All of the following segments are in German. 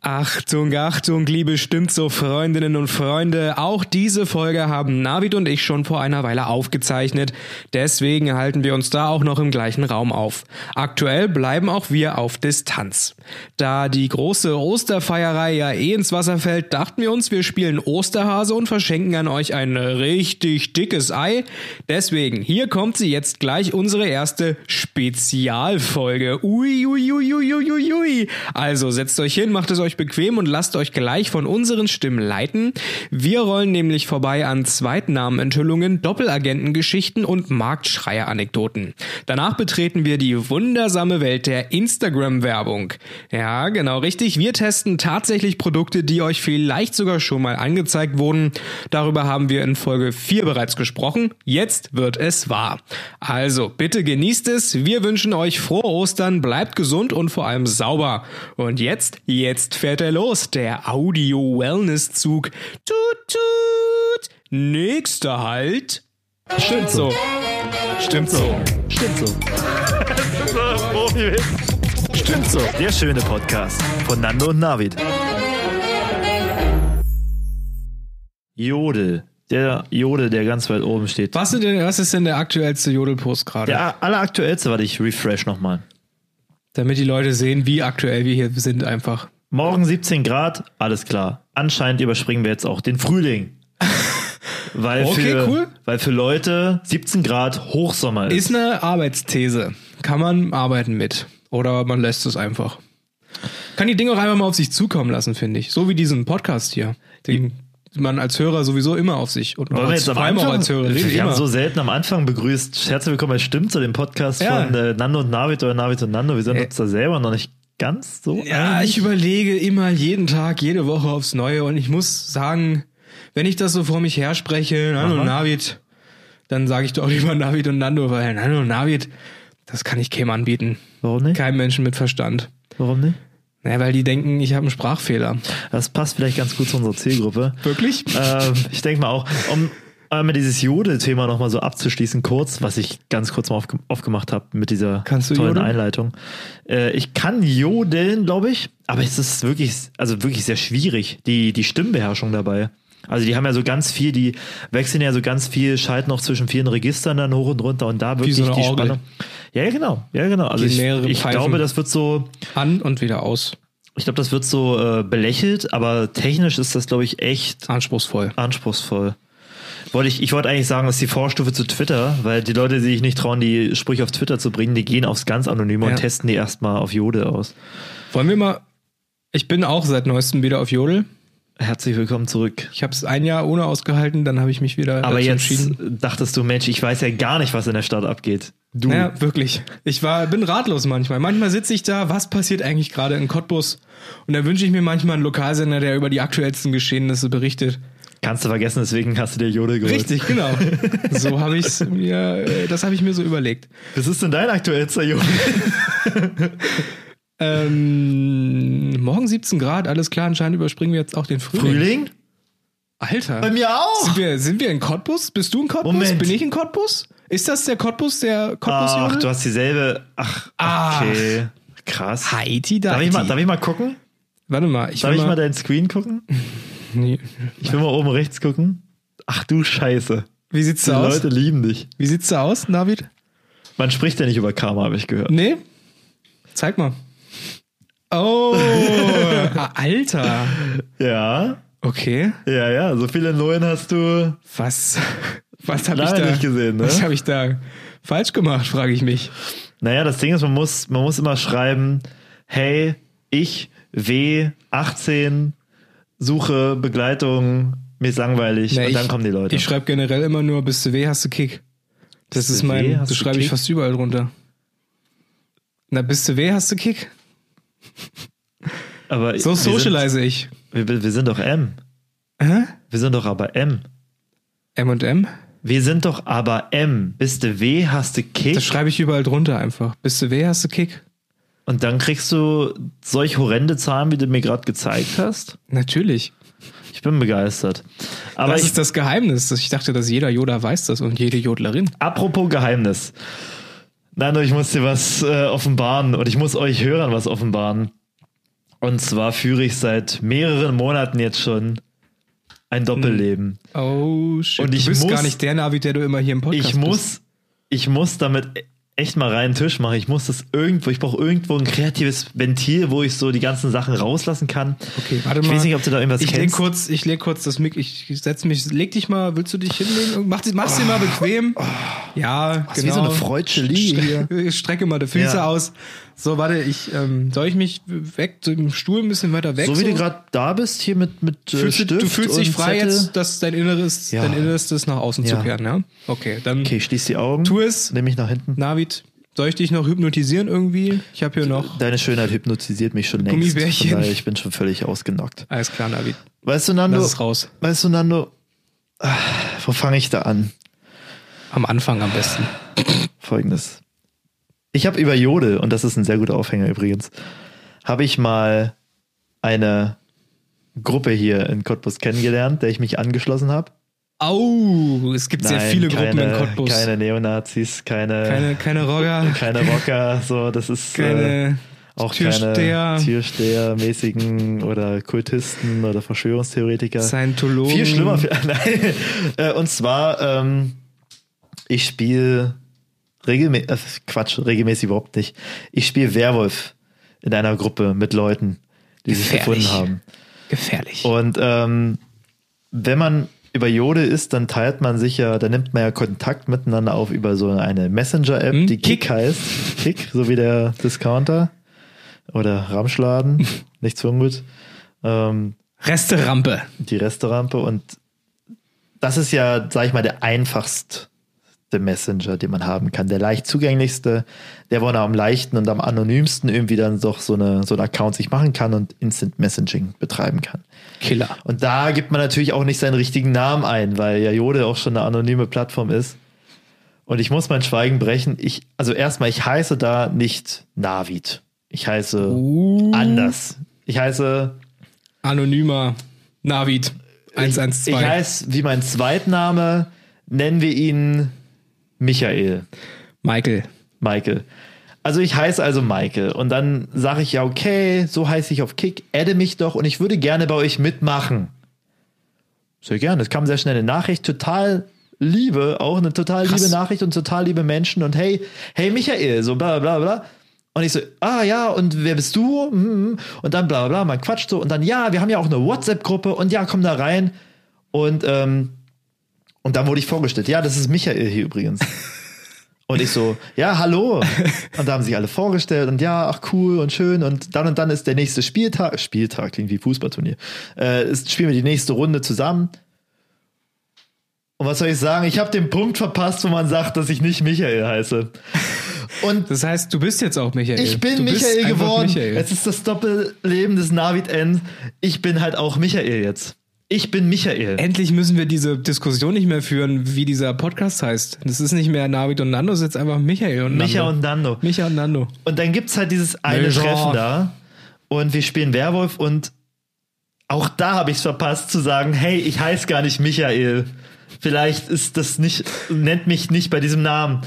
Achtung, Achtung, liebe Stimmt so Freundinnen und Freunde, auch diese Folge haben Navid und ich schon vor einer Weile aufgezeichnet, deswegen halten wir uns da auch noch im gleichen Raum auf. Aktuell bleiben auch wir auf Distanz. Da die große Osterfeierei ja eh ins Wasser fällt, dachten wir uns, wir spielen Osterhase und verschenken an euch ein richtig dickes Ei. Deswegen, hier kommt sie jetzt gleich unsere erste Spezialfolge. Ui, ui, ui, ui, ui, ui, ui. Also setzt euch hin, macht es euch bequem und lasst euch gleich von unseren Stimmen leiten. Wir rollen nämlich vorbei an Zweitnamenenthüllungen, Doppelagentengeschichten und Marktschreier-Anekdoten. Danach betreten wir die wundersame Welt der Instagram-Werbung. Ja, genau richtig. Wir testen tatsächlich Produkte, die euch vielleicht sogar schon mal angezeigt wurden. Darüber haben wir in Folge 4 bereits gesprochen. Jetzt wird es wahr. Also bitte genießt es. Wir wünschen euch frohe Ostern, bleibt gesund und vor allem sauber. Und jetzt, jetzt fährt er los, der Audio-Wellness-Zug. Tut, tut. Nächster Halt. Stimmt so. Stimmt so. Stimmt so. Stimmt so. Der schöne Podcast von Nando und Navid. Jodel. Der Jodel, der ganz weit oben steht. Was, sind denn, was ist denn der aktuellste Jodelpost gerade? Der alleraktuellste, warte, ich refresh nochmal. Damit die Leute sehen, wie aktuell wir hier sind einfach. Morgen 17 Grad, alles klar. Anscheinend überspringen wir jetzt auch den Frühling. weil, Okay, für, cool. weil für Leute 17 Grad Hochsommer ist. Ist eine Arbeitsthese. Kann man arbeiten mit. Oder man lässt es einfach. Kann die Dinge auch einfach mal auf sich zukommen lassen, finde ich. So wie diesen Podcast hier. Den man als Hörer sowieso immer auf sich. Und Wollen wir als, jetzt am vor allem Anfang, auch als Hörer. wir haben Immer. so selten am Anfang begrüßt. Herzlich willkommen bei Stimmt zu dem Podcast Ja. von äh, Nando und Navid oder Navid und Nando. Wir sind Äh. uns da selber noch nicht ganz so. Ja, einig. ich überlege immer jeden Tag, jede Woche aufs Neue und ich muss sagen, wenn ich das so vor mich herspreche, Nando Aha. und Navid, dann sage ich doch lieber Navid und Nando, weil Nando und Navid, das kann ich keinem anbieten. Warum nicht? Keinem Menschen mit Verstand. Warum nicht? Naja, weil die denken, ich habe einen Sprachfehler. Das passt vielleicht ganz gut zu unserer Zielgruppe. Wirklich? ähm, ich denke mal auch, um einmal dieses Jodel-Thema nochmal so abzuschließen, kurz, was ich ganz kurz mal aufge aufgemacht habe mit dieser Kannst du tollen jodeln? Einleitung. Äh, ich kann jodeln, glaube ich, aber es ist wirklich, also wirklich sehr schwierig, die, die Stimmbeherrschung dabei. Also die haben ja so ganz viel, die wechseln ja so ganz viel, schalten auch zwischen vielen Registern dann hoch und runter und da wirklich so eine die Orgel. Spannung. Ja, ja, genau, ja, genau. Also Gehen ich, mehrere ich Pfeifen. glaube, das wird so, An und wieder aus. ich glaube, das wird so äh, belächelt, aber technisch ist das, glaube ich, echt Anspruchsvoll. Anspruchsvoll. Wollte ich, ich wollte eigentlich sagen, das ist die Vorstufe zu Twitter, weil die Leute, die sich nicht trauen, die Sprüche auf Twitter zu bringen, die gehen aufs ganz Anonyme Ja. und testen die erstmal auf Jode aus. Wollen wir mal. Ich bin auch seit neuestem wieder auf Jodel. Herzlich willkommen zurück. Ich habe es ein Jahr ohne ausgehalten, dann habe ich mich wieder Aber dazu jetzt dachtest du, Mensch, ich weiß ja gar nicht, was in der Stadt abgeht. Du. Ja, wirklich. Ich war, bin ratlos manchmal. Manchmal sitze ich da, was passiert eigentlich gerade in Cottbus? Und dann wünsche ich mir manchmal einen Lokalsender, der über die aktuellsten Geschehnisse berichtet. Kannst du vergessen, deswegen hast du dir Jode geholt. Richtig, genau. So habe ich es mir, äh, das habe ich mir so überlegt. Was ist denn dein aktuellster Jode? Ähm, morgen 17 Grad, alles klar, anscheinend überspringen wir jetzt auch den Frühling. Frühling? Bei Alter. mir auch! Sind wir, sind wir in Cottbus? Bist du in Cottbus? Moment. Bin ich in Cottbus? Ist das der Cottbus, der cottbus Ach, Jodel? du hast dieselbe. Ach, Ach. okay. Krass. Heidi, da. Darf ich, mal, darf ich mal gucken? Warte mal, ich Darf will ich mal deinen Screen gucken? Nee. Ich will mal oben rechts gucken. Ach du Scheiße. Wie sieht's Die da aus? Leute lieben dich. Wie sieht's da aus, David? Man spricht ja nicht über Karma, habe ich gehört. Nee? Zeig mal. Oh, ah, Alter. Ja, Okay. ja, ja. So viele Neuen hast du. Was, was habe ich Leider da nicht gesehen, ne? Was habe ich da falsch gemacht, frage ich mich. Naja, das Ding ist, man muss, man muss immer schreiben, hey, ich, W, 18, suche Begleitung, mir ist langweilig. Na, Und ich- dann kommen die Leute. Ich schreibe generell immer nur, bist du weh, hast du Kick. Das Bist ist du weh, mein, hast das du schreibe ich Kick? fast überall drunter. Na, bist du weh, hast du Kick. aber So wir socialize ich. Sind, wir, wir sind doch M. Hä? Wir sind doch aber M. M&M? Wir sind doch aber M. Bist du W, hast du Das Kick. schreibe ich überall drunter einfach. Bist du weh, hast du Kick. Und dann kriegst du solch horrende Zahlen, wie du mir gerade gezeigt hast. Natürlich. Ich bin begeistert. Aber das ich, ist das Geheimnis. Ich dachte, dass jeder Yoda weiß das und jede Jodlerin. Apropos Geheimnis. Nando, ich muss dir was äh, offenbaren und ich muss euch Hörern was offenbaren. Und zwar führe ich seit mehreren Monaten jetzt schon ein Doppelleben. Oh shit. Und ich du bist muss- gar nicht der Navi, der du immer hier im Podcast Ich bist. muss, ich muss damit e- echt mal reinen Tisch machen. Ich muss das irgendwo, ich brauche irgendwo ein kreatives Ventil, wo ich so die ganzen Sachen rauslassen kann. Okay, warte ich mal. weiß nicht, ob du da irgendwas ich leg kennst. kurz, ich leg kurz das Mik, ich setz mich, leg dich mal, willst du dich hinlegen? Mach, dich- mach's dir mal bequem. Ja, Das ist genau. wie so eine freudsche Liege hier. Ich Strecke mal die Füße Ja. aus. So, warte, ich, ähm, soll ich mich weg, so im Stuhl ein bisschen weiter weg? So wie du gerade da bist, hier mit, mit äh, Fühlst du, Stift du fühlst und dich frei Zettel. jetzt, dass dein Inneres, Ja. dein Innerstes nach außen Ja. zu kehren, ja? Okay, dann Okay, ich schließ die Augen. tu es. Nimm mich nach hinten. Navid, soll ich dich noch hypnotisieren irgendwie? Ich habe hier noch. Deine Schönheit hypnotisiert mich schon längst. Gummibärchen. Von daher, Ich bin schon völlig ausgenockt. Alles klar, Navid. Weißt du, Nando? Lass es raus. Weißt du, Nando? Ah, Wo fange ich da an? Am Anfang am besten. Folgendes. Ich habe über Jodel, und das ist ein sehr guter Aufhänger übrigens, habe ich mal eine Gruppe hier in Cottbus kennengelernt, der ich mich angeschlossen habe. Au, es gibt sehr Nein, viele keine, Gruppen in Cottbus. Keine Äh, Neonazis, keine, keine, keine Rogger, keine Rocker, so, das ist äh, keine. auch Türsteher. keine Türsteher-mäßigen oder Kultisten oder Verschwörungstheoretiker. Scientologen. Viel schlimmer. Viel, nein. Äh, Und zwar, ähm, ich spiele regelmäßig, äh, Quatsch, regelmäßig überhaupt nicht. Ich spiele Werwolf in einer Gruppe mit Leuten, die sich Gefährlich. gefunden haben. Gefährlich. Und ähm, wenn man über Jode ist, dann teilt man sich ja, dann nimmt man ja Kontakt miteinander auf über so eine Messenger-App, Hm, die Kick, Kick. heißt. Kick, so wie der Discounter oder Ramschladen, nicht so gut. Ähm, Resterampe. die Resterampe und das ist ja, sag ich mal, der einfachste Messenger, den man haben kann. Der leicht zugänglichste, der, wo man am leichten und am anonymsten irgendwie dann doch so, eine, so einen Account sich machen kann und Instant Messaging betreiben kann. Killer. Und da gibt man natürlich auch nicht seinen richtigen Namen ein, weil ja Jode auch schon eine anonyme Plattform ist. Und ich muss mein Schweigen brechen. Ich, also erstmal, ich heiße da nicht Navid. Ich heiße Oh. Uh. anders. Ich heiße Anonymer Navid. Ich 112. heiße, wie mein Zweitname, nennen wir ihn Michael, Michael. Michael. Also ich heiße also Michael und dann sage ich ja, okay, so heiße ich auf Kick, adde mich doch und ich würde gerne bei euch mitmachen. Sehr gerne, es kam sehr schnell eine Nachricht, total liebe, auch eine total Krass. liebe Nachricht und total liebe Menschen und hey, hey Michael, so bla bla bla. Und ich so, ah ja, und wer bist du? Hm. Und dann bla bla, man quatscht so und dann ja, wir haben ja auch eine WhatsApp-Gruppe und ja, komm da rein. Und, ähm, und dann wurde ich vorgestellt. Ja, das ist Michael hier übrigens. Und ich so, ja, hallo. Und da haben sich alle vorgestellt und ja, ach cool und schön. Und dann und dann ist der nächste Spieltag. Spieltag klingt wie Fußballturnier. Äh, ist, spielen wir die nächste Runde zusammen. Und was soll ich sagen? Ich habe den Punkt verpasst, wo man sagt, dass ich nicht Michael heiße. Und Das heißt, du bist jetzt auch Michael. ich bin du bist Michael einfach geworden. Michael. Es ist das Doppelleben des Navid N. Ich bin halt auch Michael jetzt. Ich bin Michael. Endlich müssen wir diese Diskussion nicht mehr führen, wie dieser Podcast heißt. Das ist nicht mehr Navid und Nando, es ist jetzt einfach Michael und Micha Nando. und Nando. Micha und Nando. Und dann gibt's halt dieses eine Major. Treffen da. Und wir spielen Werwolf und auch da habe ich's verpasst zu sagen, hey, ich heiße gar nicht Michael. Vielleicht ist das nicht, nennt mich nicht bei diesem Namen.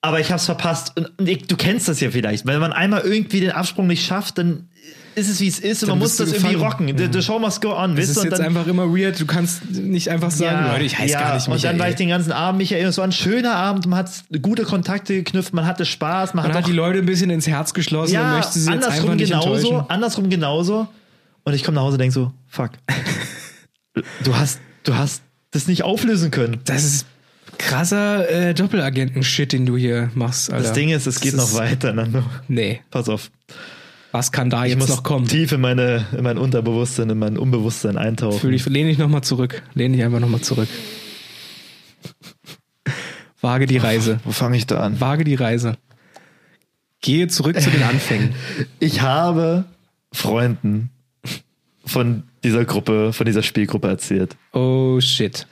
Aber ich hab's verpasst. Und und ich, du kennst das ja vielleicht. Wenn man einmal irgendwie den Absprung nicht schafft, dann ist es wie es ist und Dann man muss bist du das irgendwie gefangen. rocken. The, the show must go on. Es wisst ist ihr? jetzt und dann, einfach immer weird. Du kannst nicht einfach sagen, Leute, ich heiße ja, gar nicht Und Michael. dann war ich den ganzen Abend Michael. Es war ein schöner Abend. Man hat gute Kontakte geknüpft. Man hatte Spaß. Man, Man hat halt hat auch die Leute ein bisschen ins Herz geschlossen und möchte sie jetzt einfach nicht genauso, enttäuschen. andersrum genauso. Und ich komme nach Hause und denke so, fuck. Du hast, du hast das nicht auflösen können. Das ist krasser äh, Doppelagenten-Shit, den du hier machst, Alter. Das Ding ist, es geht Das noch ist- weiter, Nando. Nee, Pass auf. was kann da jetzt noch kommen? tief in, meine, in mein Unterbewusstsein, in mein Unbewusstsein eintauchen. Fühl dich, lehn dich nochmal zurück. Lehn dich einfach nochmal zurück. Wage die Reise. Wo fange ich da an? Wage die Reise. Gehe zurück zu den Anfängen. Ich habe Freunden von dieser Gruppe, von dieser Spielgruppe erzählt. Oh shit.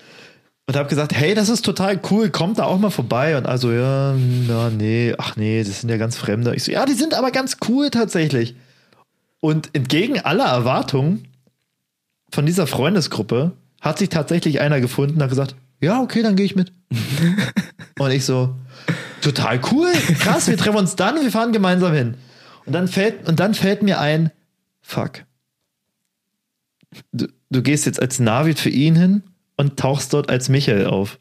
und habe gesagt, hey, das ist total cool, kommt da auch mal vorbei. Und also, ja, na, nee, ach nee, das sind ja ganz Fremde. Ich so, ja, die sind aber ganz cool tatsächlich. Und entgegen aller Erwartungen von dieser Freundesgruppe hat sich tatsächlich einer gefunden und hat gesagt, ja, okay, dann gehe ich mit. und ich so, total cool, krass, wir treffen uns dann, wir fahren gemeinsam hin. Und dann fällt, und dann fällt mir ein, fuck. Du, du gehst jetzt als Navid für ihn hin und tauchst dort als Michael auf.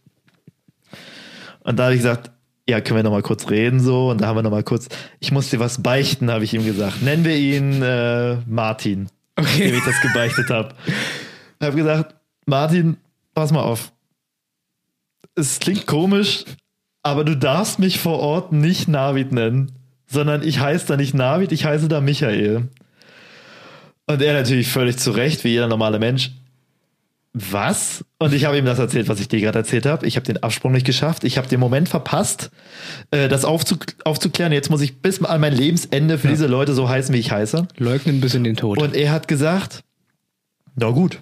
Und da habe ich gesagt, ja, können wir nochmal kurz reden so. Und da haben wir nochmal kurz, ich muss dir was beichten, habe ich ihm gesagt. Nennen wir ihn äh, Martin, dem Okay. ich das gebeichtet habe. Ich habe gesagt, Martin, pass mal auf. Es klingt komisch, aber du darfst mich vor Ort nicht Navid nennen, sondern ich heiße da nicht Navid, ich heiße da Michael. Und er natürlich völlig zu Recht, wie jeder normale Mensch. Was? Und ich habe ihm das erzählt, was ich dir gerade erzählt habe. Ich habe den Absprung nicht geschafft. Ich habe den Moment verpasst, äh, das aufzu aufzuklären. Jetzt muss ich bis an mein Lebensende für diese Leute so heißen, wie ich heiße. Leugnen ein bisschen den Tod. Und er hat gesagt, na gut,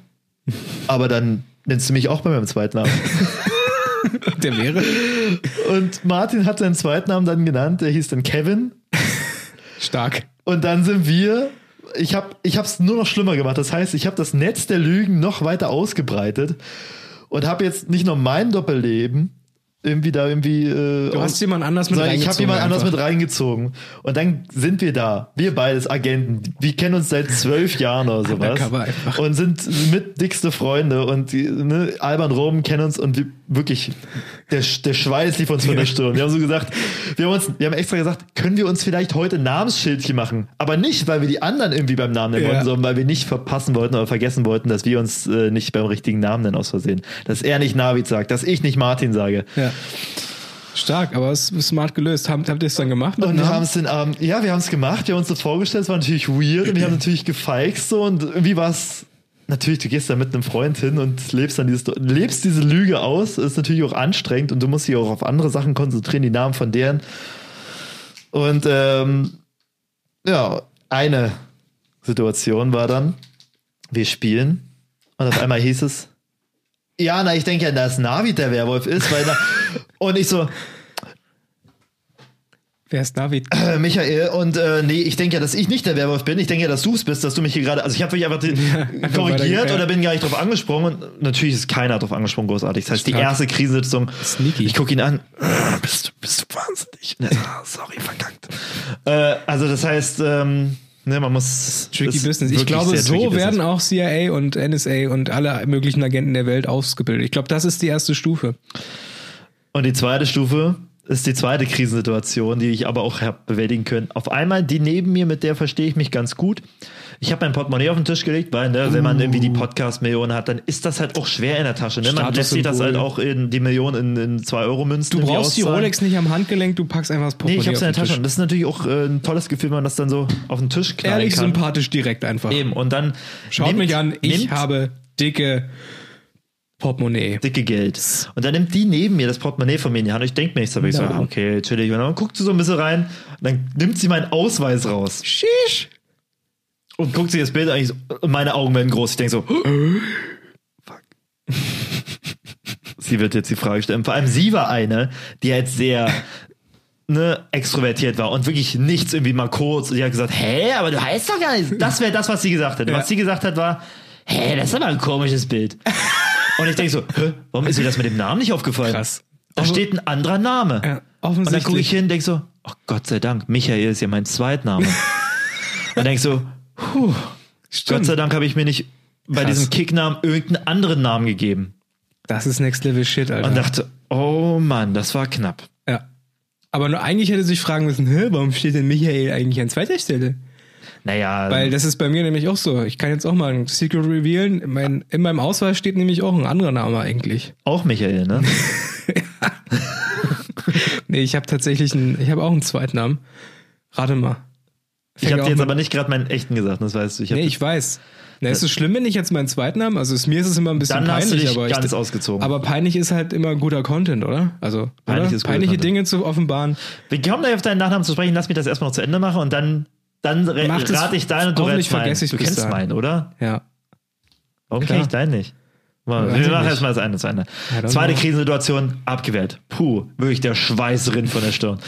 aber dann nennst du mich auch bei meinem Zweitnamen. der wäre. Und Martin hat seinen Zweitnamen dann genannt, der hieß dann Kevin. Stark. Und dann sind wir, ich habe ich hab's nur noch schlimmer gemacht. Das heißt, ich habe das Netz der Lügen noch weiter ausgebreitet und habe jetzt nicht nur mein Doppelleben irgendwie da irgendwie äh, Du hast jemand anders mit sondern ich habe reingezogen jemand anders einfach. mit reingezogen. Und dann sind wir da. Wir beides Agenten. Wir kennen uns seit zwölf Jahren oder sowas. Undercover einfach. Und sind mit dickste Freunde. Und die, ne, Alban Rom kennen uns und wir, wirklich, der, Sch- der Schweiß lief uns von der Stirn. Wir haben so gesagt, wir haben, uns, wir haben extra gesagt, können wir uns vielleicht heute ein Namensschildchen machen? Aber nicht, weil wir die anderen irgendwie beim Namen nennen Ja. wollten, sondern weil wir nicht verpassen wollten oder vergessen wollten, dass wir uns äh, nicht beim richtigen Namen nennen aus Versehen. Dass er nicht Navid sagt, dass ich nicht Martin sage. Ja. Stark, aber es ist smart gelöst. Habt, habt ihr es dann gemacht? ne? mit Und wir Namen? haben es den Abend, ja, wir haben es gemacht, wir haben uns das vorgestellt, es war natürlich weird und wir haben natürlich gefeixt so und irgendwie war es, natürlich, du gehst da mit einem Freund hin und lebst dann dieses, lebst diese Lüge aus, ist natürlich auch anstrengend und du musst dich auch auf andere Sachen konzentrieren, die Namen von deren. Und ähm, ja, eine Situation war dann, wir spielen und auf einmal hieß es, ja, na, ich denke ja, dass Navid der Werwolf ist, weil da, und ich so, Wer ist David? äh, Michael, und äh, nee, ich denke ja, dass ich nicht der Werwolf bin. Ich denke ja, dass du es bist, dass du mich hier gerade. Also ich habe mich einfach den- einfach korrigiert weiter- oder bin gar nicht drauf angesprungen. Und natürlich ist keiner drauf angesprungen, großartig. Das heißt, die Stark. erste Krisensitzung. Sneaky. Ich gucke ihn an. Äh, Bist, du- bist du wahnsinnig? Und er so, ah, sorry, verkackt. Äh, also das heißt, ähm, ne, man muss. Tricky ist Business. Ich wirklich glaube, sehr tricky so werden business. auch CIA und NSA und alle möglichen Agenten der Welt ausgebildet. Ich glaube, das ist die erste Stufe. Und die zweite Stufe ist die zweite Krisensituation, die ich aber auch hab bewältigen können. Auf einmal die neben mir, mit der verstehe ich mich ganz gut. Ich habe mein Portemonnaie auf den Tisch gelegt, weil ne, wenn man Uh. irgendwie die Podcast-Millionen hat, dann ist das halt auch schwer in der Tasche. Ne? Man lässt sich das halt Statussymbol. auch in die Millionen in, in 2-Euro-Münzen. Du brauchst die auszahlen. Rolex nicht am Handgelenk, du packst einfach das Nee, Portemonnaie ich hab's in der auf den Tasche. Tisch. Und das ist natürlich auch äh, ein tolles Gefühl, wenn man das dann so auf den Tisch knallen Ehrlich, kann. sympathisch, direkt einfach. Eben. Und dann Schaut nimmt- mich an, ich nimmt- habe dicke Portemonnaie. dicke Geld. Und dann nimmt die neben mir das Portemonnaie von mir in die Hand. Und ich denke mir nichts, aber ich Na. so, okay, chillig. Und dann guckt sie so ein bisschen rein. Und dann nimmt sie meinen Ausweis raus Sheesh. und guckt sich das Bild eigentlich so. Und meine Augen werden groß. Ich denke so, fuck. sie wird jetzt die Frage stellen. Vor allem sie war eine, die halt sehr. Ne, extrovertiert war und wirklich nichts irgendwie mal kurz. Und die hat gesagt, hä, aber du heißt doch gar nicht. Das wäre das, was sie gesagt hat. Ja. Was sie gesagt hat, war, hä, das ist aber ein komisches Bild. Und ich denke so, hä, warum ist mir das mit dem Namen nicht aufgefallen? Krass. Da Also- steht ein anderer Name. Ja, und dann gucke ich offensichtlich. hin und denke so, oh Gott sei Dank, Michael ist ja mein Zweitname. und denke so, puh, Gott sei Dank habe ich mir nicht bei Krass. diesem Kicknamen irgendeinen anderen Namen gegeben. Das ist Next Level Shit, Alter. Und dachte, oh Mann, das war knapp. ja. Aber nur eigentlich hätte sich fragen müssen, hä, warum steht denn Michael eigentlich an zweiter Stelle? Naja, Weil das ist bei mir nämlich auch so. Ich kann jetzt auch mal ein Secret revealen. Mein, in meinem Ausweis steht nämlich auch ein anderer Name eigentlich. auch Michael, ne? Nee, ich habe tatsächlich einen, ich habe auch einen Zweitnamen. Rate mal. Ich habe Fängt dir auch jetzt mit- aber nicht gerade meinen echten gesagt, das weißt du. Ich hab Nee, ich weiß. Na, ist es schlimm, wenn ich jetzt meinen Zweitnamen, also es, mir ist es immer ein bisschen Dann peinlich, hast du dich aber ganz ich, ausgezogen. aber peinlich ist halt immer guter Content, oder? Also Peinlich oder? ist guter peinliche Content. Dinge zu offenbaren. Wir kommen da auf deinen Nachnamen zu sprechen, lass mich das erstmal noch zu Ende machen und dann, dann re- Mach das- rate ich deinen und du hoffentlich rätst meinen. vergesse ich's Du bis kennst dahin. meinen, oder? Ja. Warum Klar. kenne ich deinen nicht? Mal, Weiß ich wir machen nicht. erstmal das eine zu Ende. Ja, dann Zweite mal. Krisensituation, abgewählt. Puh, wirklich der Schweiß rinnt von der Stirn.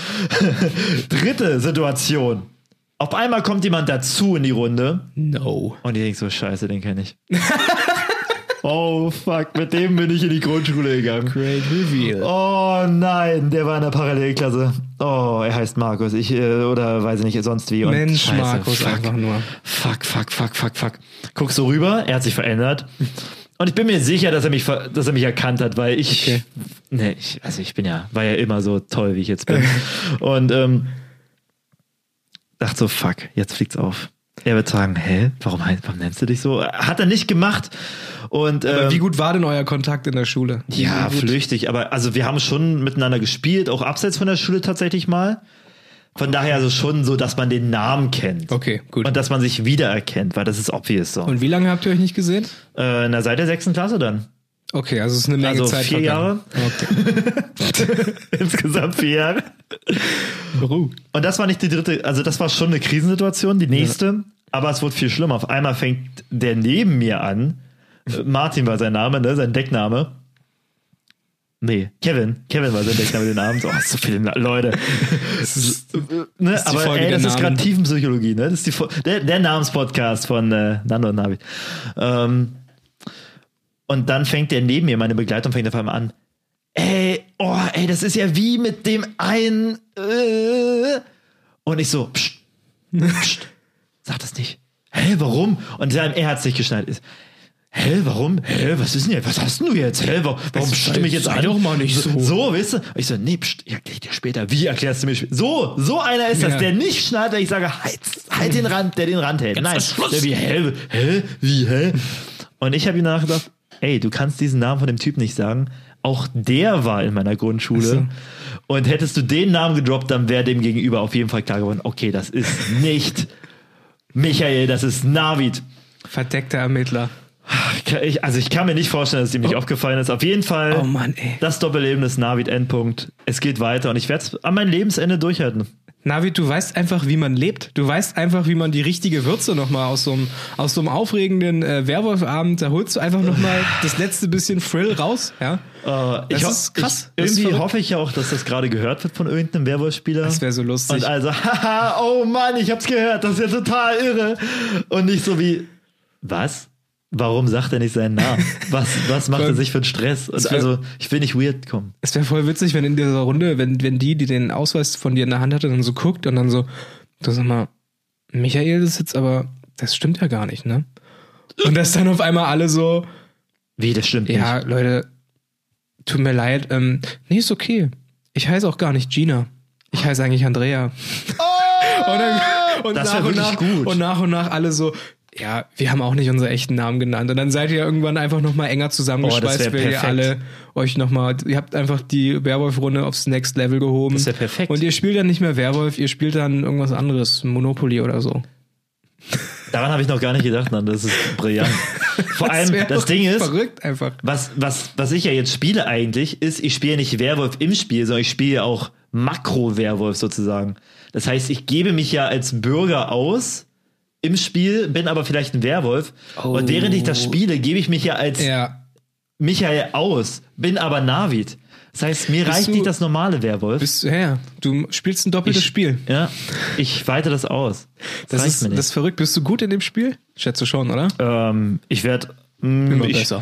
Dritte Situation. Auf einmal kommt jemand dazu in die Runde No. und ich denke so, scheiße, den kenne ich. Oh fuck, mit dem bin ich in die Grundschule gegangen. Great Reveal. Oh nein, der war in der Parallelklasse. Oh, er heißt Markus. Ich, äh, oder weiß ich nicht, sonst wie. Und Mensch, Markus einfach nur. Fuck, fuck, fuck, fuck, fuck. Guckst so rüber, er hat sich verändert. Und ich bin mir sicher, dass er mich, ver- dass er mich erkannt hat, weil ich, Okay. nee, ich, also ich bin ja, war ja immer so toll, wie ich jetzt bin. Und ähm, dachte so, fuck, jetzt fliegt's auf. Er wird sagen, hä, warum, heißt- warum nennst du dich so? Hat er nicht gemacht. Und ähm, Wie gut war denn euer Kontakt in der Schule? ja, Wie gut? flüchtig, aber also wir haben schon miteinander gespielt, auch abseits von der Schule tatsächlich mal. Von daher also schon so, dass man den Namen kennt. Okay, gut. Und dass man sich wiedererkennt, weil das ist obvious so. Und wie lange habt ihr euch nicht gesehen? äh, na, seit der sechsten Klasse dann. Okay, also es ist eine Menge Also Zeit. vier vergangen. Okay. Insgesamt vier Jahre. Ruh. Und das war nicht die dritte, also das war schon eine Krisensituation, die nächste, aber es wurde viel schlimmer. Auf einmal fängt der neben mir an, äh, Martin war sein Name, ne, sein Deckname. Nee, Kevin. Kevin war sein Deckname den Abend. Oh, so viele Na Leute. ne, die aber Folge ey, der das ist gerade Namen. Tiefenpsychologie, ne? Das ist die Fol- der, der Namenspodcast von äh, Nando und Navid. Ähm, und dann fängt der neben mir, meine Begleitung fängt auf einmal an. Ey, oh, ey, das ist ja wie mit dem einen. Äh, und ich so, pst, pst, sag das nicht. Hä, warum? Und dann, er hat sich geschnallt. Ist, Hä, warum? Hä, was ist denn jetzt? Was hast denn du jetzt? Hä, wa- warum Also, stimme ich jetzt sei an? doch mal nicht so. So, weißt du? Ich so, nee, pst, ich erklär dir später. Wie erklärst du mir später? So, so einer ist das, Ja. der nicht schnallt, wenn ich sage, halt, halt den Rand, der den Rand hält. Nein, ist Schluss. der wie, hä, hä, wie, hä? Und ich habe ihm nachgedacht, ey, du kannst diesen Namen von dem Typ nicht sagen. Auch der war in meiner Grundschule. so. Und hättest du den Namen gedroppt, dann wäre dem gegenüber auf jeden Fall klar geworden, okay, das ist nicht Michael, das ist Navid. Verdeckter Ermittler. Ich, also ich kann mir nicht vorstellen, dass ihm nicht aufgefallen ist. Auf jeden Fall Oh Mann, ey. das Doppelleben des Navid Endpunkt. Es geht weiter und ich werde es an mein Lebensende durchhalten. Navid, du weißt einfach, wie man lebt. Du weißt einfach, wie man die richtige Würze nochmal aus so einem, aus so einem aufregenden äh, Werwolfabend, da holst du einfach nochmal das letzte bisschen Thrill raus, ja? Äh, ich Das ho- ist krass. Ich, Das ist irgendwie verrückt. hoffe ich ja auch, dass das gerade gehört wird von irgendeinem Werwolf-Spieler. Das wäre so lustig. Und also, haha, oh Mann, ich hab's gehört, das ist ja total irre. Und nicht so wie, was? Warum sagt er nicht seinen Namen? Was, was macht er sich für einen Stress? Und wär- also, ich will nicht weird kommen. Es wäre voll witzig, wenn in dieser Runde, wenn, wenn die, die den Ausweis von dir in der Hand hatte, dann so guckt und dann so, du sag mal, Michael, das ist jetzt aber, das stimmt ja gar nicht, ne? Und dass dann auf einmal alle so, Wie, das stimmt nicht. ja, Leute, tut mir leid, ähm, nee, ist okay. Ich heiße auch gar nicht Gina. Ich heiße eigentlich Andrea. und dann, und Oh! Das nach wär und nach, wirklich gut. Und nach und nach alle so, ja, wir haben auch nicht unsere echten Namen genannt. Und dann seid ihr irgendwann einfach nochmal enger Oh, das zusammengeschweißt, wär weil ihr perfekt. alle euch nochmal, ihr habt einfach die Werwolf-Runde aufs Next Level gehoben. Das wär perfekt. Und ihr spielt dann nicht mehr Werwolf, ihr spielt dann irgendwas anderes, Monopoly oder so. Daran habe ich noch gar nicht gedacht, Mann. Das ist brillant. Vor allem, wär das doch Ding ist, Verrückt einfach. was, was, was ich ja jetzt spiele eigentlich, ist, ich spiele nicht Werwolf im Spiel, sondern ich spiele ja auch Makro-Werwolf sozusagen. Das heißt, ich gebe mich ja als Bürger aus im Spiel, bin aber vielleicht ein Werwolf. Und während ich das spiele, gebe ich mich ja als Oh. Ja. Michael aus, bin aber Navid. Das heißt, mir reicht du- nicht das normale Werwolf. Bist, ja, ja, du spielst ein doppeltes Ich- Spiel. Ja, ich weite das aus. Das reicht ist, das ist verrückt. Bist du gut in dem Spiel? Schätze schon, oder? Ähm, ich werde. Immer Ich, besser.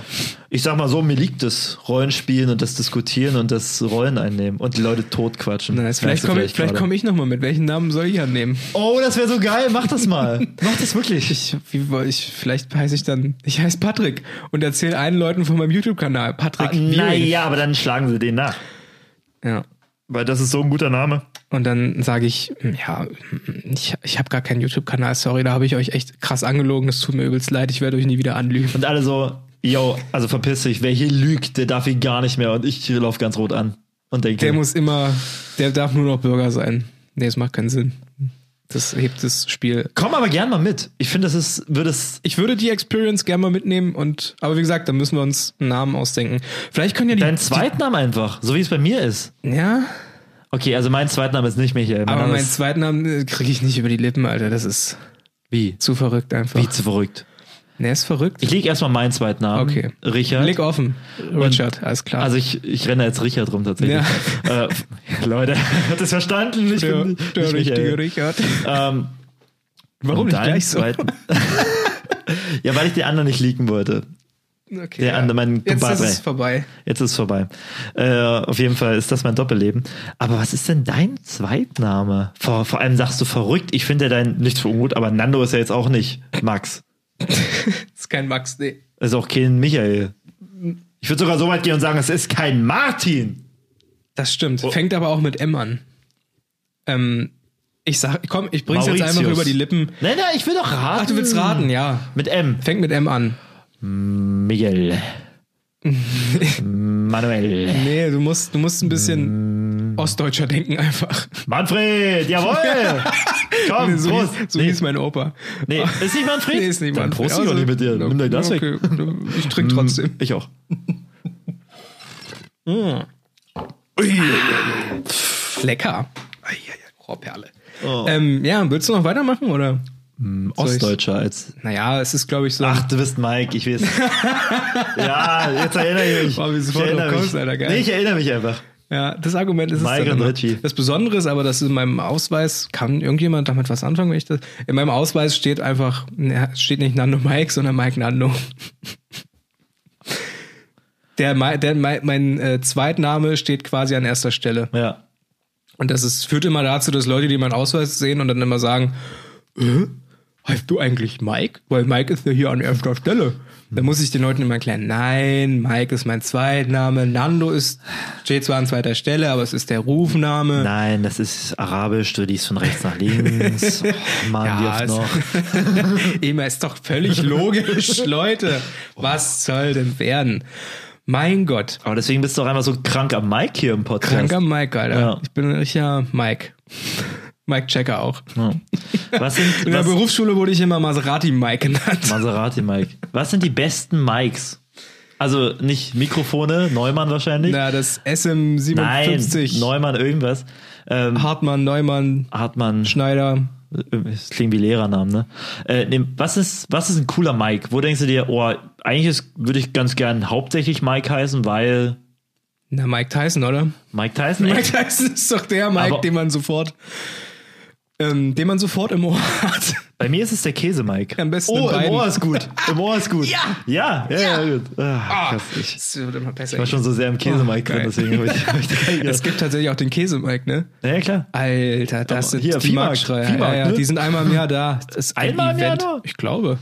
ich sag mal so, mir liegt das Rollenspielen und das Diskutieren und das Rollen einnehmen und die Leute totquatschen. Nice. Vielleicht Merkst du komme ich, vielleicht gerade. komm ich nochmal mit. Welchen Namen soll ich annehmen? Oh, das wäre so geil. Mach das mal. Mach das wirklich. Ich, wie, wo- ich, vielleicht heiße ich dann. Ich heiße Patrick und erzähle allen Leuten von meinem YouTube-Kanal. Ah, Patrick. Viewing. Naja, aber dann schlagen sie den nach. ja. Weil das ist so ein guter Name. Und dann sage ich, hm, ja, hm, ich, ich habe gar keinen YouTube-Kanal, sorry, da habe ich euch echt krass angelogen, das tut mir übelst leid, ich werde euch nie wieder anlügen. Und alle so, yo, also verpiss dich, wer hier lügt, der darf hier gar nicht mehr. Und ich laufe ganz rot an und Der denke, muss immer, der darf nur noch Bürger sein. Nee, das macht keinen Sinn. Das hebt das Spiel komm aber gern mal mit. Ich finde, das ist, würde es. ich würde die Experience gerne mal mitnehmen und aber wie gesagt, da müssen wir uns einen Namen ausdenken. Vielleicht können ja die Dein Zweitname einfach, so wie es bei mir ist. die, ja, Okay, also mein Zweitname ist nicht Michael. Mein aber Name meinen ist zweiten Namen äh, kriege ich nicht über die Lippen, Alter, das ist wie? zu verrückt einfach. Wie zu verrückt. Ne, ist verrückt. Ich lege erstmal meinen zweiten Namen. Okay. Richard. Blick offen. Richard, alles klar. also ich, ich renne als Richard rum tatsächlich. Äh, Leute, habt ihr es verstanden? Ich der, bin der nicht Michael. richtige Richard. Ähm, Warum und nicht deinen gleich so? zweiten- ja, weil ich den anderen nicht leaken wollte. Okay, Der andere, mein Jetzt ist Kumpadre. es vorbei. Jetzt ist es vorbei. Äh, auf jeden Fall ist das mein Doppelleben. Aber was ist denn dein Zweitname? Vor, vor allem sagst du verrückt. Ich finde ja dein, nichts für ungut, aber Nando ist ja jetzt auch nicht Max. Ist kein Max, nee. Ist auch kein Michael. Ich würde sogar so weit gehen und sagen, es ist kein Martin. Das stimmt. Oh. Fängt aber auch mit M an. Ähm, ich sag, komm, ich bring's jetzt einfach Mauritius. über die Lippen. Nein, nein, ich will doch raten. Ach, du willst raten, ja. Mit M. Fängt mit M an. Miguel. Manuel. Nee, du musst, du musst ein bisschen Mm. ostdeutscher denken einfach. Manfred, jawohl. Komm, so Ah, Prost. hieß, so nee, hieß mein Opa. nee, ist nicht Manfred? Nee, ist nicht Also, Dann mein Prost ich doch nicht mit dir. Nimm dein Glas weg. Mm. Ich trinke trotzdem. Ich auch. Mm. Lecker. Rohrperle. Oh. Ähm, ja, willst du noch weitermachen oder? Soll ich- Ostdeutscher als. Naja, es ist, glaube ich, so. Ach, du bist Mike, ich weiß. ja, jetzt erinnere ich mich. Boah, wie ich sofort erinnere drauf mich. kommst, Alter, geil. Nee, ich erinnere mich einfach. Ja, das Argument ist Mike es dann und immer. Richie. Das Besondere ist aber, dass in meinem Ausweis kann irgendjemand damit was anfangen, wenn ich das. In meinem Ausweis steht einfach, ne, steht nicht Nando Mike, sondern Mike Nando. Der, Mi- der Mi- mein äh, Zweitname steht quasi an erster Stelle. Ja. Und das ist, führt immer dazu, dass Leute, die meinen Ausweis sehen und dann immer sagen, äh, heißt du eigentlich Mike? Weil Mike ist ja hier an erster Stelle. Dann muss ich den Leuten immer erklären, nein, Mike ist mein Zweitname, Nando ist, steht zwar an zweiter Stelle, aber es ist der Rufname. Nein, das ist arabisch, du liest von rechts nach links. Oh, Mann, wie oft es- noch. Immer ist doch völlig logisch, Leute. Was soll denn werden? Mein Gott. Aber deswegen bist du auch einmal so krank am Mike hier im Podcast. Danke an Mike, Alter. Ja. Ich bin ein richtiger Mike. Mike Checker auch. Ja. Was sind In der was, Berufsschule wurde ich immer Maserati Mike genannt. Maserati Mike? Was sind die besten Mikes? Also nicht Mikrofone, Neumann wahrscheinlich. Na, das Nein, SM57. Neumann irgendwas. Ähm, Hartmann, Neumann, Hartmann, Schneider. das klingt wie Lehrernamen, ne? Äh, nee, was ist was ist ein cooler Mike? Wo denkst du dir, oh, eigentlich ist, würde ich ganz gern hauptsächlich Mike heißen, weil Na, Mike Tyson, oder? Mike Tyson. Mike Tyson ist doch der Mike, Aber- den man sofort. Ähm, den man sofort im Ohr hat. Bei mir ist es der Käse Mike. Am besten oh, in im beiden. Ohr ist gut. Im Ohr ist gut. Ja. ja, ja, ja, gut. Ah, krass, ich Das wird immer besser. war schon so sehr im Käse Oh, Mike drin, geil. deswegen habe ich, hab ich da Es reingedacht. gibt tatsächlich auch den Käse, Mike, ne? Ja, ja, klar. Alter, das Aber sind hier, die Viehmarkt, Marktschreier. Viehmarkt, ja, ja, ne? Die sind einmal im Jahr da. Das ist ein Einmal im Jahr Event. da? Ich glaube.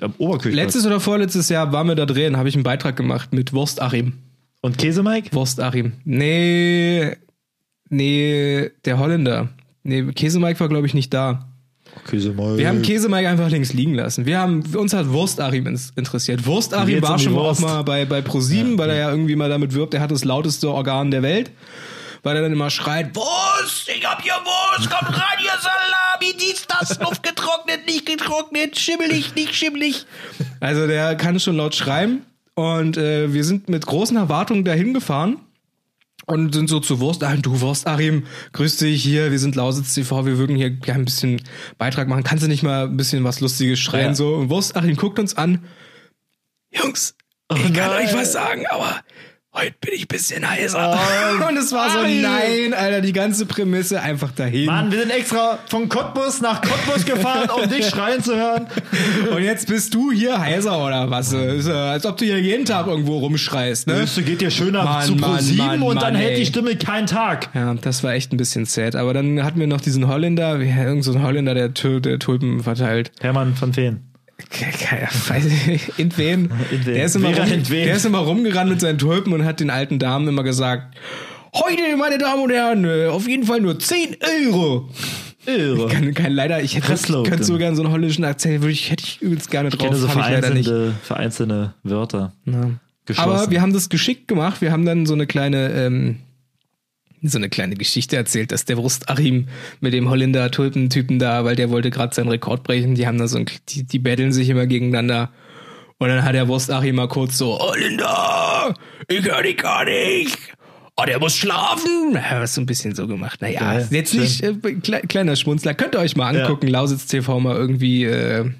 Am Oberküchler. Letztes oder vorletztes Jahr waren wir da drehen, habe ich einen Beitrag gemacht mit Wurst Achim. Und Käse Mike? Wurst Achim. Nee, nee, der Holländer. Nee, Käsemike war, glaube ich, nicht da. Käse Mike. Wir haben Käsemike einfach links liegen lassen. Wir haben, uns hat Wurst Achim ins- interessiert. Wurst Achim Geht's war um die schon mal auch Wurst? mal bei, bei ProSieben, weil er ja irgendwie mal damit wirbt, er hat das lauteste Organ der Welt. Weil er dann immer schreit, Wurst, ich hab hier Wurst, kommt rein, hier Salami, dies, das, Luft getrocknet, nicht getrocknet, schimmelig, nicht schimmelig. Also der kann schon laut schreiben und äh, wir sind mit großen Erwartungen dahin gefahren und sind so zu Wurst, ah, du Wurst, Arim, grüß dich hier, wir sind Lausitz TV, wir würden hier ja, ein bisschen Beitrag machen, kannst du nicht mal ein bisschen was Lustiges schreien, Ja. so, und Wurst, Arim guckt uns an, Jungs, ich kann Oh nein. euch was sagen, aber heute bin ich ein bisschen heiser. Oh, und es war so, Arim. nein, Alter, die ganze Prämisse einfach dahin. Mann, wir sind extra von Cottbus nach Cottbus gefahren, um dich schreien zu hören. Und jetzt bist du hier heiser oder was? Ist, äh, als ob du hier jeden Tag irgendwo rumschreist, ne? Müsste geht dir schöner Mann, zu Mann, ProSieben Mann, und Mann, dann hält ey. die Stimme keinen Tag. Ja, das war echt ein bisschen sad. Aber dann hatten wir noch diesen Holländer, wie- irgend so ein Holländer, der, Tü- der Tulpen verteilt. Hermann von Feen. Ke- ke- weiß ich- In wen? In wen? Der ist, immer Vera, rum, in wen? der ist immer rumgerannt mit seinen Tulpen und hat den alten Damen immer gesagt, heute, meine Damen und Herren, äh, auf jeden Fall nur 10 Euro. Irre. Ich Kann, kann leider, ich hätte, Presslow, könnte so denn. gerne so einen holländischen Akzent, würde ich, hätte ich übelst gerne drauf, kenne so hab ich leider nicht. vereinzelte, vereinzelte Wörter. Geschlossen. Aber wir haben das geschickt gemacht. Wir haben dann so eine kleine, ähm, so eine kleine Geschichte erzählt, dass der Wurst Achim mit dem Holländer Tulpentypen da, weil der wollte gerade seinen Rekord brechen. Die haben da so ein, die, die betteln sich immer gegeneinander. Und dann hat der Wurst Achim mal kurz so, Holländer, ich höre dich gar nicht. Oh, der muss schlafen. Er hat so ein bisschen so gemacht. Naja, Geil, ist jetzt schön. nicht äh, kle kleiner Schmunzler. Könnt ihr euch mal angucken, Lausitz TV mal irgendwie äh,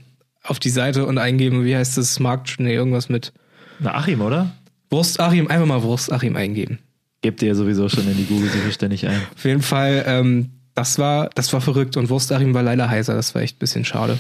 auf die Seite und eingeben, wie heißt das? Markt, nee, irgendwas mit Na, Achim, oder? Wurst Achim, einfach mal Wurst Achim eingeben. Gebt ihr ja sowieso schon in die Google-Suche ständig ein. Auf jeden Fall, ähm, das war, das war verrückt und Wurst Achim war leider heiser, das war echt ein bisschen schade.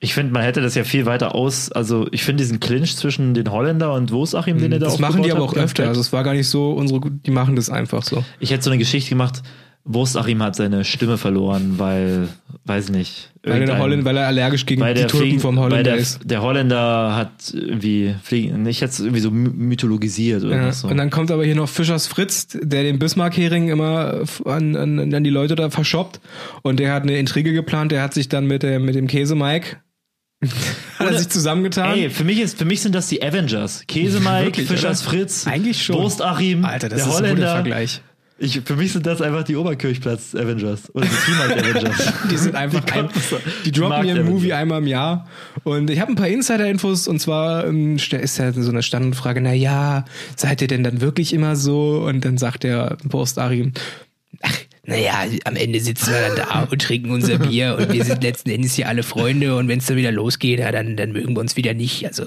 Ich finde, man hätte das ja viel weiter aus. Also, ich finde diesen Clinch zwischen den Holländer und Wosachim, den er da Hm, Das machen die aufgebaut aber hat, auch ganz öfter. fett. Also es war gar nicht so unsere, die machen das einfach so. Ich hätte so eine Geschichte gemacht, Wurstachim hat seine Stimme verloren, weil, weiß nicht. Weil, der irgendein- Holländer, weil er allergisch gegen weil die der Türken Fliegen- vom weil Holländer der, ist. Der Holländer hat irgendwie Fliegen, ich hätte es irgendwie so my- mythologisiert oder Ja. so. Und dann kommt aber hier noch Fischers Fritz, der den Bismarck-Hering immer äh, f- an, an, an die Leute da verschoppt. Und der hat eine Intrige geplant, der hat sich dann mit, der, mit dem Käse-Mike hat er Ohne- sich zusammengetan. Ey, für mich, ist, für mich sind das die Avengers. Käse Mike, Wirklich, Fischers oder? Fritz, Eigentlich schon. Wurstachim, Alter, das der ist ein guter Holländer. Vergleich. Ich, für mich sind das einfach die Oberkirchplatz-Avengers. Oder die Teammark-Avengers. Die sind einfach, die, ein, Kampf- die droppen Markt- ihren Movie einmal im Jahr. Und ich habe ein paar Insider-Infos und zwar ähm, st- ist ja so eine Standardfrage, na ja, seid ihr denn dann wirklich immer so? Und dann sagt der Post-Arim, ach, naja, am Ende sitzen wir dann da und trinken unser Bier und wir sind letzten Endes hier alle Freunde und wenn es dann wieder losgeht, ja, dann, dann mögen wir uns wieder nicht. Also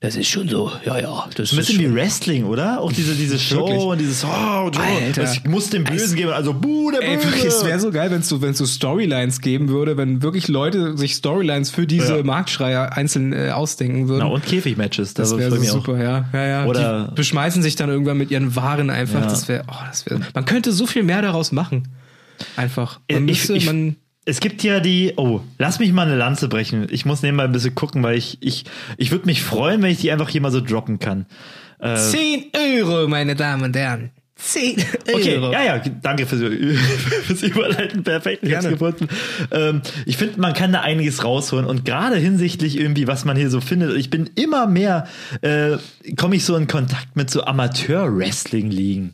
das ist schon so, ja, ja, das Ein ist bisschen wie Wrestling, oder? Auch diese, diese Show Wirklich. und dieses, oh, Joe, Alter. ich muss dem Bösen geben, also buh, der Ey, wirklich, es wäre Böse. so geil, wenn es so, wenn's so Storylines geben würde, wenn wirklich Leute sich Storylines für diese Ja. Marktschreier einzeln äh, ausdenken würden. Na, und Käfigmatches, Das Also das wäre freue so mich auch. super, ja. ja, ja. Oder- die beschmeißen sich dann irgendwann mit ihren Waren einfach. Ja. Das wäre, oh, das wäre. Man könnte so viel mehr daraus machen. Einfach. Man Ich- müsste, Äh, ich- man. Es gibt ja die, oh, lass mich mal eine Lanze brechen. Ich muss nebenbei ein bisschen gucken, weil ich, ich, ich würde mich freuen, wenn ich die einfach hier mal so droppen kann. äh, 10 Euro, meine Damen und Herren. 10 Euro. Okay, ja, ja, danke fürs, fürs Überleiten. Perfekt, ich hab's Gerne. gefunden. Ähm, ich finde, man kann da einiges rausholen und gerade hinsichtlich irgendwie, was man hier so findet, ich bin immer mehr, äh, komme ich so in Kontakt mit so Amateur-Wrestling-Ligen.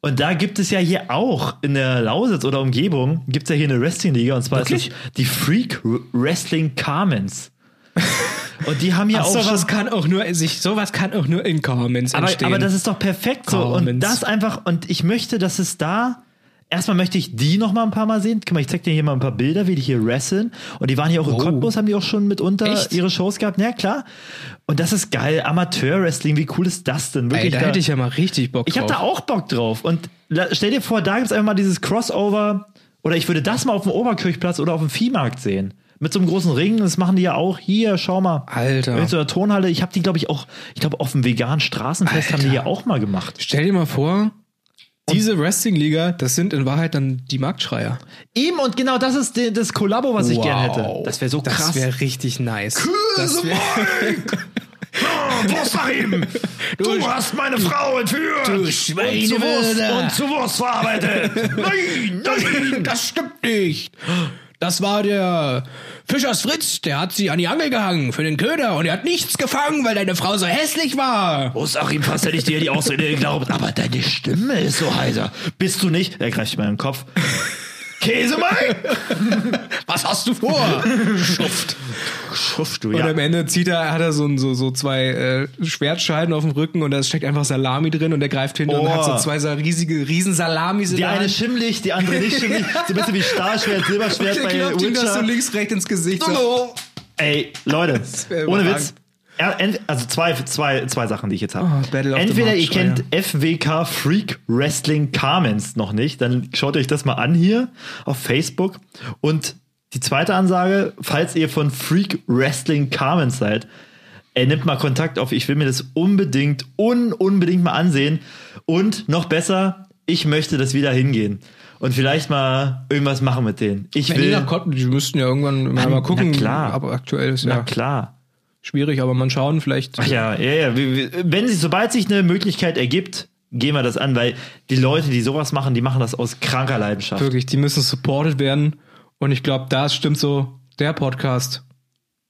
Und da gibt es ja hier auch in der Lausitz oder Umgebung, gibt's ja hier eine Wrestling-Liga und zwar Wirklich? ist das die Freak Wrestling Carmens. Und die haben ja Ach, auch schon sowas kann auch nur sich, sowas kann auch nur in Comments aber, entstehen. aber das ist doch perfekt so. Und Comments. das einfach, und ich möchte, dass es da. Erstmal möchte ich die noch mal ein paar Mal sehen. Guck mal, ich zeig dir hier mal ein paar Bilder, wie die hier wresteln. Und die waren hier auch in Oh. Cottbus, haben die auch schon mitunter Echt? ihre Shows gehabt. Ja, klar. Und das ist geil. Amateur-Wrestling, wie cool ist das denn? Ey, Wirklich. da hätte ich ja mal richtig Bock Ich habe drauf. da auch Bock drauf. Und la- stell dir vor, da gibt's einfach mal dieses Crossover. Oder ich würde das mal auf dem Oberkirchplatz oder auf dem Viehmarkt sehen. Mit so einem großen Ring. Das machen die ja auch. Hier, schau mal. Alter. In so einer Turnhalle. Ich habe die, glaube ich, auch, ich glaube, auf dem veganen Straßenfest haben die Alter. ja auch mal gemacht. Stell dir mal vor, diese Wrestling-Liga, das sind in Wahrheit dann die Marktschreier. Eben und genau das ist de- das Kollabo, was ich gerne hätte. Das wäre so krass. Das wäre richtig nice. das wär, Wurstarim! Du hast meine Frau entführt! Du Schweinewürder! zu Wurst verarbeitet! Nein, Hm, das stimmt nicht. Das war der Fischers Fritz, der hat sie an die Angel gehangen für den Köder und er hat nichts gefangen, weil deine Frau so hässlich war. Wurstachim fast hätte ich dir die Ausrede geglaubt, aber deine Stimme ist so heiser. Bist du nicht? Er greift meinen Kopf. Käse, Mike! Was hast du vor? Schuft. Schuff, du, Und ja. am Ende zieht er, hat er so, ein- so, so zwei äh, Schwertscheiden auf dem Rücken und da steckt einfach Salami drin und er greift hin und Oh. hat so zwei so riesige Riesensalamis in Die der eine Hand. schimmelig, die andere nicht schimmelig. So ein bisschen wie Stahlschwert, Silberschwert Der bei klopft ihm das so Witcher. links, rechts ins Gesicht. So. So. Ey, Leute, wär ohne überragend. Witz. Er- ent- Also zwei, zwei, zwei Sachen, die ich jetzt habe. Oh, Battle of the Entweder ihr Marktschreier. kennt FWK Freak Wrestling Carmens noch nicht, dann schaut euch das mal an hier auf Facebook. Und die zweite Ansage, falls ihr von Freak Wrestling Carmens seid, er nimmt mal Kontakt auf. Ich will mir das unbedingt, un, unbedingt mal ansehen. Und noch besser, ich möchte das wieder hingehen. Und vielleicht mal irgendwas machen mit denen. Ich Wenn die will. nach Kotten, die müssten ja irgendwann mal, mal gucken. na klar. Aber aktuell ist Na ja klar. schwierig, aber man schauen vielleicht. Ach ja, ja, ja. Wir- wir- Wenn sich, sobald sich eine Möglichkeit ergibt, gehen wir das an, weil die Leute, die sowas machen, die machen das aus kranker Leidenschaft. Wirklich, die müssen supported werden. Und ich glaube, da stimmt so der Podcast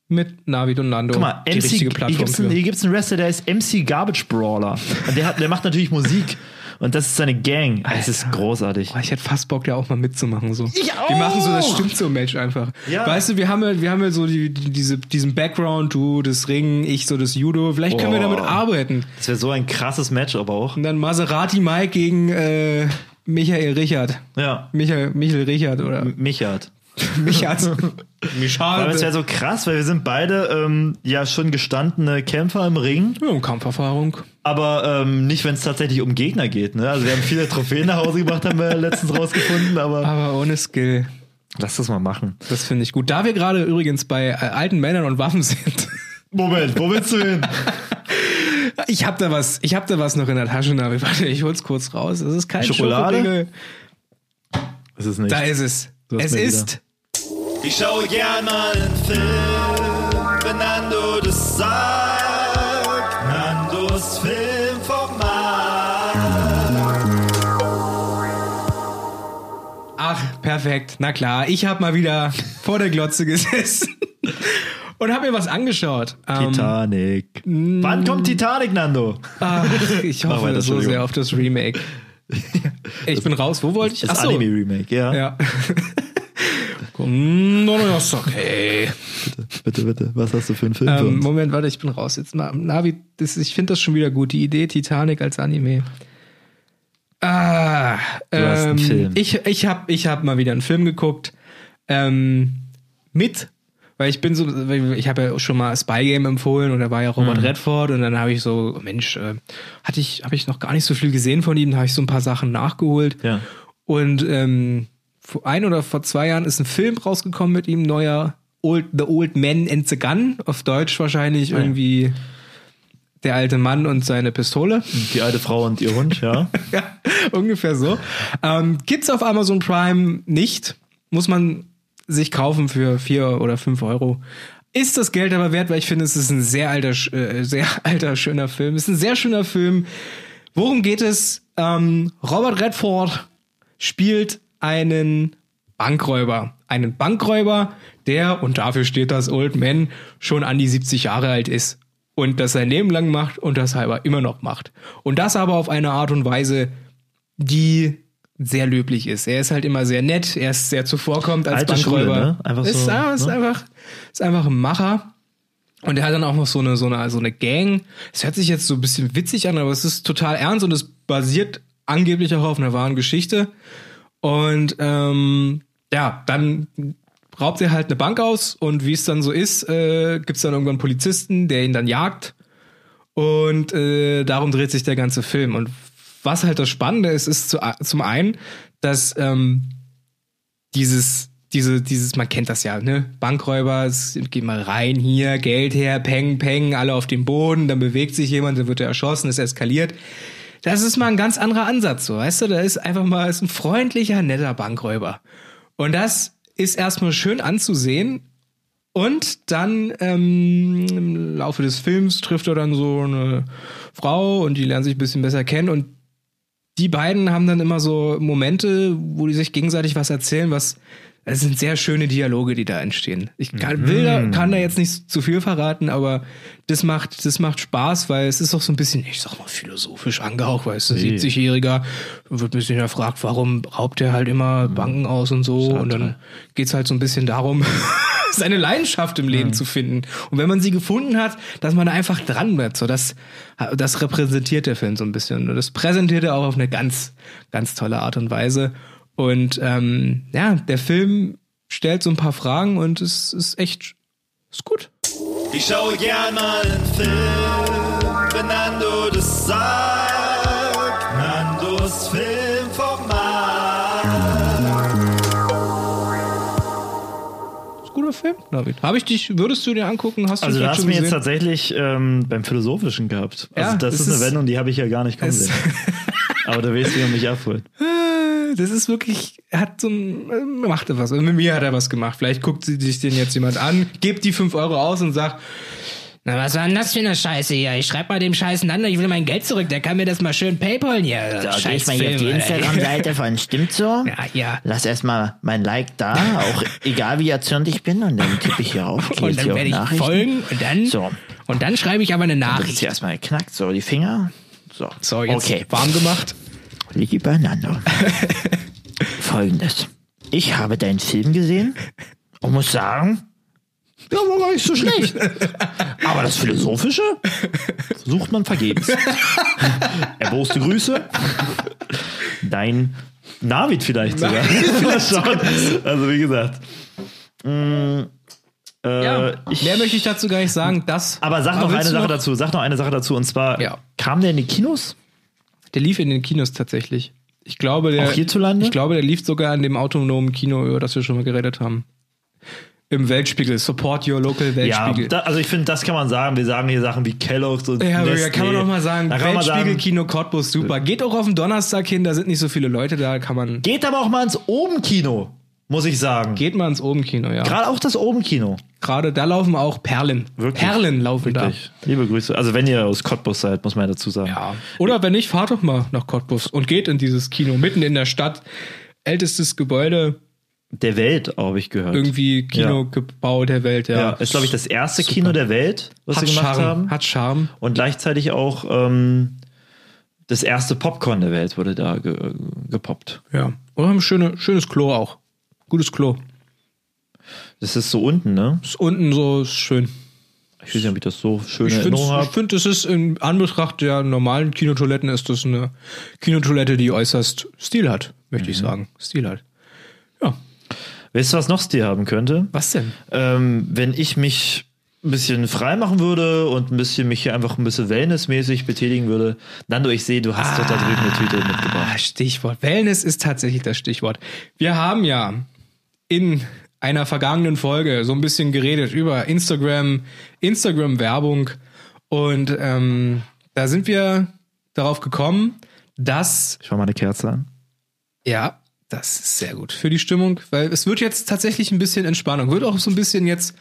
mit Navid und Nando. Guck mal, die MC, richtige hier Plattform gibt's einen, für. hier gibt's einen Wrestler, der ist MC Garbage Brawler. Und der, hat, der macht natürlich Musik. Und das ist seine Gang. Es ist großartig. Boah, ich hätte fast Bock, da auch mal mitzumachen. So. Ich Wir auch! machen so das stimmt so Match einfach. Ja. Weißt du, wir haben ja, wir haben ja so die, die, diese, diesen Background, du das Ringen, ich so das Judo. Vielleicht können wir Boah. damit arbeiten. Das wäre so ein krasses Match, aber auch. Und dann Maserati Mike gegen äh, Michael Richard. Ja. Michael, Michael Richard oder Michard. Michael. Aber Michael. es wäre so krass, weil wir sind beide ähm, ja schon gestandene Kämpfer im Ring, Ja, und Kampferfahrung. aber ähm, nicht, wenn es tatsächlich um Gegner geht. Ne? Also wir haben viele Trophäen nach Hause gebracht, haben wir letztens rausgefunden, aber Aber ohne Skill. Lass das mal machen. Das finde ich gut. Da wir gerade übrigens bei äh, alten Männern und Waffen sind. Moment, wo willst du hin? Ich habe da was, ich habe da was noch in der Tasche, Navi. Warte, ich hol's kurz raus. Es ist kein Schokolade? Schokoringel. Das ist nicht. Da ist es. Du hast Es mir ist Ich schaue gern mal einen Film, wenn Nando das sagt. Nandos Filmformat. Ach, perfekt. Na klar, ich habe mal wieder vor der Glotze gesessen und habe mir was angeschaut. Ähm, Titanic. Wann kommt Titanic, Nando? ach, ich Mach hoffe weiter, so Entschuldigung. sehr auf das Remake. Ich bin raus. Wo wollte ich? Das Anime-Remake, ja. Ja. Komm, no, no, das ist okay. Bitte, bitte. Was hast du für einen Film für Ähm, uns? Moment, warte, ich bin raus. Jetzt mal, Navi, das, ich finde das schon wieder gut. Die Idee Titanic als Anime. Ah, ähm, hast einen Film. Ich, ich habe ich hab mal wieder einen Film geguckt. Ähm, mit, weil ich bin so, ich habe ja schon mal Spy Game empfohlen und da war ja Robert Redford und dann habe ich so, Mensch, äh, hatte ich, habe ich noch gar nicht so viel gesehen von ihm, da habe ich so ein paar Sachen nachgeholt. Ja. Und ähm, vor ein oder vor zwei Jahren ist ein Film rausgekommen mit ihm, neuer Old, The Old Man and the Gun, auf Deutsch wahrscheinlich irgendwie der alte Mann und seine Pistole. Die alte Frau und ihr Hund, ja. ja, ungefähr so. Ähm, gibt's auf Amazon Prime nicht. Muss man sich kaufen für vier oder fünf Euro. Ist das Geld aber wert, weil ich finde, es ist ein sehr alter, sch- äh, sehr alter, schöner Film. Es ist ein sehr schöner Film. Worum geht es? Ähm, Robert Redford spielt einen Bankräuber. Einen Bankräuber, der, und dafür steht das Old Man, schon an die 70 Jahre alt ist. Und das sein Leben lang macht und das halber immer noch macht. Und das aber auf eine Art und Weise, die sehr löblich ist. Er ist halt immer sehr nett, er ist sehr zuvorkommend als Alte Schule, Bankräuber. ne? Einfach so, ist, ah, ist, ne? einfach, ist einfach ein Macher. Und er hat dann auch noch so eine, so eine, so eine Gang. Es hört sich jetzt so ein bisschen witzig an, aber es ist total ernst und es basiert angeblich auch auf einer wahren Geschichte. Und ähm, ja, dann raubt er halt eine Bank aus und wie es dann so ist, äh, gibt es dann irgendwann einen Polizisten, der ihn dann jagt. Und äh, darum dreht sich der ganze Film. Und was halt das Spannende ist, ist zu, zum einen, dass ähm, dieses, diese, dieses, man kennt das ja, ne? Bankräuber, es geht mal rein hier, Geld her, Peng, Peng, alle auf dem Boden, dann bewegt sich jemand, dann wird er erschossen, es eskaliert. Das ist mal ein ganz anderer Ansatz, so, weißt du? Da ist einfach mal, ist ein freundlicher, netter Bankräuber. Und das ist erstmal schön anzusehen. Und dann ähm, im Laufe des Films trifft er dann so eine Frau und die lernen sich ein bisschen besser kennen und die beiden haben dann immer so Momente, wo die sich gegenseitig was erzählen, was es sind sehr schöne Dialoge, die da entstehen. Ich kann, will da, kann da jetzt nicht zu viel verraten, aber das macht, das macht Spaß, weil es ist auch so ein bisschen, ich sag mal, philosophisch angehaucht, weil es ist ein 70-Jähriger, wird ein bisschen erfragt, warum raubt er halt immer Banken aus und so. Und dann geht's halt so ein bisschen darum, seine Leidenschaft im Mhm. Leben zu finden. Und wenn man sie gefunden hat, dass man da einfach dran bleibt. So, das, das repräsentiert der Film so ein bisschen. Und das präsentiert er auch auf eine ganz, ganz tolle Art und Weise. Und ähm, ja, der Film stellt so ein paar Fragen und es ist echt ist gut. Ich schaue gern mal einen Film, wenn Nando das sagt. Nandos Filmformat. Ist ein guter Film, David. Habe ich dich, würdest du dir angucken? Hast du Also, ihn da vielleicht hast du schon mir jetzt gesehen? tatsächlich ähm, beim Philosophischen gehabt. Also, Ja, das es ist eine ist- Wendung, die habe ich ja gar nicht kommen Es- sehen. Aber da willst du ja mich abholen. das ist wirklich, er hat so ein, äh, macht er was. Also Mit mir hat er was gemacht. Vielleicht guckt sie- sich den jetzt jemand an, gibt die 5 Euro aus und sagt, na, was war denn das für eine Scheiße hier? Ich schreib mal dem scheißen Nander, ich will mein Geld zurück, der kann mir das mal schön paypalen hier. Da gehe ich Scheiß mal hier auf die Film, ey. Instagram-Seite von Stimmt so. Ja, ja. Lass erstmal mein Like da, auch egal wie erzürnt ich bin. Und dann tippe ich hier auf, gehe Und jetzt dann hier auf werde ich Nachrichten. folgen und dann, So. und dann schreibe ich aber eine Das ist Nachricht. hier erstmal geknackt, so die Finger. So, So, jetzt okay. warm gemacht. Liege beieinander. Folgendes. Ich habe deinen Film gesehen und muss sagen, ja, war gar nicht so schlecht. Aber das Philosophische Sucht man vergebens. Erboste Grüße. Dein Navid vielleicht sogar. Mal schauen. Also, wie gesagt. Mm, äh, Ja, ich mehr möchte ich dazu gar nicht sagen. Das Aber sag noch eine willst du Sache dazu, sag noch eine Sache dazu und zwar Ja. kam der in die Kinos? Der lief in den Kinos tatsächlich. Ich glaube, der, Auch hierzulande? Ich glaube, der lief sogar an dem autonomen Kino, über das wir schon mal geredet haben. Im Weltspiegel. Support your local Ja, Weltspiegel. da, also ich finde, das kann man sagen. Wir sagen hier Sachen wie Kellogg's und Ja, aber da Nestlé. kann man doch mal sagen, Da kann man sagen, Weltspiegel-Kino Cottbus, super. Geht auch auf den Donnerstag hin, da sind nicht so viele Leute da, kann man... geht aber auch mal ins Obenkino, muss ich sagen. Geht mal ins Obenkino, ja. Gerade auch das Obenkino. Gerade, da laufen auch Perlen. Perlen laufen Wirklich. Liebe Grüße. Also wenn ihr aus Cottbus seid, muss man ja dazu sagen. da. Ja. Oder wenn nicht, fahrt doch mal nach Cottbus und geht in dieses Kino, mitten in der Stadt. Ältestes Gebäude, Der Welt, habe ich gehört. irgendwie Kinogebau der Welt, ja. Ja, ist, glaube ich, das erste Kino der Welt, was hat sie gemacht Charme, haben. Hat Charme. Und gleichzeitig auch ähm, das erste Popcorn der Welt wurde da ge gepoppt. Ja. Und haben ein schöne, schönes Klo auch. Gutes Klo. Das ist so unten, ne? Ist unten so, ist schön. Ich weiß nicht, ob ich das so schön Ich in finde, Erinnerung ich habe. find, es ist in Anbetracht der normalen Kinotoiletten ist das eine Kinotoilette, die äußerst Stil hat, möchte ich sagen. Stil hat. Ja. Weißt du, was noch Stil haben könnte? Was denn? Ähm, wenn ich mich ein bisschen frei machen würde und ein bisschen mich hier einfach ein bisschen wellnessmäßig betätigen würde. Nando, ich sehe, du hast doch da drüben eine Tüte mitgebracht. Ah, Stichwort. Wellness ist tatsächlich das Stichwort. Wir haben ja in einer vergangenen Folge so ein bisschen geredet über Instagram, Instagram-Werbung und ähm, da sind wir darauf gekommen, dass Schau mal eine Kerze an. Ja, das ist sehr gut für die Stimmung, weil es wird jetzt tatsächlich ein bisschen Entspannung. Wird auch so ein bisschen jetzt,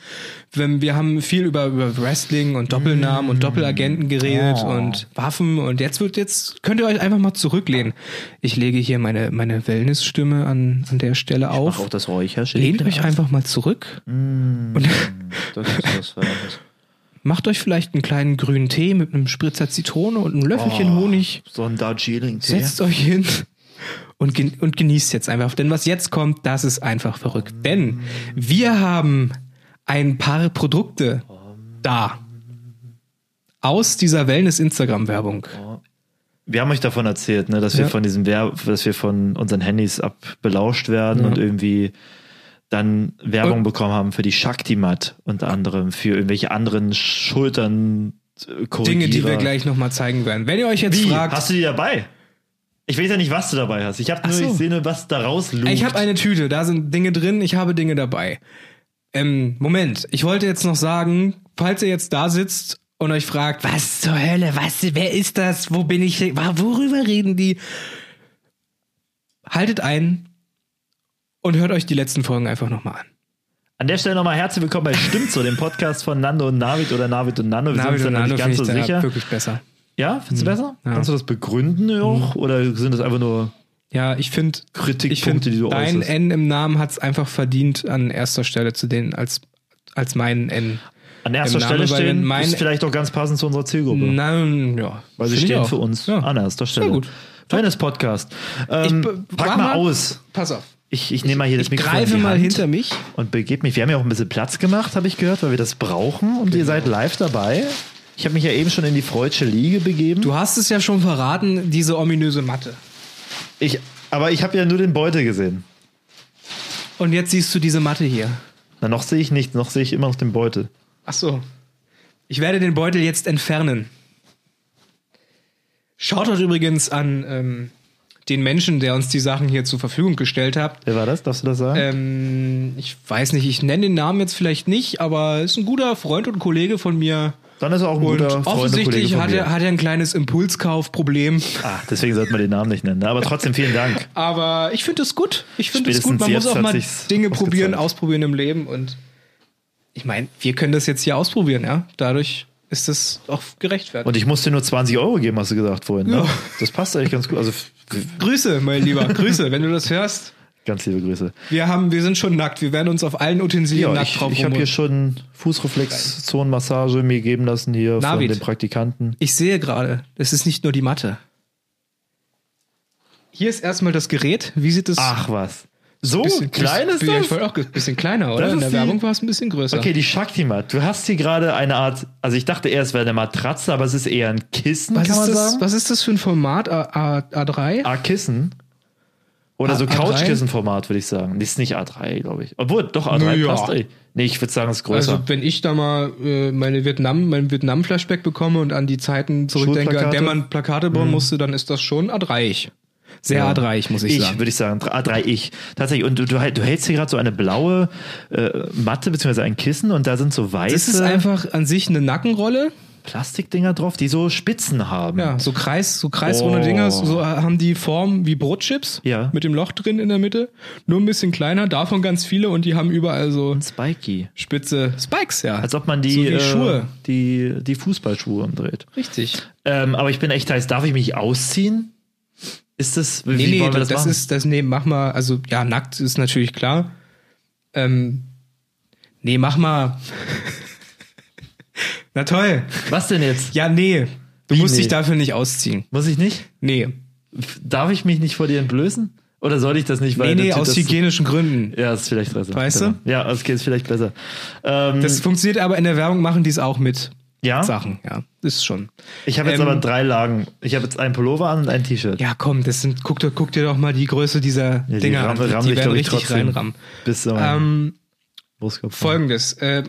wenn wir haben viel über, über Wrestling und Doppelnamen und Doppelagenten geredet und Waffen und jetzt wird jetzt könnt ihr euch einfach mal zurücklehnen. Ich lege hier meine meine Wellnessstimme an an der Stelle Mach auf. auch das Räucherschild. Lehnt euch einfach mal zurück und Das ist das Verhältnis. macht euch vielleicht einen kleinen grünen Tee mit einem Spritzer Zitrone und einem Löffelchen Honig. So ein Darjeeling-Tee. Setzt euch hin und, gen und genießt jetzt einfach. Denn was jetzt kommt, das ist einfach verrückt. Mm. Denn wir haben ein paar Produkte Oh. da. Aus dieser Wellness-Instagram-Werbung. Oh, Wir haben euch davon erzählt, ne, dass Ja. wir von diesem Werb, dass wir von unseren Handys abbelauscht werden und irgendwie dann Werbung Und- bekommen haben für die Shakti-Mat unter anderem, für irgendwelche anderen Schultern äh, Korrigierer. Dinge, die wir gleich nochmal zeigen werden. Wenn ihr euch jetzt Wie? fragt, Hast du die dabei? Ich weiß ja nicht, was du dabei hast. Ich habe nur, Ach so. ich sehe nur, was daraus lugt. ich habe eine Tüte, da sind Dinge drin, ich habe Dinge dabei. Ähm, Moment, ich wollte jetzt noch sagen, falls ihr jetzt da sitzt und euch fragt, was zur Hölle, was, wer ist das, wo bin ich, wa- worüber reden die? Haltet ein und hört euch die letzten Folgen einfach nochmal an. An der Stelle nochmal herzlich willkommen bei Stimmt so, dem Podcast von Nando und Navid oder Navid und Nando. Wir sind uns da noch nicht ganz so da Mhm. sicher. wirklich besser. Ja, findest du besser? Kannst du das begründen Mhm. auch? Oder sind das einfach nur Ja, ich finde, ich Kritikpunkte, find, die du dein äußerst? N im Namen hat es einfach verdient, an erster Stelle zu denen als, als mein N. An erster Im Namen, Stelle weil wenn stehen, mein- ist vielleicht auch ganz passend zu unserer Zielgruppe. Nein, ja. weil sie Find ich stehen auch. für uns Ah, Ja. an erster Stelle. gut. Feines Podcast. Ich Ähm, be- pack mach mal mal- aus. Pass auf. Ich, ich nehme mal hier das Ich Mikrofon. in greife die mal Hand hinter mich. Und begebe mich. Wir haben ja auch ein bisschen Platz gemacht, habe ich gehört, weil wir das brauchen. Und ihr seid live dabei. Ich habe mich ja eben schon in die freudsche Liege begeben. Du hast es ja schon verraten, diese ominöse Matte. Ich, aber ich habe ja nur den Beutel gesehen. Und jetzt siehst du diese Matte hier. Na, noch sehe ich nichts. Noch sehe ich immer noch den Beutel. Ach so. Ich werde den Beutel jetzt entfernen. Schaut euch übrigens an ähm, den Menschen, der uns die Sachen hier zur Verfügung gestellt hat. Wer war das? Darfst du das sagen? Ähm, ich weiß nicht, ich nenne den Namen jetzt vielleicht nicht, aber ist ein guter Freund und Kollege von mir. Dann ist er auch ein Und guter Freund und Kollege offensichtlich von hat mir. er, hat er ein kleines Impulskaufproblem. Ah, deswegen sollte man den Namen nicht nennen. ne? Aber trotzdem vielen Dank. Aber ich finde es gut. Ich finde es gut. Spätestens Man muss jetzt auch hat mal sich's Dinge probieren, aufgezeigt. ausprobieren im Leben. Und ich meine, wir können das jetzt hier ausprobieren, ja. Dadurch ist das auch gerechtfertigt. Und ich musste nur 20 Euro geben, hast du gesagt vorhin. Ne? Ja. Das passt eigentlich ganz gut. Also f- f- Grüße, mein Lieber. Grüße, wenn du das hörst. ganz liebe Grüße. Wir haben, wir sind schon nackt. Wir werden uns auf allen Utensilien Ja, nackt ich drauf ich habe hier rumholen. schon Fußreflexzonenmassage mir geben lassen hier Navid. von dem Praktikanten. Ich sehe gerade, es ist nicht nur die Matte. Hier ist erstmal das Gerät. Wie sieht es? Ach was. So bisschen, Ah, uh, klein ist bisschen, das? Ich wollte auch ein bisschen kleiner, oder? Das In ist der die- Werbung war es ein bisschen größer. Okay, die Shakti-Mat. Du hast hier gerade eine Art, also ich dachte erst, es wäre eine Matratze, aber es ist eher ein Kissen, was, kann man ist das, sagen. was ist das für ein Format? A, A, A3? A Kissen. Oder so A- A3? Couchkissen-Format, würde ich sagen. Das ist nicht A3, glaube ich. Obwohl, doch A3 Naja. passt. Ey. Nee, ich würde sagen, es ist größer. Also wenn ich da mal äh, meine Vietnam, mein Vietnam-Flashback bekomme und an die Zeiten zurückdenke, an der Schulplakate? Mhm. man Plakate bauen musste, dann ist das schon adreich. Sehr artreich, muss ich, Ich, sagen. würde ich sagen. A3 ich. Tatsächlich. Und du, du, du hältst hier gerade so eine blaue äh, Matte, beziehungsweise ein Kissen und da sind so weiße Das ist einfach an sich eine Nackenrolle. Plastikdinger drauf, die so Spitzen haben. Ja, so Kreis, so kreisrunde Oh. Dinger, so so haben die Form wie Brotchips. Ja. Mit dem Loch drin in der Mitte. Nur ein bisschen kleiner, davon ganz viele und die haben überall so Spiky. spitze Spikes, ja. Als ob man die, so wie äh, Schuhe. die, die Fußballschuhe umdreht. Richtig. Ähm, aber ich bin echt heiß. Darf ich mich ausziehen? Ist das, wie Nee, nee, wollen wir das, das, machen? ist, das, nee, mach mal, also ja, nackt ist natürlich klar. Ähm, nee, mach mal. Na toll. Was denn jetzt? Ja, nee. Du Wie musst nee? dich dafür nicht ausziehen. Muss ich nicht? Nee. F- Darf ich mich nicht vor dir entblößen? Oder soll ich das nicht? Nee, nee, natürlich aus das- hygienischen Gründen. Ja, ist vielleicht besser. Weißt du? Genau. Ja, es geht vielleicht besser. Ähm, Das funktioniert aber in der Werbung, machen die es auch mit ja, Sachen, ja. Ist schon. ich habe jetzt Ähm, aber drei Lagen. Ich habe jetzt einen Pullover an und ein T-Shirt. Ja, komm, das sind, guck, dir- guck dir doch mal die Größe dieser die Dinger ramme- an. ramme die ich, werden glaub ich, richtig trotzdem. reinrammen. Bis zum Ähm, Brustkopf. Folgendes. Äh,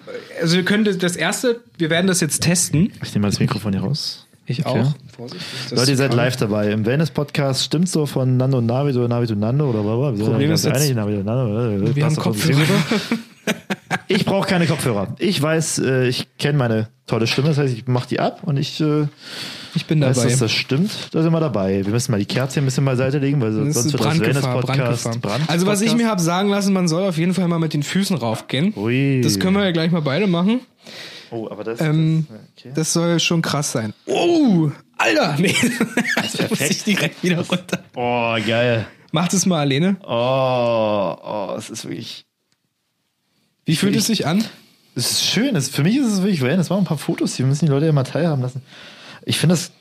also wir können das- das erste, wir werden das jetzt testen. Ich nehme mal das Mikrofon hier raus. Ich Okay. auch. Vorsicht. das Leute, ihr seid kann- live dabei. Im Wellness-Podcast stimmt so von Nando und Navido, Navido Nando oder bla bla. Wir sind Problem ja ist ganz jetzt, einig, Navido, Nando, äh, Wir haben passt auf uns Kopfhörer. Ich brauche keine Kopfhörer. Ich weiß, äh, ich kenne meine tolle Stimme, das heißt, ich mache die ab und ich äh, Ich bin weiß, dabei. dass das stimmt. Da sind wir dabei. Wir müssen mal die Kerze ein bisschen beiseite legen, weil Das sonst ist wird das Brandgefahr, Wellness-Podcast Brandgefahr. Brand also was ich mir habe sagen lassen, man soll auf jeden Fall mal mit den Füßen raufgehen. Ui. Das können wir ja gleich mal beide machen. Oh, aber das, Ähm, das, okay. Das soll schon krass sein. Oh, Alter! Nee. Das muss perfekt. ich direkt wieder runter. Oh, geil. Mach das mal alleine. Oh, oh, es ist wirklich. Wie fühlt es sich an? Es ist schön. Es, für mich ist es wirklich Wellness. Es waren ein paar Fotos, die müssen die Leute ja mal teilhaben lassen. Ich finde das.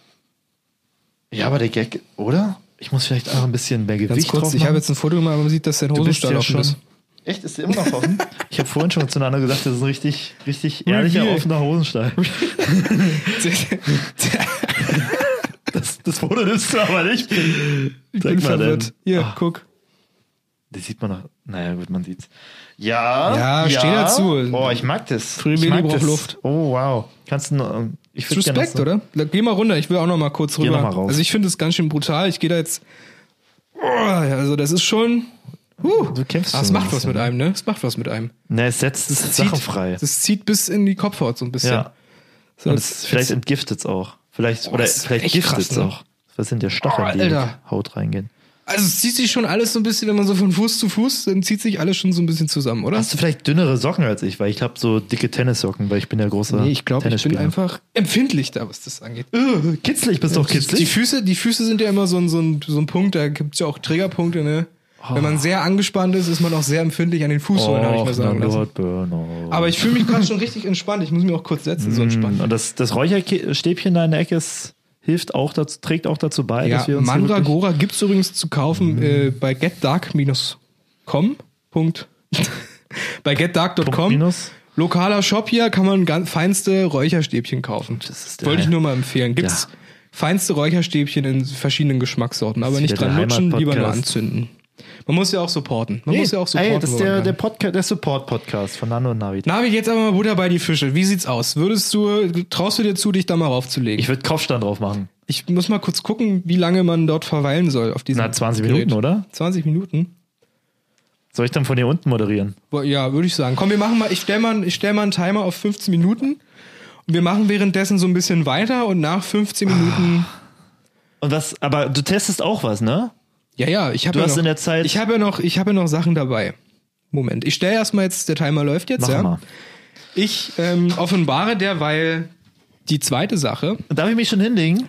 Ja, aber der Gag, oder? Ich muss vielleicht auch ein bisschen mehr Gewicht Ganz kurz, drauf ich habe machen. jetzt ein Foto gemacht, aber man sieht, dass dein Du bist Hosenstall ja offen schon. ist. Echt, ist der immer noch offen? ich habe vorhin schon zueinander gesagt, das ist ein richtig, richtig ehrlicher, Reveal. offener Hosenstall. Das, das Foto nimmst du aber nicht. ich bin Zeig mal deinen- verwirrt. Hier, Ah, guck. Das sieht man noch. Naja, gut, man sieht's. Ja. Ja, steh dazu. Boah, ich mag das. Free ich Willy mag braucht das. Luft. Oh, wow. Kannst du. noch, ähm, Ich würd gerne Respekt, das- oder? Geh mal runter, ich will auch noch mal kurz rüber. noch mal rauf. Also ich finde es ganz schön brutal. Ich gehe da jetzt. Oh, also das ist schon. Huh. Du kämpfst Ah, es schon macht ein was bisschen, mit einem, ne? Es macht was mit einem. Ne, es setzt es Sachen frei. Das zieht bis in die Kopfhaut so ein bisschen. Ja. So, Und das- es, vielleicht entgiftet es auch. Vielleicht, oder das ist vielleicht echt giftet krass, es ne? auch. Was sind ja Stacheln, Oh, die in Alter. die Haut reingehen? also es zieht sich schon alles so ein bisschen, wenn man so von Fuß zu Fuß, dann zieht sich alles schon so ein bisschen zusammen, oder? Hast du vielleicht dünnere Socken als ich? Weil ich habe so dicke Tennissocken, weil ich bin ja großer Nee, ich glaube, ich bin Tennisspieler. einfach empfindlich da, was das angeht. Äh, kitzlig, bist du auch Die kitzlig? Füße, die Füße sind ja immer so ein, so ein, so ein Punkt, da gibt's ja auch Triggerpunkte, ne? Wenn man sehr angespannt ist, ist man auch sehr empfindlich an den Fußsohlen, habe ich mir Oh. Och, sagen na, lassen. Lord Bernard. Hm, Aber ich fühle mich gerade schon richtig entspannt. Ich muss mich auch kurz setzen, so entspannt. Und das, das Räucherstäbchen da in der Ecke ist, hilft auch dazu, trägt auch dazu bei, Ja, dass wir uns hier wirklich- Mhm. Mandragora gibt's übrigens zu kaufen äh, bei getdark-com. Punkt. bei Punkt getdark.com. minus. Lokaler Shop hier kann man ganz feinste Räucherstäbchen kaufen. Das ist der- Wollte ich nur mal empfehlen. Gibt's Ja. feinste Räucherstäbchen in verschiedenen Geschmackssorten, aber ist nicht wieder dran der lutschen, lieber nur Heimat-Podcast. anzünden. Man muss ja auch supporten. Man muss ja auch supporten. Ey, das wo ist man der, kann. der, Podca- der Support-Podcast von Nano und Navid. Navi, jetzt aber mal Butter bei die Fische. Wie sieht's aus? Würdest du, traust du dir zu, dich da mal raufzulegen? Ich würde Kopfstand drauf machen. Ich muss mal kurz gucken, wie lange man dort verweilen soll auf diesem Na, 20 Gerät. Minuten, oder? 20 Minuten? Soll ich dann von hier unten moderieren? Wo- Ja, würde ich sagen. Komm, wir machen mal, ich stelle mal, ich stell mal einen Timer auf 15 Minuten und wir machen währenddessen so ein bisschen weiter und nach 15 Minuten. Ah. Und was, aber du testest auch was, ne? Ja, ja, ich habe Du ja hast noch, in der Zeit- Ich habe ja noch, ich habe ja noch Sachen dabei. Moment, ich stelle erstmal jetzt, der Timer läuft jetzt, Mach ja. mal. Ich ähm, offenbare derweil die zweite Sache. Und darf ich mich schon hinlegen?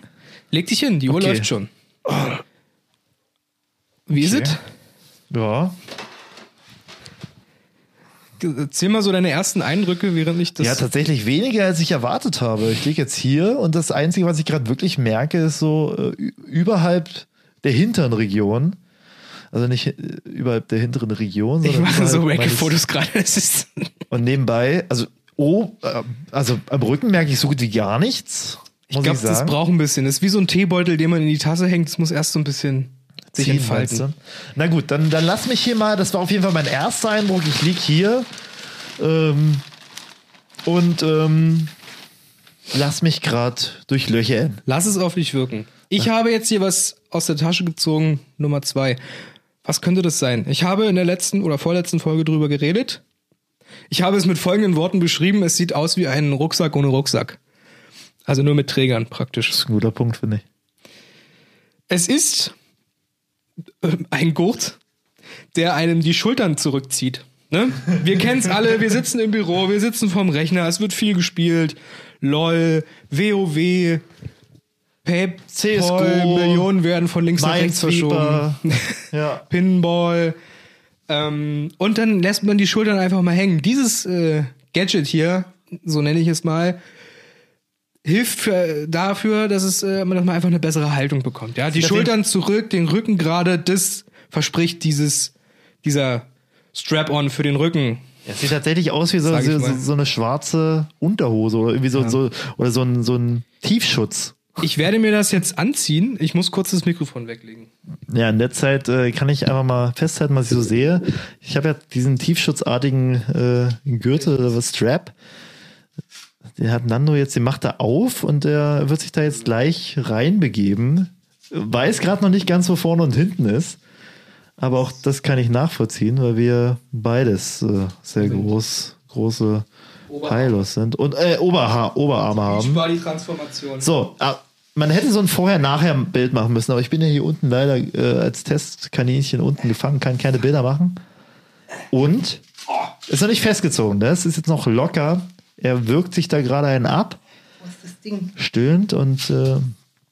Leg dich hin, die Uhr Okay. läuft schon. Wie Okay. ist es? Ja. Erzähl mal so deine ersten Eindrücke, während ich das. ja, tatsächlich weniger, als ich erwartet habe. Ich liege jetzt hier und das Einzige, was ich gerade wirklich merke, ist so äh, ü- überhalb der hinteren Region. Also nicht äh, überhalb der hinteren Region, sondern. ich mache so überhalb meines- Wacke-Fotos gerade. Das ist. Und nebenbei, also, oh, äh, also am Rücken merke ich so gut wie gar nichts. Ich glaube, das braucht ein bisschen. Das ist wie so ein Teebeutel, den man in die Tasse hängt. Das muss erst so ein bisschen sich Ziehen, entfalten. meinst du? Na gut, dann, dann lass mich hier mal, das war auf jeden Fall mein erster Eindruck. Ich lieg hier ähm, und ähm, lass mich gerade durchlöchern. Lass es auf dich wirken. Ich habe jetzt hier was aus der Tasche gezogen, Nummer zwei. Was könnte das sein? Ich habe in der letzten oder vorletzten Folge drüber geredet. Ich habe es mit folgenden Worten beschrieben. Es sieht aus wie ein Rucksack ohne Rucksack. Also nur mit Trägern praktisch. ist ein guter Punkt, finde ich. Es ist äh, ein Gurt, der einem die Schultern zurückzieht. Ne? Wir kennen's alle, wir sitzen im Büro, wir sitzen vorm Rechner, es wird viel gespielt. LOL, WoW, Pep, CS:GO, Millionen werden von links nach rechts verschoben. Minesweeper. ja. Pinball. Ähm, und dann lässt man die Schultern einfach mal hängen. Dieses äh, Gadget hier, so nenne ich es mal, hilft für, dafür, dass es äh, man dass man einfach eine bessere Haltung bekommt. Ja, die Das Schultern zurück, den Rücken gerade, das verspricht dieses dieser Strap-on für den Rücken. Es sieht tatsächlich aus wie so, Sag ich so, mal. so eine schwarze Unterhose oder irgendwie so, so oder so ein, so ein Tiefschutz. Ich werde mir das jetzt anziehen. Ich muss kurz das Mikrofon weglegen. Ja, in der Zeit äh, kann ich einfach mal festhalten, was ich so sehe. Ich habe ja diesen tiefschutzartigen äh, Gürtel oder was, Strap. Der hat Nando jetzt, den macht er auf und er wird sich da jetzt gleich reinbegeben. Weiß gerade noch nicht ganz, wo vorne und hinten ist. Aber auch das kann ich nachvollziehen, weil wir beides äh, sehr groß, große Pylos sind. Und äh, Oberhaar, Oberarme haben. war die Transformation. So, ah, man hätte so ein Vorher-Nachher-Bild machen müssen, aber ich bin ja hier unten leider äh, als Testkaninchen unten gefangen, kann keine Bilder machen. Und ist noch nicht festgezogen, das ist jetzt noch locker. Er wirkt sich da gerade einen ab, Was ist das Ding? stöhnt und äh,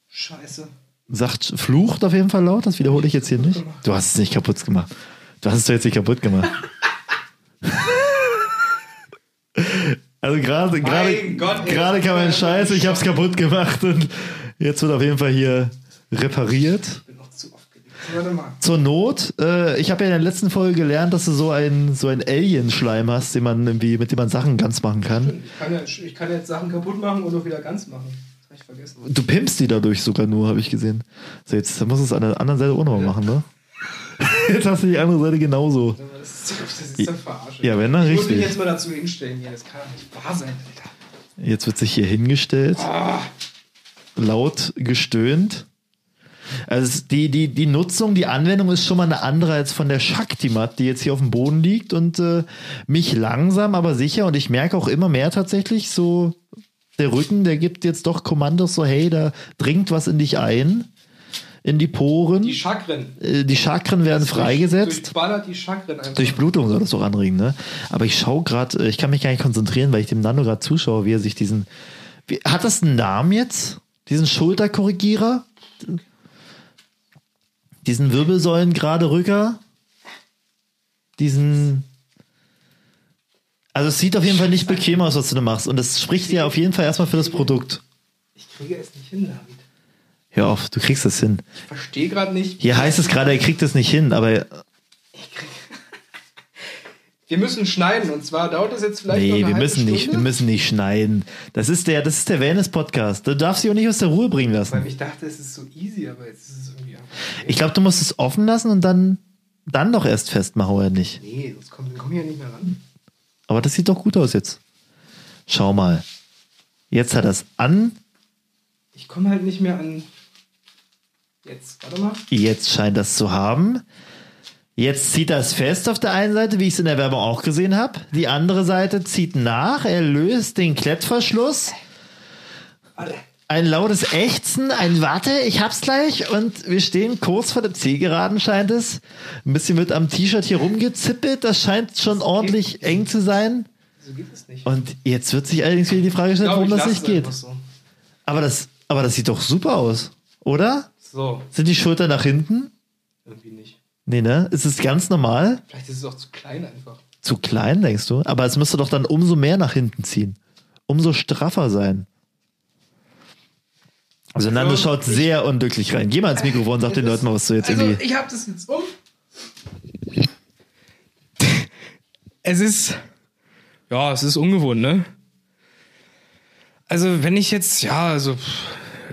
Scheiße. sagt, flucht auf jeden Fall laut. Das wiederhole ich jetzt hier nicht. Du hast es nicht kaputt gemacht. Du hast es doch jetzt nicht kaputt gemacht. also gerade gerade Mein Gott, ey, gerade das kam ist ein ja Scheiß, ich habe es kaputt gemacht und jetzt wird auf jeden Fall hier repariert. Ich bin noch zu aufgeregt. Warte mal. Zur Not, äh, ich habe ja in der letzten Folge gelernt, dass du so einen so einen Alien-Schleim hast, den man irgendwie, mit dem man Sachen ganz machen kann. Ich kann, ja, ich kann jetzt Sachen kaputt machen und auch wieder ganz machen. Das habe ich vergessen. Du pimpst die dadurch sogar nur, habe ich gesehen. So, jetzt musst du es an der anderen Seite auch nochmal machen, ne? Jetzt hast du die andere Seite genauso. Aber Das ist, das ist dann verarsche. Ja, wenn, dann ich Ich muss richtig. mich jetzt mal dazu hinstellen hier. Das kann doch nicht wahr sein, Alter. Jetzt wird sich hier hingestellt. Laut gestöhnt. Also es- die, die, die Nutzung, die Anwendung ist schon mal eine andere als von der Shaktimat, die jetzt hier auf dem Boden liegt und äh, mich langsam, aber sicher und ich merke auch immer mehr tatsächlich so, der Rücken, der gibt jetzt doch Kommandos so, hey, da dringt was in dich ein, in die Poren. Die Die, Chakren. äh, die Chakren werden freigesetzt. Durchballert die Chakren einfach. Durchblutung soll das doch anregen, ne? Aber ich schaue gerade, ich kann mich gar nicht konzentrieren, weil ich dem Nando gerade zuschaue, wie er sich diesen. Wie, hat das einen Namen jetzt? Diesen Schulterkorrigierer? Diesen Wirbelsäulen gerade Rücker? Diesen. Also es sieht auf jeden Fall nicht bequem aus, was du da machst. Und das spricht ja auf jeden Fall erstmal für das Produkt. ich kriege es nicht hin, David. Hör auf, du kriegst das hin. Ich verstehe gerade nicht. Hier heißt es gerade, er kriegt das nicht hin, aber Wir müssen schneiden und zwar dauert das jetzt vielleicht noch Nee, eine wir halbe müssen Stunde, nicht, wir müssen nicht schneiden. Das ist der, das ist der Wellness-Podcast. Du darfst dich auch nicht aus der Ruhe bringen Weil lassen. ich dachte, es ist so easy, aber jetzt ist es irgendwie einfach. Ich glaube, du musst es offen lassen und dann, dann doch erst festmachen, oder nicht? Nee, sonst kommen wir kommen hier nicht mehr ran. Aber das sieht doch gut aus jetzt. Schau mal. Jetzt hat er es an. Ich komme halt nicht mehr an. Jetzt, warte mal. Jetzt scheint das zu haben. Jetzt zieht das fest auf der einen Seite, wie ich es in der Werbung auch gesehen habe. Die andere Seite zieht nach. Er löst den Klettverschluss. Warte. Ein lautes Ächzen, ein Warte, ich hab's gleich und wir stehen kurz vor der Zielgeraden, scheint es. Ein bisschen wird am T-Shirt hier rumgezippelt, das scheint schon ordentlich eng zu sein. So geht es nicht. Und jetzt wird sich allerdings wieder die Frage gestellt, warum das nicht geht. So. Aber das, aber das sieht doch super aus, oder? so, Sind die Schultern nach hinten? irgendwie nicht. Nee, ne? Ist es ganz normal? Vielleicht ist es auch zu klein einfach. Zu klein, denkst du? Aber es müsste doch dann umso mehr nach hinten ziehen. Umso straffer sein. Also Nando schaut sehr unglücklich rein. Geh mal ins Mikrofon, sag den Leuten mal, was du jetzt Also, irgendwie... ich hab das jetzt um. Es ist. Ja, es ist ungewohnt, ne? Also, wenn ich jetzt. Ja, also. pff,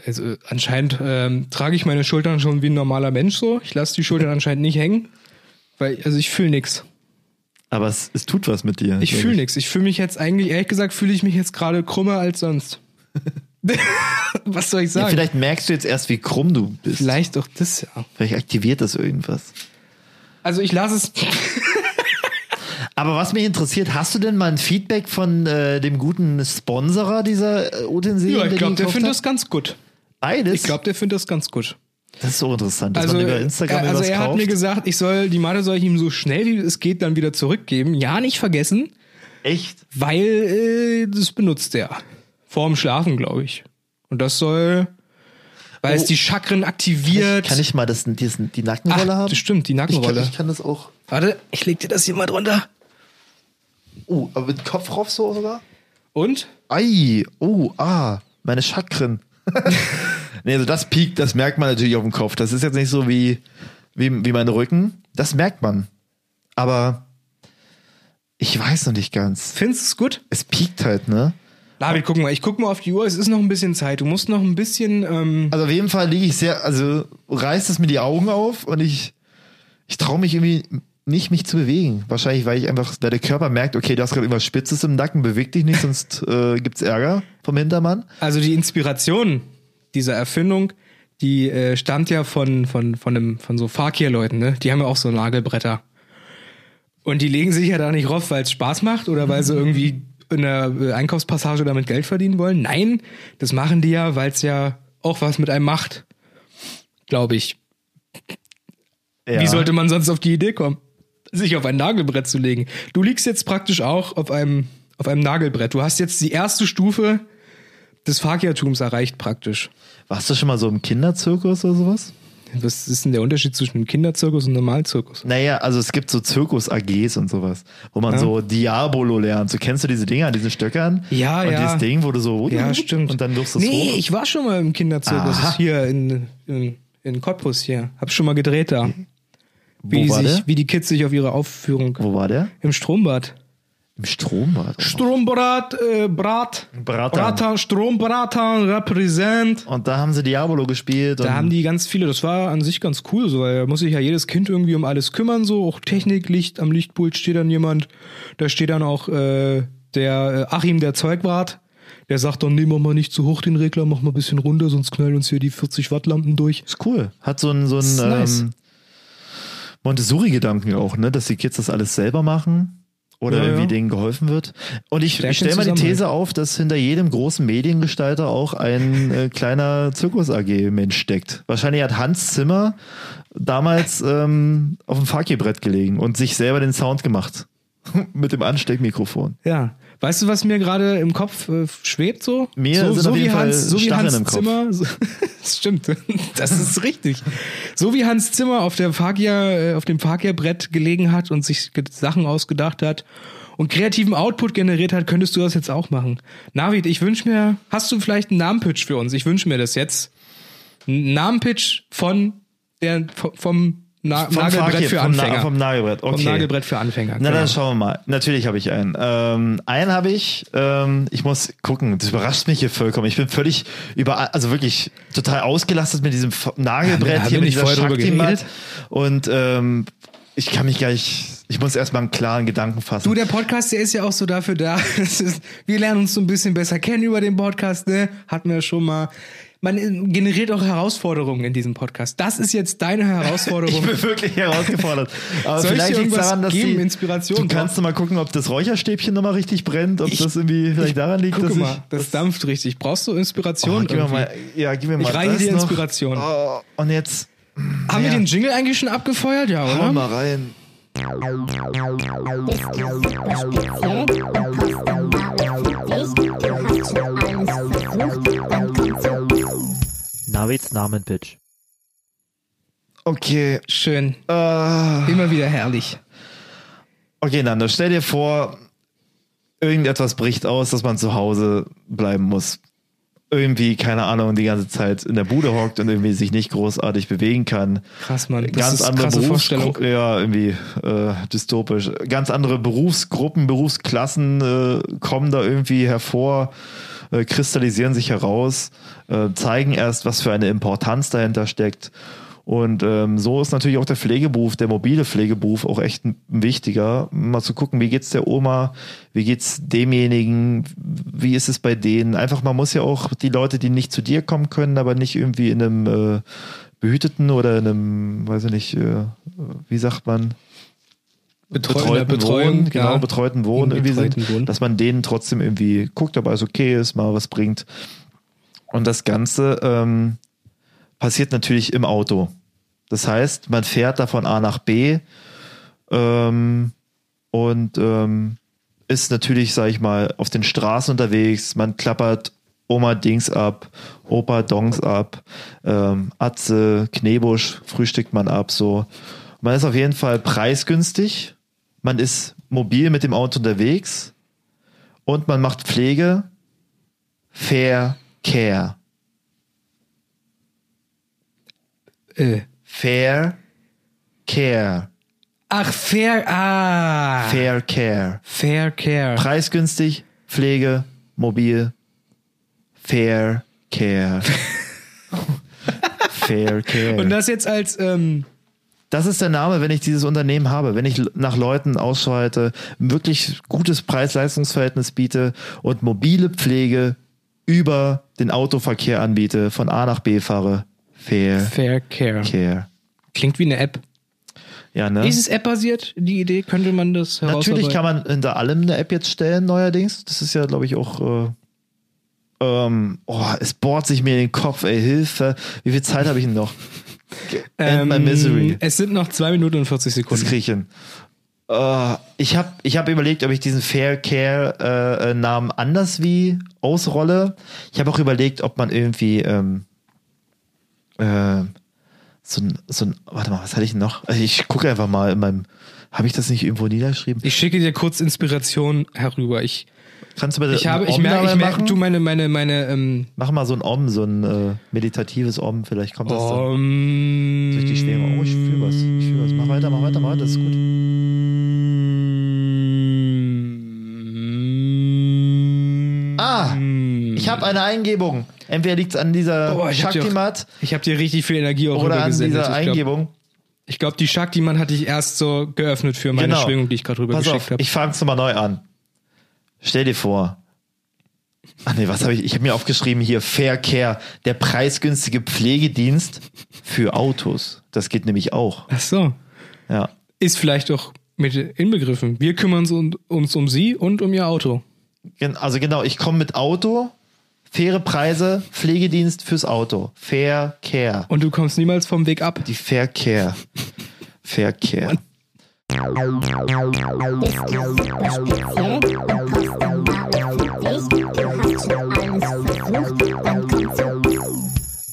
Also, anscheinend ähm, trage ich meine Schultern schon wie ein normaler Mensch so. Ich lasse die Schultern anscheinend nicht hängen. Weil, also, ich fühle nichts. Aber es, es tut was mit dir. Ich fühle nichts. Ich fühle mich jetzt eigentlich, ehrlich gesagt, fühle ich mich jetzt gerade krummer als sonst. Was soll ich Ja, sagen? vielleicht merkst du jetzt erst, wie krumm du bist. vielleicht doch das ja. Vielleicht aktiviert das irgendwas. Also ich lasse es. Aber was mich interessiert, hast du denn mal ein Feedback von äh, dem guten Sponsorer dieser äh, Utensilien? Ja, ich die glaube, der gekauft findet hat? das ganz gut. Beides? Ich glaube, der findet das ganz gut. das ist so interessant, dass Also, man über Instagram er, also etwas er hat kauft. mir gesagt, ich soll die Matte soll ich ihm so schnell wie es geht dann wieder zurückgeben. Ja, nicht vergessen, Echt? weil äh, das benutzt er vorm Schlafen, glaube ich. Und das soll, weil es die Chakren aktiviert. Oh. Kann ich mal das, diesen, die Nackenrolle Ach, haben? das stimmt, die Ich Nackenrolle. kann, ich kann das auch. Warte, ich leg dir das hier mal drunter. Oh, aber mit Kopf rauf so sogar? Und? Ei, oh, ah, meine Chakren. nee, also das piekt, das merkt man natürlich auf dem Kopf. Das ist jetzt nicht so wie, wie, wie mein Rücken. Das merkt man. Aber ich weiß noch nicht ganz. Findest du es gut? Es piekt halt, ne? David, guck mal, ich guck mal auf die Uhr, es ist noch ein bisschen Zeit. Du musst noch ein bisschen. Ähm, Also auf jeden Fall liege ich sehr, also reißt es mir die Augen auf und ich, ich traue mich irgendwie nicht, mich zu bewegen. Wahrscheinlich, weil ich einfach, weil der Körper merkt, okay, du hast gerade irgendwas Spitzes im Nacken, beweg dich nicht, sonst äh, gibt's Ärger vom Hintermann. also die Inspiration dieser Erfindung, die äh, stammt ja von, von, von, einem, von so Fakir-Leuten, ne? Die haben ja auch so Nagelbretter. Und die legen sich ja da nicht rauf, weil es Spaß macht oder weil sie irgendwie in der äh, Einkaufspassage damit Geld verdienen wollen. Nein, das machen die ja, weil es ja auch was mit einem macht. Glaube ich. Ja. Wie sollte man sonst auf die Idee kommen, sich auf ein Nagelbrett zu legen? Du liegst jetzt praktisch auch auf einem, auf einem Nagelbrett. Du hast jetzt die erste Stufe des Fakirtums erreicht praktisch. Warst du schon mal so im Kinderzirkus oder sowas? Was ist denn der Unterschied zwischen einem Kinderzirkus und einem Normalzirkus? Naja, also es gibt so Zirkus-AGs und sowas, wo man so Diabolo lernt. So kennst du diese Dinger an diesen Stöckern? Ja, und ja. dieses Ding, wo du so Ja, stimmt. und dann wirfst du es Mhm. Nee, hoch. ich war schon mal im Kinderzirkus. Aha. Hier in, in, in Cottbus hier. Hab schon mal gedreht da. Wie, die war sich, der? wie die Kids sich auf ihre Aufführung. Wo war der? Im Strombad. Im Strombad. Strombrat, äh, Brat. Bratan. Strombratan, Repräsent. Und da haben sie Diabolo gespielt. und Da haben die ganz viele, das war an sich ganz cool, so, weil da muss sich ja jedes Kind irgendwie um alles kümmern, so auch Technik, Licht, am Lichtpult steht dann jemand, da steht dann auch äh, der äh, Achim, der Zeugwart, der sagt dann, nee, mach mal nicht zu hoch den Regler, mach mal ein bisschen runter, sonst knallen uns hier die 40 Watt Lampen durch. Ist cool. Hat so einen, so einen Ist nice. ähm, Montessori-Gedanken auch, ne? dass die Kids das alles selber machen oder Ja, irgendwie ja. denen geholfen wird. Und ich, Stärken ich stelle mal die zusammen. These auf, dass hinter jedem großen Mediengestalter auch ein äh, kleiner Zirkus-AG-Mensch steckt. Wahrscheinlich hat Hans Zimmer damals ähm, auf dem Fakirbrett gelegen und sich selber den Sound gemacht. Mit dem Ansteckmikrofon. Ja. Weißt du, was mir gerade im Kopf äh, schwebt so? Mir so, sind so auf wie jeden Fall Hans, so wie Stacheln Hans im Kopf. Zimmer. So, das stimmt. Das ist richtig. So wie Hans Zimmer auf der Fakia, äh, auf dem Fakia-Brett gelegen hat und sich ge- Sachen ausgedacht hat und kreativen Output generiert hat, könntest du das jetzt auch machen. Navid, ich wünsche mir, hast du vielleicht einen Namenpitch für uns? Ich wünsche mir das jetzt. Ein Namenpitch von der vom, vom Na Nagelbrett Fakir, für vom Na- Anfänger. vom Nagelbrett, okay. Vom Nagelbrett für Anfänger. Na, genau. dann schauen wir mal. Natürlich habe ich einen. Ähm, einen habe ich. Ähm, ich muss gucken. Das überrascht mich hier vollkommen. Ich bin völlig über, also wirklich total ausgelastet mit diesem F- Ja, Nagelbrett haben wir hier mit nicht dieser vorher drüber Schaktimat. geredet? Und ähm, ich kann mich gar nicht. Ich muss erstmal einen klaren Gedanken fassen. Du, der Podcast, der ist ja auch so dafür da. Es ist, wir lernen uns so ein bisschen besser kennen über den Podcast, ne? Hatten wir ja schon mal. Man äh, generiert auch Herausforderungen in diesem Podcast. Das ist jetzt deine ich Herausforderung. bin wirklich herausgefordert. Aber Soll ich dir vielleicht liegt es irgendwas daran, dass geben? die, Inspiration, Du Bob? kannst du mal gucken, ob das Räucherstäbchen nochmal richtig brennt, ob das irgendwie vielleicht daran liegt, Guck dass mal, ich. das dampft richtig. Brauchst du Oh, Inspiration? gib mir irgendwie? mal, ja, gib mir mal ich reiche das dir noch. Inspiration. Oh, und jetzt Haben wir ja. den Jingle eigentlich schon abgefeuert? Ja, hau oder? mal rein. Navids Namen, Bitch. Okay. Schön. Äh, Immer wieder herrlich. okay, Nando, stell dir vor, irgendetwas bricht aus, dass man zu Hause bleiben muss. Irgendwie, keine Ahnung, die ganze Zeit in der Bude hockt und irgendwie sich nicht großartig bewegen kann. Krass, Mann. Das Ganz ist andere krasse Vorstellung. Berufsgruppen, ja, irgendwie äh, dystopisch. Ganz andere Berufsgruppen, Berufsklassen äh, kommen da irgendwie hervor, äh, kristallisieren sich heraus, äh, zeigen erst, was für eine Importanz dahinter steckt. Und ähm, so ist natürlich auch der Pflegeberuf, der mobile Pflegeberuf auch echt ein wichtiger, mal zu gucken, wie geht's der Oma, wie geht's demjenigen, wie ist es bei denen. Einfach, man muss ja auch die Leute, die nicht zu dir kommen können, aber nicht irgendwie in einem äh, behüteten oder in einem, weiß ich nicht, äh, wie sagt man, Betreuender, Wohnen, Betreuung, genau, ja. betreuten Wohnen In irgendwie betreuten sind, Wohnen. dass man denen trotzdem irgendwie guckt, ob alles okay ist, mal was bringt. Und das Ganze ähm, passiert natürlich im Auto. Das heißt, man fährt da von A nach B ähm, und ähm, ist natürlich, sag ich mal, auf den Straßen unterwegs, man klappert Oma Dings ab, Opa Dongs ab, ähm, Atze, Knebusch frühstückt man ab, so. Man ist auf jeden Fall preisgünstig, man ist mobil mit dem Auto unterwegs und man macht Pflege, Fair Care. Äh. Fair Care. Ach, fair, ah. Fair Care. Fair Care. Preisgünstig, Pflege, mobil, Fair Care. Fair Care. Und das jetzt als, ähm, Das ist der Name, wenn ich dieses Unternehmen habe, wenn ich l- nach Leuten ausschreite, wirklich gutes Preis-Leistungs-Verhältnis biete und mobile Pflege über den Autoverkehr anbiete, von A nach B fahre. Fair Fair Care. Care. Klingt wie eine App. Ja, ne? Ist es App-basiert, die Idee? Könnte man das Natürlich herausarbeiten? kann man hinter allem eine App jetzt stellen, neuerdings. Das ist ja, glaube ich, auch. Äh, ähm, oh, es bohrt sich mir in den Kopf, ey, Hilfe. Wie viel Zeit habe ich denn noch? Ähm, End my misery. Es sind noch 2 Minuten und 40 Das Sekunden. krieg ich hin. Äh, ich habe ich hab überlegt, ob ich diesen Fair Care-Namen anders wie ausrolle. Ich habe auch überlegt, ob man irgendwie ähm, äh, so ein, so ein, warte mal, was hatte ich denn noch? Also ich gucke einfach mal in meinem, habe ich das nicht irgendwo niedergeschrieben? ich schicke dir kurz Inspiration herüber. Ich, Kannst du bitte ich habe, einen ich Om merke, dabei ich merke, machen? du meine, meine, meine, ähm, Mach mal so ein Om, so ein äh, meditatives Om, vielleicht kommt das dann ähm, durch die Schwere. Oh, ich fühle was, ich fühle was. Mach weiter, mach weiter, mach weiter, das ist gut. Ah, ich habe eine Eingebung. Entweder liegt es an dieser Boah, ich hab die auch- Shakti-Mat Ich habe dir richtig viel Energie auch oder an rübergesendet. dieser ich glaube, Eingebung. glaub, die Shakti-Mann hatte ich erst so geöffnet für meine Genau. Schwingung, die ich gerade Pass rübergeschickt auf, habe. ich fange es nochmal neu an. Stell dir vor. Ach nee, was habe ich? Ich habe mir aufgeschrieben hier Verkehr, der preisgünstige Pflegedienst für Autos. Das geht nämlich auch. Ach so. Ja. Ist vielleicht auch mit inbegriffen. Wir kümmern uns um, uns um sie und um ihr Auto. Gen- Also genau, ich komme mit Auto, faire Preise, Pflegedienst fürs Auto. Verkehr. Und du kommst niemals vom Weg ab. Die Verkehr. Verkehr.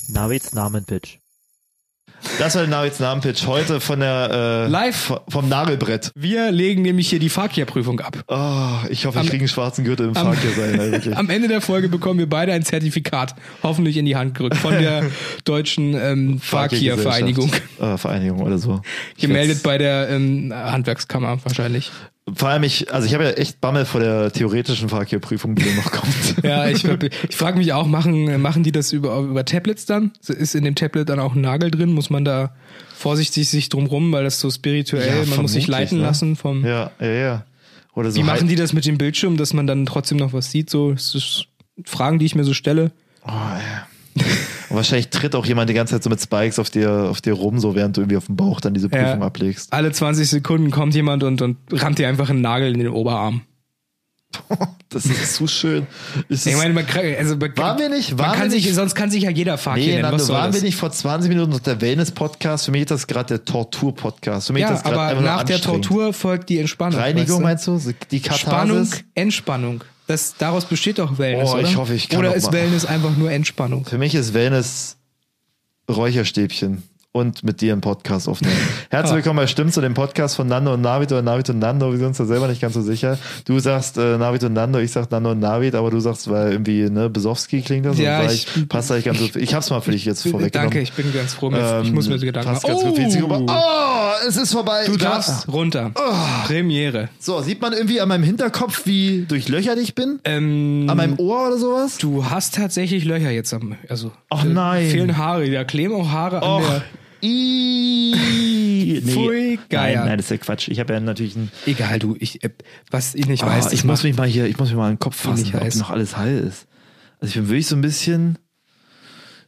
Navids Namen, Pitch. Das war der Navids Namenpitch heute von der äh, Live. v- vom Nagelbrett. Wir legen nämlich hier die Fahrkehrprüfung ab. Oh, ich hoffe, ich kriege einen schwarzen Gürtel im Verkehr sein. ey, wirklich. Am Ende der Folge bekommen wir beide ein Zertifikat, hoffentlich in die Hand gerückt, von der deutschen ähm, Fahrkehrvereinigung. Äh, Vereinigung oder so. Ich Gemeldet werd's- bei der ähm, Handwerkskammer wahrscheinlich. Vor allem ich, also ich habe ja echt Bammel vor der theoretischen Fahrkehrprüfung, die noch kommt. Ja, ich, ich frage mich auch, machen, machen die das über, über Tablets dann? Ist in dem Tablet dann auch ein Nagel drin? Muss man da vorsichtig sich drum rum, weil das so Ja, spirituell, man muss sich vermutlich, leiten ne? lassen vom... ja, ja, ja. Oder so Wie machen Hei- die das mit dem Bildschirm, dass man dann trotzdem noch was sieht? So, das ist Fragen, die ich mir so stelle. Oh, ey. Und wahrscheinlich tritt auch jemand die ganze Zeit so mit Spikes auf dir, auf dir rum, so während du irgendwie auf dem Bauch dann diese Prüfung Ja. ablegst. Alle 20 Sekunden kommt jemand und, und rammt dir einfach einen Nagel in den Oberarm. Das ist zu schön. Es Ist Ich meine, man, kann- also man, Waren wir nicht- man waren kann wir sich, nicht- sonst kann sich ja jeder Fahrkehrer nee, nennen. Was Nando, soll waren das? wir nicht vor 20 Minuten noch der Wellness-Podcast? Für mich ist das gerade der Tortur-Podcast. Für mich ist ja, das gerade aber einfach nur nach der anstrengend. Tortur folgt die Entspannung. Reinigung weißt meinst du? So Die du? Spannung, Katharsis? Entspannung. Das, daraus besteht doch Wellness, Oh, oder? ich hoffe, ich kann oder noch ist mal- Wellness einfach nur Entspannung? Für mich ist Wellness Räucherstäbchen und mit dir einen Podcast aufnehmen. Ah. Herzlich willkommen bei Stimmt zu dem Podcast von Nando und Navid oder Navid und Nando. Wir sind uns da selber nicht ganz so sicher. Du sagst äh, Navid und Nando, ich sag Nando und Navid, aber du sagst, weil irgendwie, ne, Besowski klingt das. Ja, und sag ich- passt eigentlich ganz so. Ich hab's mal für dich jetzt vorweggenommen. Danke, ich bin ganz froh. mir- Ähm, ich muss mir Gedanken passt ganz gut für die Zielgruppe. Oh, es ist vorbei. Du Ich war- darfst runter. Oh. Premiere. So, sieht man irgendwie an meinem Hinterkopf, wie durchlöchert ich bin? Ähm, an meinem Ohr oder sowas? Du hast tatsächlich Löcher jetzt am. Also, Ach äh, nein. Fehlen Haare. Da kleben auch Haare an Och, der. Ih, nee. Pfui, Geier. Nein, nein, das ist ja Quatsch. Ich habe ja natürlich einen. Egal, du, ich, äh, was ich nicht Ah, weiß, ich das muss mach- mich mal hier, ich muss mich mal an den Kopf fassen, nicht ob heiß. noch alles heil ist. Also ich bin wirklich so ein bisschen,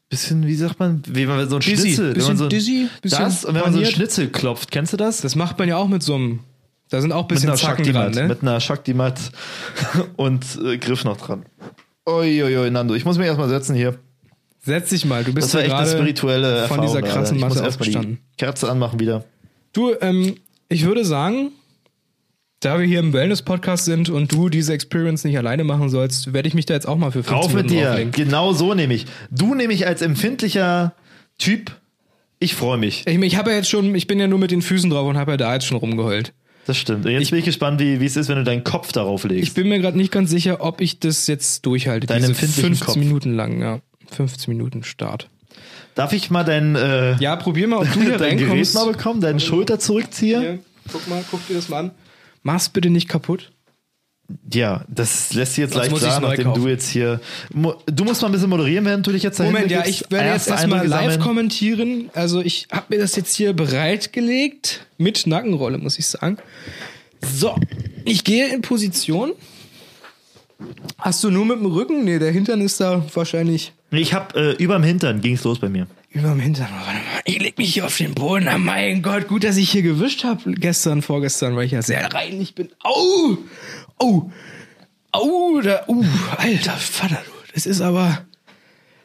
bisschen, wie sagt man, wie man so ein Dizzy. Schnitzel, wenn Bisschen man so ein, dizzy, bisschen das und wenn man so ein paniert. Schnitzel klopft, kennst du das? das macht man ja auch mit so einem. Da sind auch ein bisschen Zacken dran, Shakti-Mat, ne? mit einer Shakti-Mat und äh, Griff noch dran. Uiuiui, Nando, ich muss mich erstmal setzen hier. Setz dich mal, du bist Das war ja echt eine gerade spirituelle von Erfahrung. dieser Alter. krassen ich muss Masse erstmal die aufgestanden. Kerze anmachen wieder. Du, ähm, ich würde sagen, da wir hier im Wellness-Podcast sind und du diese Experience nicht alleine machen sollst, werde ich mich da jetzt auch mal für 15 Rauf mit Minuten dir. auflegen. Genau so nehme ich. Du nehme ich als empfindlicher Typ. Ich freue mich. Ich, ich habe ja jetzt schon, ich bin ja nur mit den Füßen drauf und habe ja da jetzt schon rumgeheult. Das stimmt. Und jetzt bin ich gespannt, wie wie es ist, wenn du deinen Kopf darauf Ich legst. bin mir gerade nicht ganz sicher, ob ich das jetzt durchhalte. Deinen diese empfindlichen 15 Kopf. Minuten lang, ja. 15 Minuten Start. Darf ich mal dein, äh, Ja, probier mal, ob du hier dein Gerät reinkommst. mal bekommen, deinen Schulter zurückzieher? Hier, guck mal, guck dir das mal an. Mach's bitte nicht kaputt. Ja, das lässt sich jetzt Sonst leicht muss ich's sagen, neu nachdem kaufen. du jetzt hier. Mo- Du musst mal ein bisschen moderieren, während du dich jetzt dahin Moment, ja, begibst. ich werde jetzt Erste erstmal Eindrücke live sammeln. kommentieren. Also ich habe mir das jetzt hier bereitgelegt. Mit Nackenrolle, muss ich sagen. So, ich gehe in Position. Hast du nur mit dem Rücken? Nee, der Hintern ist da wahrscheinlich Ich hab äh, überm Hintern ging's los bei mir. Überm Hintern. Oh, Warte mal. Ich leg mich hier auf den Boden. Oh mein Gott, gut, dass ich hier gewischt habe gestern, vorgestern, weil ich ja sehr reinlich bin. Au! Au! Au! Da, uh, alter Vater, du. Das ist aber.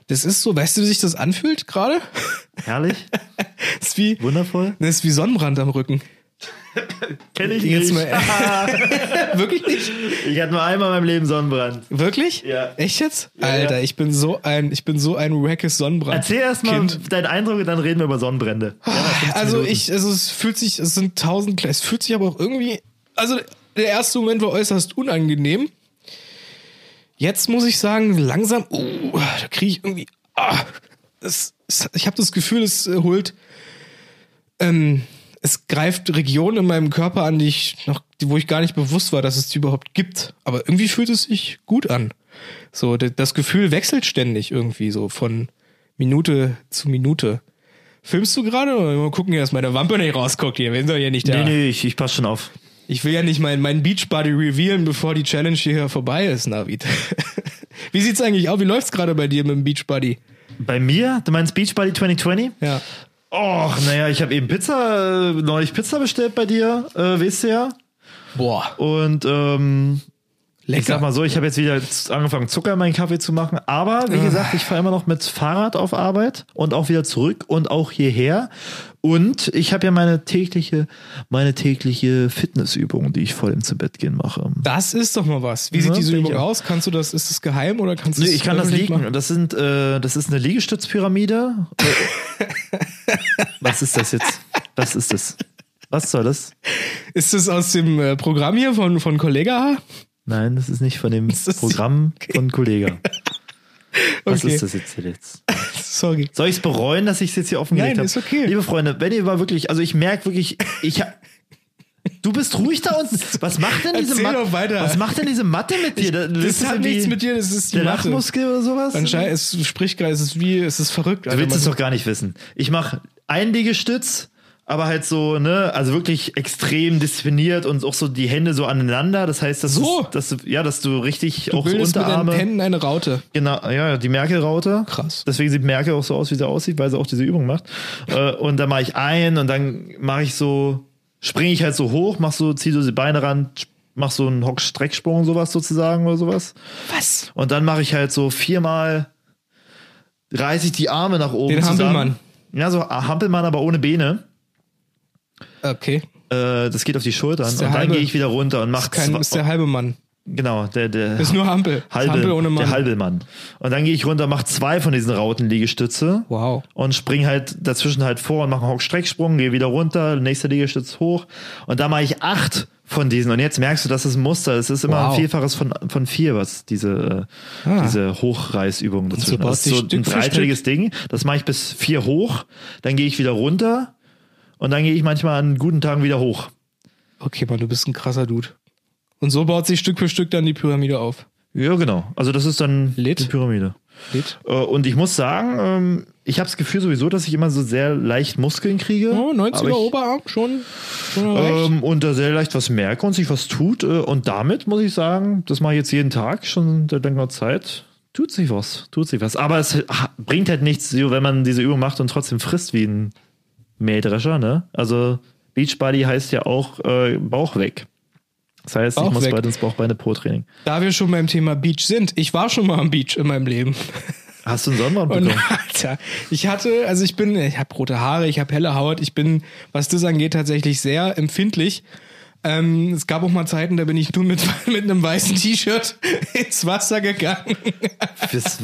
Das ist so, weißt du, wie sich das anfühlt gerade? Herrlich, Das ist wie. wundervoll. Das ist wie Sonnenbrand am Rücken. Kenn ich Jetzt nicht. Wirklich nicht? Ich hatte nur einmal in meinem Leben Sonnenbrand. Wirklich? Ja. Echt jetzt? ja. Alter, ich bin so ein, ich bin so ein wackes Sonnenbrand. Erzähl erstmal Kind. deinen Eindruck, und dann reden wir über Sonnenbrände. Also ich, also es fühlt sich, es sind tausend, es fühlt sich aber auch irgendwie, also der erste Moment war äußerst unangenehm. Jetzt muss ich sagen, langsam, uh, da kriege ich irgendwie, ah, es, es, ich habe das Gefühl, es äh, holt, ähm, es greift Regionen in meinem Körper an, die ich noch, die, wo ich gar nicht bewusst war, dass es die überhaupt gibt. Aber irgendwie fühlt es sich gut an. So, d- das Gefühl wechselt ständig irgendwie so von Minute zu Minute. Filmst du gerade? Mal gucken, dass meine Wampe nicht rausguckt hier. Wir sind doch hier nicht da. Nee, nee, ich, ich passe schon auf. Ich will ja nicht meinen mein Beachbody revealen, bevor die Challenge hier vorbei ist, Navid. Wie sieht's eigentlich aus? Wie läuft's gerade bei dir mit dem Beachbody? Bei mir, du meinst Beachbody 2020? Ja. Och, naja, ich habe eben Pizza, äh, neulich Pizza bestellt bei dir, äh, weißt du ja. Boah, Und ähm, lecker. ich sag mal so, ich habe jetzt wieder z- angefangen, Zucker in meinen Kaffee zu machen. Aber Äh. wie gesagt, ich fahre immer noch mit Fahrrad auf Arbeit und auch wieder zurück und auch hierher. Und ich habe ja meine tägliche, meine tägliche Fitnessübung, die ich vor dem zu Bett gehen mache. das ist doch mal was. Wie Ja, sieht diese bin ich Übung auch. aus? Kannst du das, ist das geheim oder kannst du Nee, das ich kann das öffentlich liegen. machen? Das sind, äh, das ist eine Liegestützpyramide. Äh, Was ist das jetzt? Was ist das? Was soll das? Ist das aus dem äh, Programm hier von, von Kollega? Nein, das ist nicht von dem das die- Programm von Kollega. Was Okay. ist das jetzt hier jetzt? Sorry. Soll ich es bereuen, dass ich es jetzt hier offengelegt Nein, habe? ist okay. Liebe Freunde, wenn ihr mal wirklich, also ich merke wirklich, ich ha- Du bist ruhig da unten. Was macht denn diese Erzähl Matte? doch weiter. Was macht denn diese Matte mit dir? Da- Das, ist hat irgendwie nichts mit dir, das ist die Der Mathe. Lachmuskel oder sowas? Anscheinend, es spricht gerade, es ist wie, es ist verrückt. Du Also willst es doch gar nicht wissen. Ich mache einen Liegestütz, aber halt so, ne, also wirklich extrem diszipliniert und auch so die Hände so aneinander. Das heißt, dass, So. du- dass du, ja, dass du richtig Du auch so bildest mit deinen Unterarme. Händen eine Raute. Genau, ja, die Merkel-Raute. Krass. Deswegen sieht Merkel auch so aus, wie sie aussieht, weil sie auch diese Übung macht. Äh, und dann mache ich ein und dann mache ich so, springe ich halt so hoch, mach so, zieh so die Beine ran, mach so einen Hock-Strecksprung, sowas sozusagen oder sowas. Was? Und dann mache ich halt so viermal, reiße ich die Arme nach oben. Den zusammen. Hampelmann. Ja, so ah, Hampelmann, aber ohne Beine. Okay. Äh, das geht auf die Schultern. Ist Und der dann halbe- gehe ich wieder runter und mache Ist, kein, ist der halbe Mann. Genau, der, der Ist nur Hampel. halbe, Hampel ohne Mann. der halbe Mann. Und dann gehe ich runter, mache zwei von diesen Rautenliegestütze. Wow. Und spring halt dazwischen halt vor und mache einen Hockstrecksprung, gehe wieder runter, nächster Liegestütz hoch. Und da mache ich acht von diesen. Und jetzt merkst du, das ist ein Muster. Es ist immer Wow. ein Vielfaches von, von vier, was diese, äh, Ah. diese Hochreißübung dazwischen baut das ist. sich So Stück ein für dreiteiliges Ding. Das mache ich bis vier hoch, dann gehe ich wieder runter und dann gehe ich manchmal an guten Tagen wieder hoch. Okay, Mann, du bist ein krasser Dude. Und so baut sich Stück für Stück dann die Pyramide auf. Ja, genau. Also das ist dann Lit. die Pyramide. Geht. Äh, Und ich muss sagen, ähm, ich habe das Gefühl sowieso, dass ich immer so sehr leicht Muskeln kriege. Oh, 90er Aber ich, Oberarm, schon. schon recht. ähm, und da sehr leicht was merke und sich was tut. äh, Und damit muss ich sagen, das mache ich jetzt jeden Tag schon seit langer Zeit. Tut sich was, tut sich was. Aber es ha- bringt halt nichts, so, wenn man diese Übung macht und trotzdem frisst wie ein Mähdrescher, ne? Also Beachbody heißt ja auch äh, Bauch weg. Das heißt, Bauch ich muss weg. bald ins Bauchbeine-Po-Training. Da wir schon beim Thema Beach sind, ich war schon mal am Beach in meinem Leben. Hast du einen Sonnenbrand Und bekommen? Alter, ich hatte, also ich bin, ich habe rote Haare, ich habe helle Haut, ich bin, was das angeht, tatsächlich sehr empfindlich. Ähm, es gab auch mal Zeiten, da bin ich nur mit, mit einem weißen T-Shirt ins Wasser gegangen, Wiss,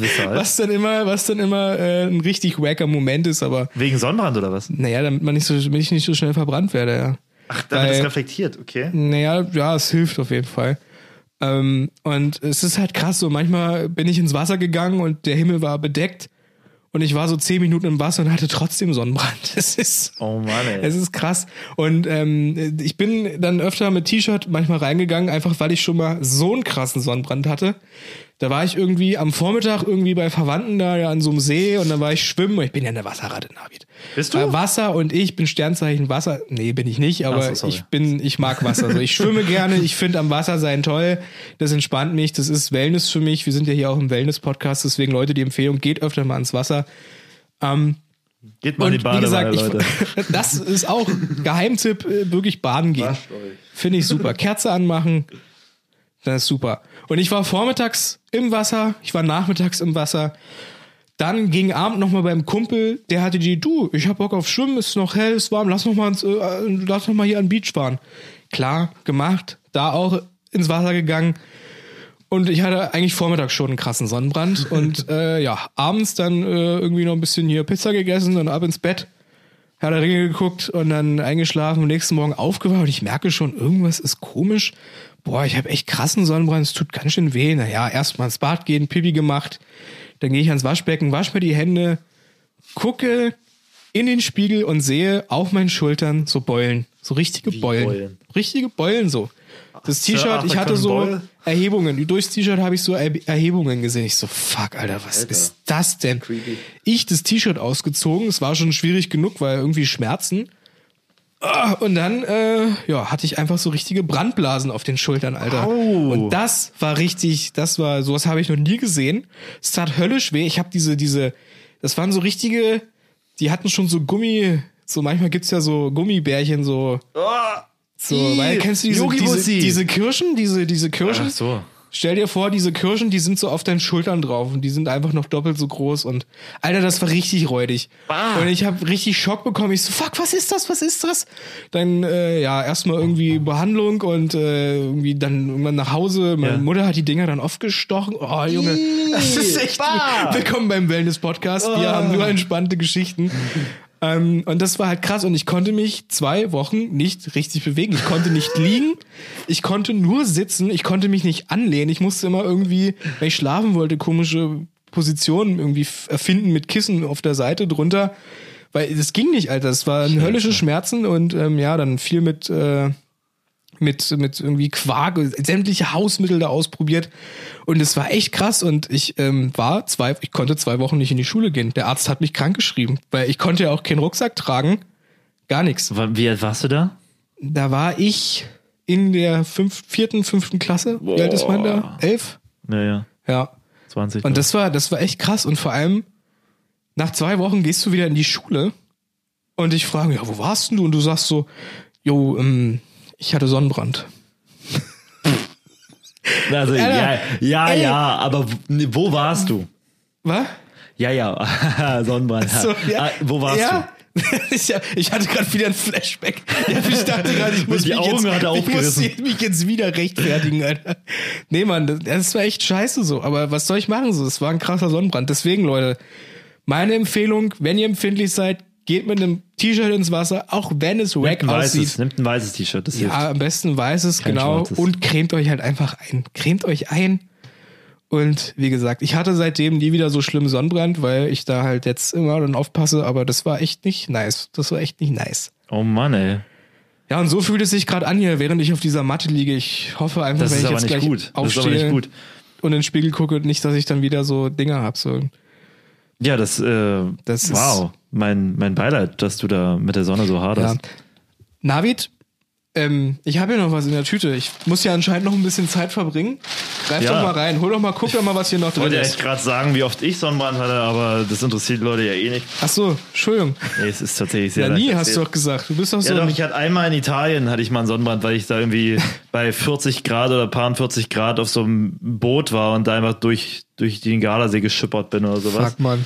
weshalb? was dann immer, was dann immer äh, ein richtig wacker Moment ist, aber Wegen Sonnenbrand oder was? naja, damit man nicht so, damit ich nicht so schnell verbrannt werde, ja. Ach, damit Weil- es reflektiert, okay. Naja, ja, es hilft auf jeden Fall. Ähm, und es ist halt krass so, manchmal bin ich ins Wasser gegangen und der Himmel war bedeckt und ich war so zehn Minuten im Wasser und hatte trotzdem Sonnenbrand. Es ist, Oh Mann, ey. es ist krass. Und ähm, ich bin dann öfter mit T-Shirt manchmal reingegangen, einfach weil ich schon mal so einen krassen Sonnenbrand hatte. Da war ich irgendwie am Vormittag irgendwie bei Verwandten da ja, an so einem See und dann war ich schwimmen. Ich bin ja eine Wasserratte, Navid. Bist du? Äh, Wasser und ich bin Sternzeichen Wasser. Nee, bin ich nicht, aber Ach so, sorry. ich bin, ich mag Wasser. Also ich schwimme gerne, ich finde am Wasser sein toll. Das entspannt mich, das ist Wellness für mich. Wir sind ja hier auch im Wellness-Podcast, deswegen Leute, die Empfehlung, geht öfter mal ins Wasser. Geht mal in die Und wie Badewanne, gesagt, Leute. ich, das ist auch Geheimtipp, äh, wirklich baden gehen. Finde ich super. Kerze anmachen, das ist super. Und ich war vormittags im Wasser, ich war nachmittags im Wasser. Dann gegen Abend nochmal beim Kumpel, der hatte die, du, ich hab Bock auf Schwimmen, ist noch hell, ist warm, lass nochmal äh, lass noch mal hier an den Beach fahren. Klar, gemacht, da auch ins Wasser gegangen. Und ich hatte eigentlich vormittags schon einen krassen Sonnenbrand und äh, ja, abends dann äh, irgendwie noch ein bisschen hier Pizza gegessen und ab ins Bett. Herr der Ringe geguckt und dann eingeschlafen, am nächsten Morgen aufgewacht und ich merke schon, irgendwas ist komisch. Boah, ich habe echt krassen Sonnenbrand, es tut ganz schön weh. Naja, erstmal ins Bad gehen, Pipi gemacht, dann gehe ich ans Waschbecken, wasche mir die Hände, gucke in den Spiegel und sehe auf meinen Schultern so Beulen, so richtige Beulen. Beulen? Richtige Beulen so. Das Sir T-Shirt, ich Arthur hatte Conan so Doyle? Erhebungen. Durchs T-Shirt habe ich so Er Erhebungen gesehen. Ich so, fuck, Alter, was ist das denn? Ich das T-Shirt ausgezogen. Es war schon schwierig genug, weil irgendwie Schmerzen. Ah, Und dann, äh, ja, hatte ich einfach so richtige Brandblasen auf den Schultern, Alter. Au. Und das war richtig, das war, sowas habe ich noch nie gesehen. Es tat höllisch weh. Ich habe diese, diese, das waren so richtige, die hatten schon so Gummi, so manchmal gibt's ja so Gummibärchen, so, so, Ih, weil kennst du diese, Yogi diese, Bussi. diese Kirschen, diese, diese Kirschen? Ach so. Stell dir vor, diese Kirschen, die sind so auf deinen Schultern drauf und die sind einfach noch doppelt so groß und Alter, das war richtig räudig. Bah. Und ich habe richtig Schock bekommen. Ich so, fuck, was ist das? Was ist das? Dann äh, ja, erstmal irgendwie Behandlung und äh, irgendwie dann irgendwann nach Hause. Meine Ja. Mutter hat die Dinger dann aufgestochen. Oh, Junge, das ist echt. bah. Willkommen beim Wellness Podcast. Wir haben nur entspannte Geschichten. Ähm, und das war halt krass und ich konnte mich zwei Wochen nicht richtig bewegen. Ich konnte nicht liegen, ich konnte nur sitzen, ich konnte mich nicht anlehnen. Ich musste immer irgendwie, wenn ich schlafen wollte, komische Positionen irgendwie f- erfinden mit Kissen auf der Seite drunter. Weil es ging nicht, Alter. Es waren höllische Schmerzen und ähm, ja, dann viel mit, äh, mit, mit irgendwie Quark, sämtliche Hausmittel da ausprobiert. Und es war echt krass. Und ich ähm, war zwei, ich konnte zwei Wochen nicht in die Schule gehen. Der Arzt hat mich krank geschrieben, weil ich konnte ja auch keinen Rucksack tragen. Gar nichts. Wann- Wie alt warst du da? Da war ich in der fünf, vierten, fünften Klasse. Wie alt ist man da? Elf? Naja, Ja. 20. Und das war, das war echt krass. Und vor allem, nach zwei Wochen gehst du wieder in die Schule und ich frage, ja, wo warst denn du? Und du sagst so, jo, ähm, ich hatte Sonnenbrand. also, ja, Alter, ja, ey. ja, aber w- nee, wo warst du? Was? Ja, ja, Sonnenbrand. So, ja. Ah, wo warst ja. Ich, ich hatte gerade wieder ein Flashback. Ich dachte gerade, ich muss, Die mich, Augen jetzt, hat er ich muss aufgerissen. mich jetzt wieder rechtfertigen, Alter. Nee, Mann, das, das war echt scheiße so. Aber was soll ich machen? So, es war ein krasser Sonnenbrand. Deswegen, Leute, meine Empfehlung, wenn ihr empfindlich seid, geht mit einem T-Shirt ins Wasser, auch wenn es wack Nimmt ein weißes, aussieht. nimmt ein weißes T-Shirt, das hilft. Ja, am besten weißes, genau. schwarzes. Und cremt euch halt einfach ein. Cremt euch ein. Und wie gesagt, ich hatte seitdem nie wieder so schlimm Sonnenbrand, weil ich da halt jetzt immer dann aufpasse, aber das war echt nicht nice. Das war echt nicht nice. Oh Mann, ey. Ja, und so fühlt es sich gerade an hier, während ich auf dieser Matte liege. Ich hoffe einfach, Das wenn ist ich aber jetzt nicht gleich gut. Das ist aufstehe aber nicht gut. und in den Spiegel gucke und nicht, dass ich dann wieder so Dinger habe. So. Ja, das, äh, Das ist- wow. Mein, mein Beileid, dass du da mit der Sonne so Ja. haderst. Navid, ähm, ich habe hier noch was in der Tüte. Ich muss ja anscheinend noch ein bisschen Zeit verbringen. Greif Ja. doch mal rein, hol doch mal, guck doch mal, was hier noch Ich drin wollte echt ist. gerade sagen, wie oft ich Sonnenbrand hatte, aber das interessiert die Leute ja eh nicht. Ach so, Entschuldigung. Nee, es ist tatsächlich sehr Ja, nie leicht hast du erzählt. doch gesagt. Du bist doch so. Ja, doch, ein- ich hatte einmal in Italien hatte ich mal einen Sonnenbrand, weil ich da irgendwie bei 40 Grad oder paar 40 Grad auf so einem Boot war und da einfach durch, durch den Gardasee geschippert bin oder sowas. Fuck, Mann.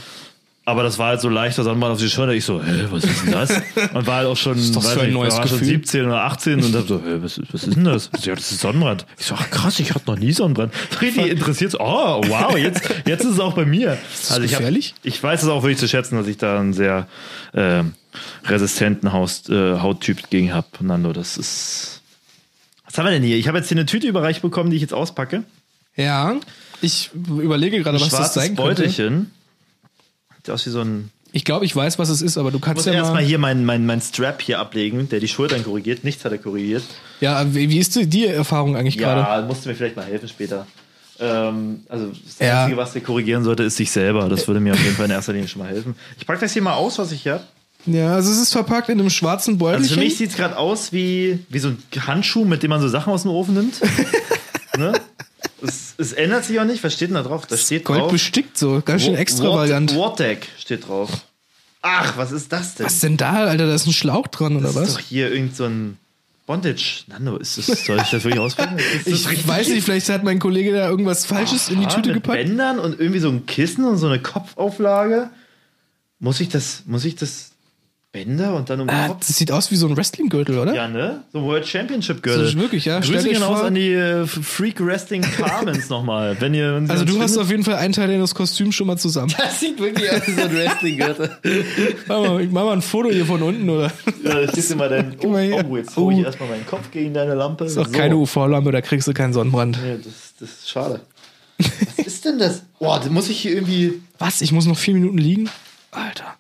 Aber das war halt so leichter Sonnenbrand auf die Schulter. Ich so, hä, was ist denn das? Und war halt auch schon, doch weiß so ein nicht, neues war schon Gefühl. 17 oder 18 und hab so, hä, was, was ist denn das? Ich so, ja, das ist Sonnenbrand. Ich so, ach krass, ich hatte noch nie Sonnenbrand. Richtig interessiert. Oh, wow, jetzt, jetzt ist es auch bei mir. Also ich hab- gefährlich? ich weiß es auch wirklich zu schätzen, dass ich da einen sehr ähm, resistenten Haus, äh, Hauttyp gegen habe. Nando, das ist. Was haben wir denn hier? Ich habe jetzt hier eine Tüte überreicht bekommen, die ich jetzt auspacke. Ja, ich überlege gerade, was das sein könnte. Beutelchen. Sieht aus wie so ein. Ich glaube, ich weiß, was es ist, aber du Ich muss kannst ja erstmal mal. hier meinen mein, mein Strap hier ablegen, der die Schultern korrigiert. Nichts hat er korrigiert. Ja, wie wie ist die, die Erfahrung eigentlich gerade? Ja, musst du mir vielleicht mal helfen später. Ähm, also das Ja. Einzige, was der korrigieren sollte, ist sich selber. Das würde mir auf jeden Fall in erster Linie schon mal helfen. Ich packe das hier mal aus, was ich hier habe. Ja, also es ist verpackt in einem schwarzen Beutelchen. Also für mich sieht es gerade aus wie, wie so ein Handschuh, mit dem man so Sachen aus dem Ofen nimmt. ne? es, es ändert sich auch nicht. Was steht denn da drauf? Da steht Gold drauf. bestickt so, ganz schön Wa- extravagant. Wa- Wartag steht drauf. Ach, was ist das denn? Was denn da, Alter? Da ist ein Schlauch dran, oder das ist was? doch hier irgend so ein Bondage. Nando, ist das, soll ich das wirklich auspacken? Ist das Ich richtig? weiß nicht, vielleicht hat mein Kollege da irgendwas Falsches in die Ah, Tüte mit gepackt. Bändern und irgendwie so ein Kissen und so eine Kopfauflage. Muss ich das, muss ich das Bänder und dann um den Ah, Kopf? das sieht aus wie so ein Wrestling-Gürtel, oder? Ja, ne? So ein World Championship Das Gürtel. ist wirklich, ja. Stell Grüße dich gehen raus vor. an die äh, Freak Wrestling Carmens nochmal. Wenn ihr, wenn sie also uns du hast finden. auf jeden Fall einen Teil deines Kostüms schon mal zusammen. das sieht wirklich aus wie so ein Wrestling Gürtel. Mach mal, ich mach mal ein Foto hier von unten, oder? ja, jetzt siehst du mal deinen. Guck mal Oh, hier. oh, jetzt hole ich Oh. erstmal meinen Kopf gegen deine Lampe. Ist doch keine UV-Lampe, da kriegst du keinen Sonnenbrand. Nee, das, das ist schade. Was ist denn das? Boah, da muss ich hier irgendwie. Was? Ich muss noch vier Minuten liegen? Alter.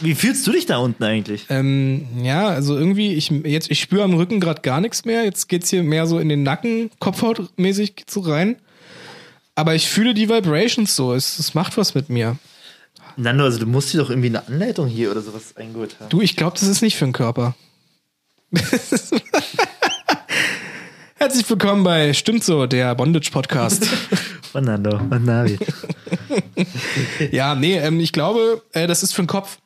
Wie fühlst du dich da unten eigentlich? Ähm, ja, also irgendwie, ich, jetzt, ich spüre am Rücken gerade gar nichts mehr. Jetzt geht's hier mehr so in den Nacken, kopfhautmäßig geht's so rein. Aber ich fühle die Vibrations so. Es, es macht was mit mir. Nando, also du musst dir doch irgendwie eine Anleitung hier oder sowas eingeholt haben. Du, ich glaube, das ist nicht für den Körper. Herzlich willkommen bei Stimmt so, der Bondage-Podcast. Oh, Nando, oh, Navi. ja, nee, ähm, ich glaube, äh, das ist für den Kopf.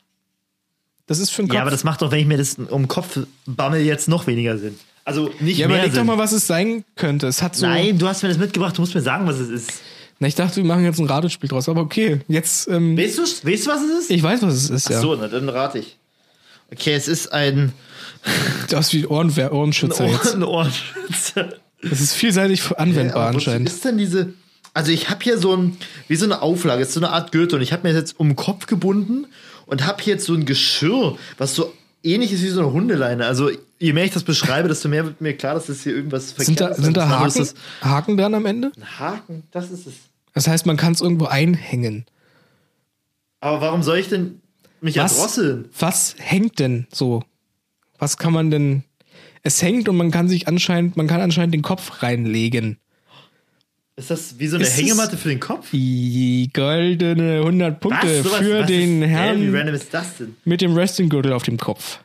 Das ist für den Kopf. ja, aber das macht doch, wenn ich mir das um den Kopf bammel, jetzt noch weniger Sinn. Also nicht ja, mehr überleg Sinn. doch mal, was es sein könnte. Es hat so. Nein, du hast mir das mitgebracht, du musst mir sagen, was es ist. Na, ich dachte, wir machen jetzt ein Ratespiel draus, aber okay, jetzt. Ähm, Weißt du, weißt du was es ist? ich weiß, was es ist, ja. Ach so, na, dann rate ich. Okay, es ist ein, Sieht aus wie Ohrenwehr, Ohrenschützer Ohr, jetzt. ein Ohrenschützer. Das ist vielseitig anwendbar Aber wozu anscheinend. ist denn diese? Also ich habe hier so ein wie so eine Auflage, es ist so eine Art Gürtel und ich habe mir das jetzt um den Kopf gebunden und habe hier jetzt so ein Geschirr, was so ähnlich ist wie so eine Hundeleine. Also je mehr ich das beschreibe, desto mehr wird mir klar, dass das hier irgendwas Sind da, verkehrt sind da Aber das Haken, ist Haken dran am Ende? ein Haken, das ist es. Das heißt, man kann es irgendwo einhängen. Aber warum soll ich denn mich erdrosseln? was hängt denn so? Was kann man denn? Es hängt und man kann sich anscheinend, man kann anscheinend den Kopf reinlegen. Ist das wie so eine Ist es- Hängematte für den Kopf? Die goldene 100 Punkte Sowas- für was den ist, Hä, wie Herrn random ist das denn? mit dem Wrestling-Gürtel auf dem Kopf.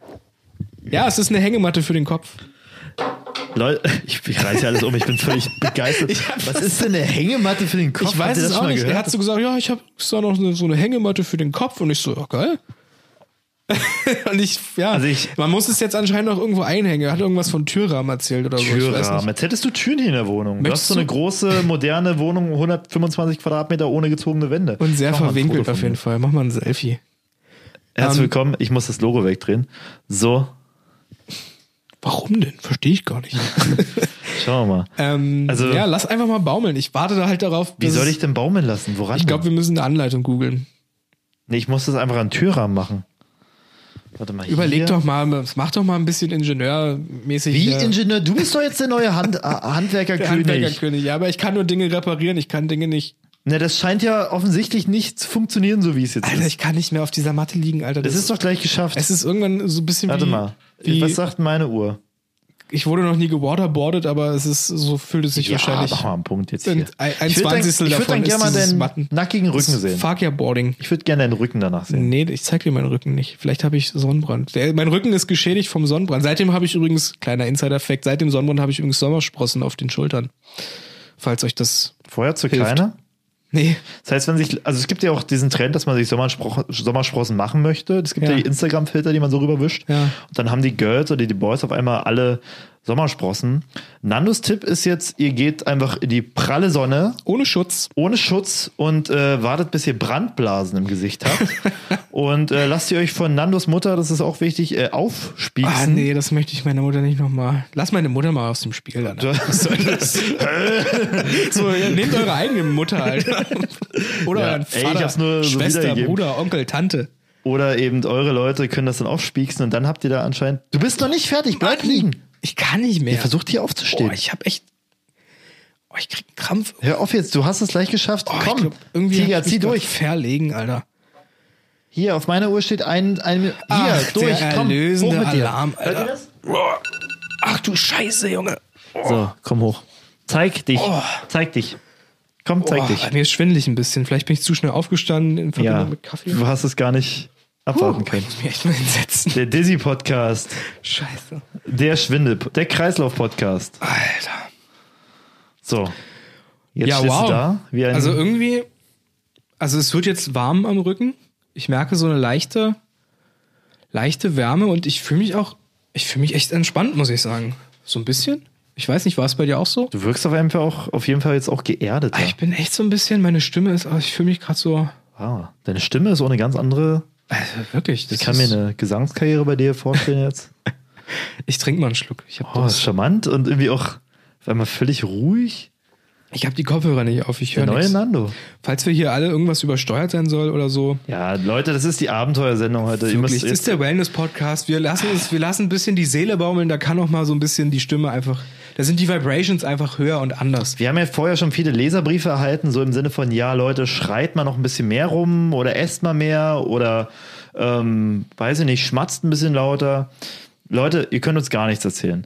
Ja, es ist eine Hängematte für den Kopf. Leute, ich, ich reiße alles um, ich bin völlig begeistert. Was ist denn eine Hängematte für den Kopf? Ich weiß es auch nicht. Er hat so gesagt, ja, ich habe da noch so eine Hängematte für den Kopf und ich so, ja, geil. und ich, ja, Also ich- man muss es jetzt anscheinend auch irgendwo einhängen. Er hat irgendwas von Türrahmen erzählt oder so. Ich weiß Türrahmen. nicht. Jetzt hättest du Türen hier in der Wohnung. Du hast Möchtest so eine du- große, moderne Wohnung, 125 Quadratmeter ohne gezogene Wände. Und sehr Mach mal ein verwinkelt Foto auf von jeden mir. Fall. Mach mal ein Selfie. Herzlich Ähm, willkommen. Ich muss das Logo wegdrehen. So, Warum denn? Verstehe ich gar nicht. schauen wir mal. ähm, Also- also, ja, lass einfach mal baumeln. Ich warte da halt darauf. Wie dass soll es- ich denn baumeln lassen? Woran? Ich glaube, denn? wir müssen eine Anleitung googeln. nee, ich muss das einfach an Türrahmen machen. Warte mal. Überleg hier. doch mal, mach doch mal ein bisschen ingenieurmäßig. Wie äh, Ingenieur, du bist doch jetzt der neue Hand, ah, der Handwerkerkönig. Handwerkerkönig. Ja, aber ich kann nur Dinge reparieren, ich kann Dinge nicht. Na, Ne, das scheint ja offensichtlich nicht zu funktionieren, so wie es jetzt Alter, ist. ich kann nicht mehr auf dieser Matte liegen, Alter. Es ist doch gleich geschafft. Es ist irgendwann so ein bisschen Warte wie, mal. wie Was sagt meine Uhr? ich wurde noch nie gewaterboardet, aber es ist so fühlt es sich wahrscheinlich. mach mal einen Punkt jetzt Ein, hier. ein, ein ich würde dann, Zwanzigstel ich würd davon dann gerne mal ist dieses deinen Matten. nackigen Rücken Das sehen. Fuck Hm. ja Boarding. Ich würde gerne deinen Rücken danach sehen. Nee, ich zeig dir meinen Rücken nicht. Vielleicht habe ich Sonnenbrand. Der, mein Rücken ist geschädigt vom Sonnenbrand. Seitdem habe ich übrigens, kleiner Insider-Fact, seit dem Sonnenbrand habe ich übrigens Sommersprossen auf den Schultern. Falls euch das. Vorher zu Hilft. kleiner? Nee. Das heißt, wenn sich, also es gibt ja auch diesen Trend, dass man sich Sommerspro Sommersprossen machen möchte. Es gibt ja, Ja. die Instagram-Filter, die man so rüberwischt. Ja. Und dann haben die Girls oder die Boys auf einmal alle Sommersprossen. Nandos Tipp ist jetzt, ihr geht einfach in die pralle Sonne Ohne Schutz. ohne Schutz und äh, wartet, bis ihr Brandblasen im Gesicht habt. und äh, lasst ihr euch von Nandos Mutter, das ist auch wichtig, äh, aufspießen. Ah, nee, das möchte ich meiner Mutter nicht nochmal. Lass meine Mutter mal aus dem Spiel dann. Was soll das? so, ja, nehmt eure eigene Mutter, Alter. Oder Ja, euren ey, ich Vater, hab's nur so Schwester, wiedergegeben. Bruder, Onkel, Tante. Oder eben eure Leute können das dann aufspieksen und dann habt ihr da anscheinend. Du bist noch nicht fertig, bleib liegen. Ich kann nicht mehr. Ihr versucht hier oh, aufzustehen. ich habe echt. Oh, ich krieg einen Krampf. Hör auf jetzt, du hast es gleich geschafft. Oh, Komm, ich glaub, irgendwie hab Tiger, ich mich zieh grad durch. Verlegen, Alter. Hier, auf meiner Uhr steht ein, ein hier, Ach, durch, der komm, erlösende hoch mit dir. Alarm, Hört ihr Alter. das? Ach du Scheiße, Junge. So, komm hoch. Zeig dich. Zeig dich. Komm, zeig Oh. Boah, dich. Mir ist schwindelig ein bisschen. Vielleicht bin ich zu schnell aufgestanden in Verbindung Ja, mit Kaffee. du hast es gar nicht abwarten können. Ich muss mich echt mal hinsetzen. Der Dizzy-Podcast, Scheiße. der Schwindel, der Kreislauf-Podcast. Alter. So, jetzt Ja, stehst wow. du da. Wie ein, Also irgendwie, also es wird jetzt warm am Rücken. Ich merke so eine leichte, leichte Wärme und ich fühle mich auch, ich fühle mich echt entspannt, muss ich sagen. So ein bisschen. Ich weiß nicht, war es bei dir auch so? Ah, du wirkst auf jeden Fall, auch, auf jeden Fall jetzt auch geerdet. Ich bin echt so ein bisschen, meine Stimme ist, also ich fühle mich gerade so, Wow. Ah, Deine Stimme ist auch eine ganz andere. also wirklich. Das Ich kann mir ist, eine Gesangskarriere bei dir vorstellen jetzt. ich trinke mal einen Schluck. Ich habe Oh, ist charmant und irgendwie auch auf einmal völlig ruhig. hab die Kopfhörer nicht auf, ich Der höre neue nichts. Nando. Falls wir hier alle irgendwas übersteuert sein soll oder so. Ja, Leute, das ist die Abenteuersendung heute. Also Ihr Wirklich, müsst das jetzt, ist der Wellness-Podcast. Wir lassen uns, wir lassen ein bisschen die Seele baumeln, da kann auch mal so ein bisschen die Stimme einfach, da sind die Vibrations einfach höher und anders. wir haben ja vorher schon viele Leserbriefe erhalten, so im Sinne von, ja, Leute, schreit mal noch ein bisschen mehr rum oder esst mal mehr oder, ähm, weiß ich nicht, schmatzt ein bisschen lauter. Leute, ihr könnt uns gar nichts erzählen.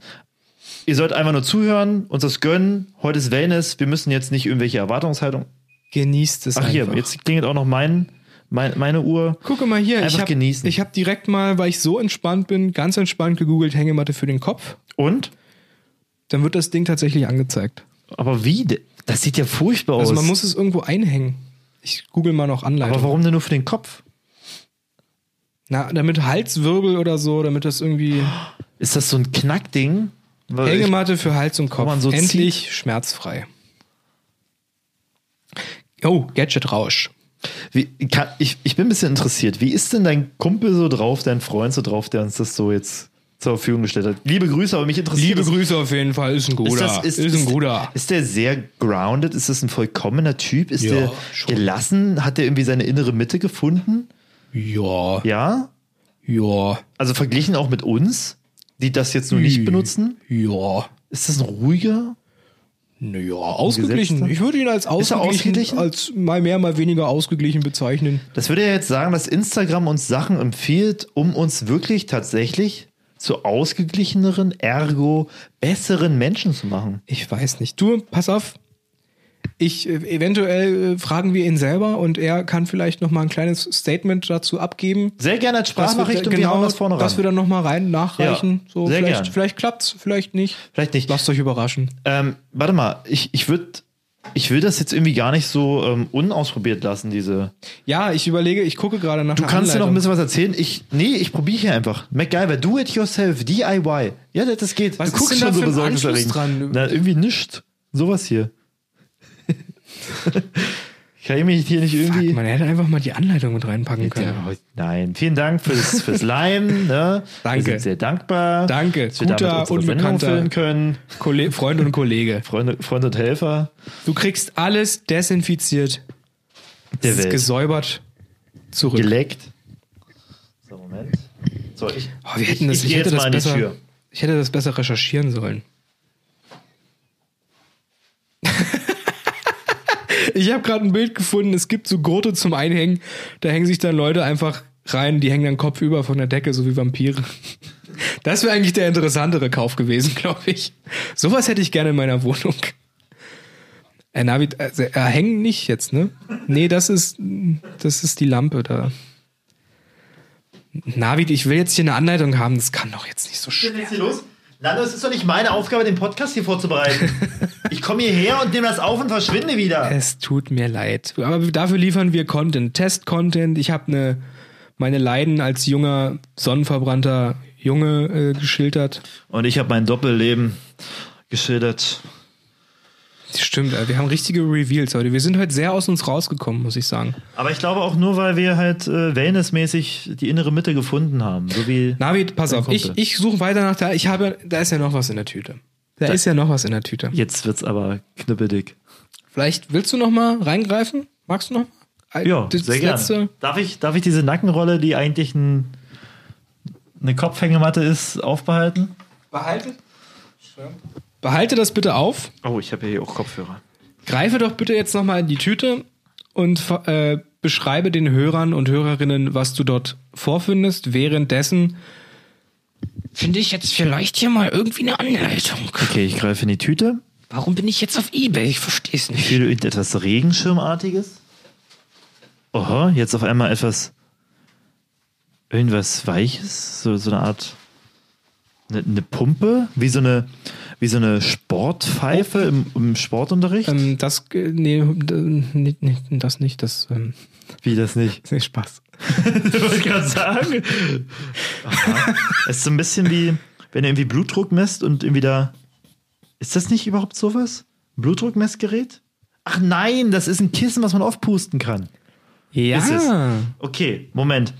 Ihr sollt einfach nur zuhören, uns das gönnen. Heute ist Wellness, wir müssen jetzt nicht irgendwelche Erwartungshaltung. Genießt es Ach einfach. hier, jetzt klingelt auch noch mein, mein, meine Uhr. Gucke mal hier, Einfach ich hab, genießen. Ich habe direkt mal, weil ich so entspannt bin, ganz entspannt gegoogelt Hängematte für den Kopf. Und? Dann wird das Ding tatsächlich angezeigt. Aber wie? de- Das sieht ja furchtbar Also aus. man muss es irgendwo einhängen. Ich google mal noch Aber Anleitung. warum denn nur für den Kopf? Na, damit Halswirbel oder so, damit das irgendwie Ist das so ein Knackding? Weil Oh, ich- Hängematte für Hals und Kopf. man so Endlich schmerzfrei. Oh, Gadget-Rausch. Wie, kann, ich, ich bin ein bisschen interessiert. Wie ist denn dein Kumpel so drauf, dein Freund so drauf, der uns das so jetzt zur Verfügung gestellt hat? Liebe Grüße, aber mich interessiert. Liebe das- Grüße auf jeden Fall, ist ein guter. Ist, Ist, das, ist, ein guter. Ist der sehr grounded? Ist das ein vollkommener Typ? Ist Ja, der schon. gelassen? Hat der irgendwie seine innere Mitte gefunden? ja, Ja? ja, Also verglichen auch mit uns, die das jetzt nur nicht Ü. benutzen? ja. Ist das ein ruhiger? Naja, ausgeglichen. Gesetzter? Ich würde ihn als er ausgeglichen, ausgeglichen? als mal mehr, mal weniger ausgeglichen bezeichnen. Das würde ja jetzt sagen, dass Instagram uns Sachen empfiehlt, um uns wirklich tatsächlich zu ausgeglicheneren, ergo besseren Menschen zu machen. Ich weiß nicht. Du, pass auf. Ich äh, eventuell äh, fragen wir ihn selber und er kann vielleicht noch mal ein kleines Statement dazu abgeben. Sehr gerne als dass wir- Sprachnachricht um und wir genau, hauen das vorne dass wir ran. dann noch mal rein nachreichen. Ja, so, sehr vielleicht, gern. vielleicht klappt's, vielleicht nicht. Vielleicht nicht. Lasst euch überraschen. Ähm, warte mal, ich, ich würde ich will das jetzt irgendwie gar nicht so ähm, unausprobiert lassen, diese. Ja, ich überlege, ich gucke gerade nach. Du einer kannst dir noch ein Anleitung. bisschen was erzählen. Ich, nee, ich probiere hier einfach. MacGyver, do it yourself, DIY. Ja, das- das geht. Was du ist guckst denn da schon so für ein besorgniserregend. Anschluss dran? Na, irgendwie nischt. Sowas hier. Kann ich mich hier nicht irgendwie. Fuck, man hätte einfach mal die Anleitung mit reinpacken können. Ja, Nein, vielen Dank fürs, fürs Leihen. Ne? Danke. Wir sind sehr dankbar. Danke. dass wir Guter, damit unsere Sendung unbekannter- füllen können. Kolle Freund und Kollege. Freunde, Freunde und Helfer Du kriegst alles desinfiziert, der es ist Welt. gesäubert zurück. Geleckt. So, Moment. So, ich, Oh, wir hätten das, ich, ich, ich, geh hätte jetzt mal das an die besser, Tür. ich hätte das besser recherchieren sollen. ich habe gerade ein Bild gefunden, es gibt so Gurte zum Einhängen, da hängen sich dann Leute einfach rein, die hängen dann kopfüber von der Decke, so wie Vampire. Das wäre eigentlich der interessantere Kauf gewesen, glaube ich. Sowas hätte ich gerne in meiner Wohnung. Äh, Navid, also, äh, hängen nicht jetzt, ne? Nee, das ist, das ist die Lampe da. Navid, ich will jetzt hier eine Anleitung haben. Das kann doch jetzt nicht so schwer. jetzt hier los? Nando, es ist doch nicht meine Aufgabe, den Podcast hier vorzubereiten. Ich komme hierher und nehme das auf und verschwinde wieder. Es tut mir leid. Aber dafür liefern wir Content, Test-Content. Ich habe eine, meine Leiden als junger, sonnenverbrannter Junge äh, geschildert. Und ich habe mein Doppelleben geschildert. Stimmt, äh, wir haben richtige Reveals heute. Wir sind heute sehr aus uns rausgekommen, muss ich sagen. Aber ich glaube auch nur, weil wir halt äh, wellnessmäßig die innere Mitte gefunden haben. So wie Navid, pass Dann auf, kommt ich, er. ich suche weiter nach da. Ich habe, da ist ja noch was in der Tüte. Da, ist ja noch was in der Tüte. jetzt wird's aber knüppeldick. Vielleicht willst du noch mal reingreifen? Magst du noch mal? Äh, Ja, das sehr gerne. letzte- Darf ich, darf ich diese Nackenrolle, die eigentlich ein, eine Kopfhängematte ist, aufbehalten? Behalte. Behalte das bitte auf. Oh, ich habe ja hier auch Kopfhörer. Greife doch bitte jetzt nochmal in die Tüte und ver- äh, beschreibe den Hörern und Hörerinnen, was du dort vorfindest. Währenddessen finde ich jetzt vielleicht hier mal irgendwie eine Anleitung. Okay, ich greife in die Tüte. Warum bin ich jetzt auf Ebay? Ich verstehe es nicht. Fühle etwas Regenschirmartiges. Oha, jetzt auf einmal etwas. Irgendwas Weiches, so, so eine Art. Eine, eine Pumpe, wie so eine, wie so eine Sportpfeife im, im Sportunterricht. Ähm, das, äh, nee, d- nee, nee, das nicht, das ähm, Wie das nicht? ist nicht Spaß. Ich wollte gerade sagen. Aha. Es ist so ein bisschen wie, wenn du irgendwie Blutdruck messt und irgendwie da. Ist das nicht überhaupt sowas? Blutdruckmessgerät? Ach nein, das ist ein Kissen, was man aufpusten kann. Ja. Ist es. Ah. Okay, Moment.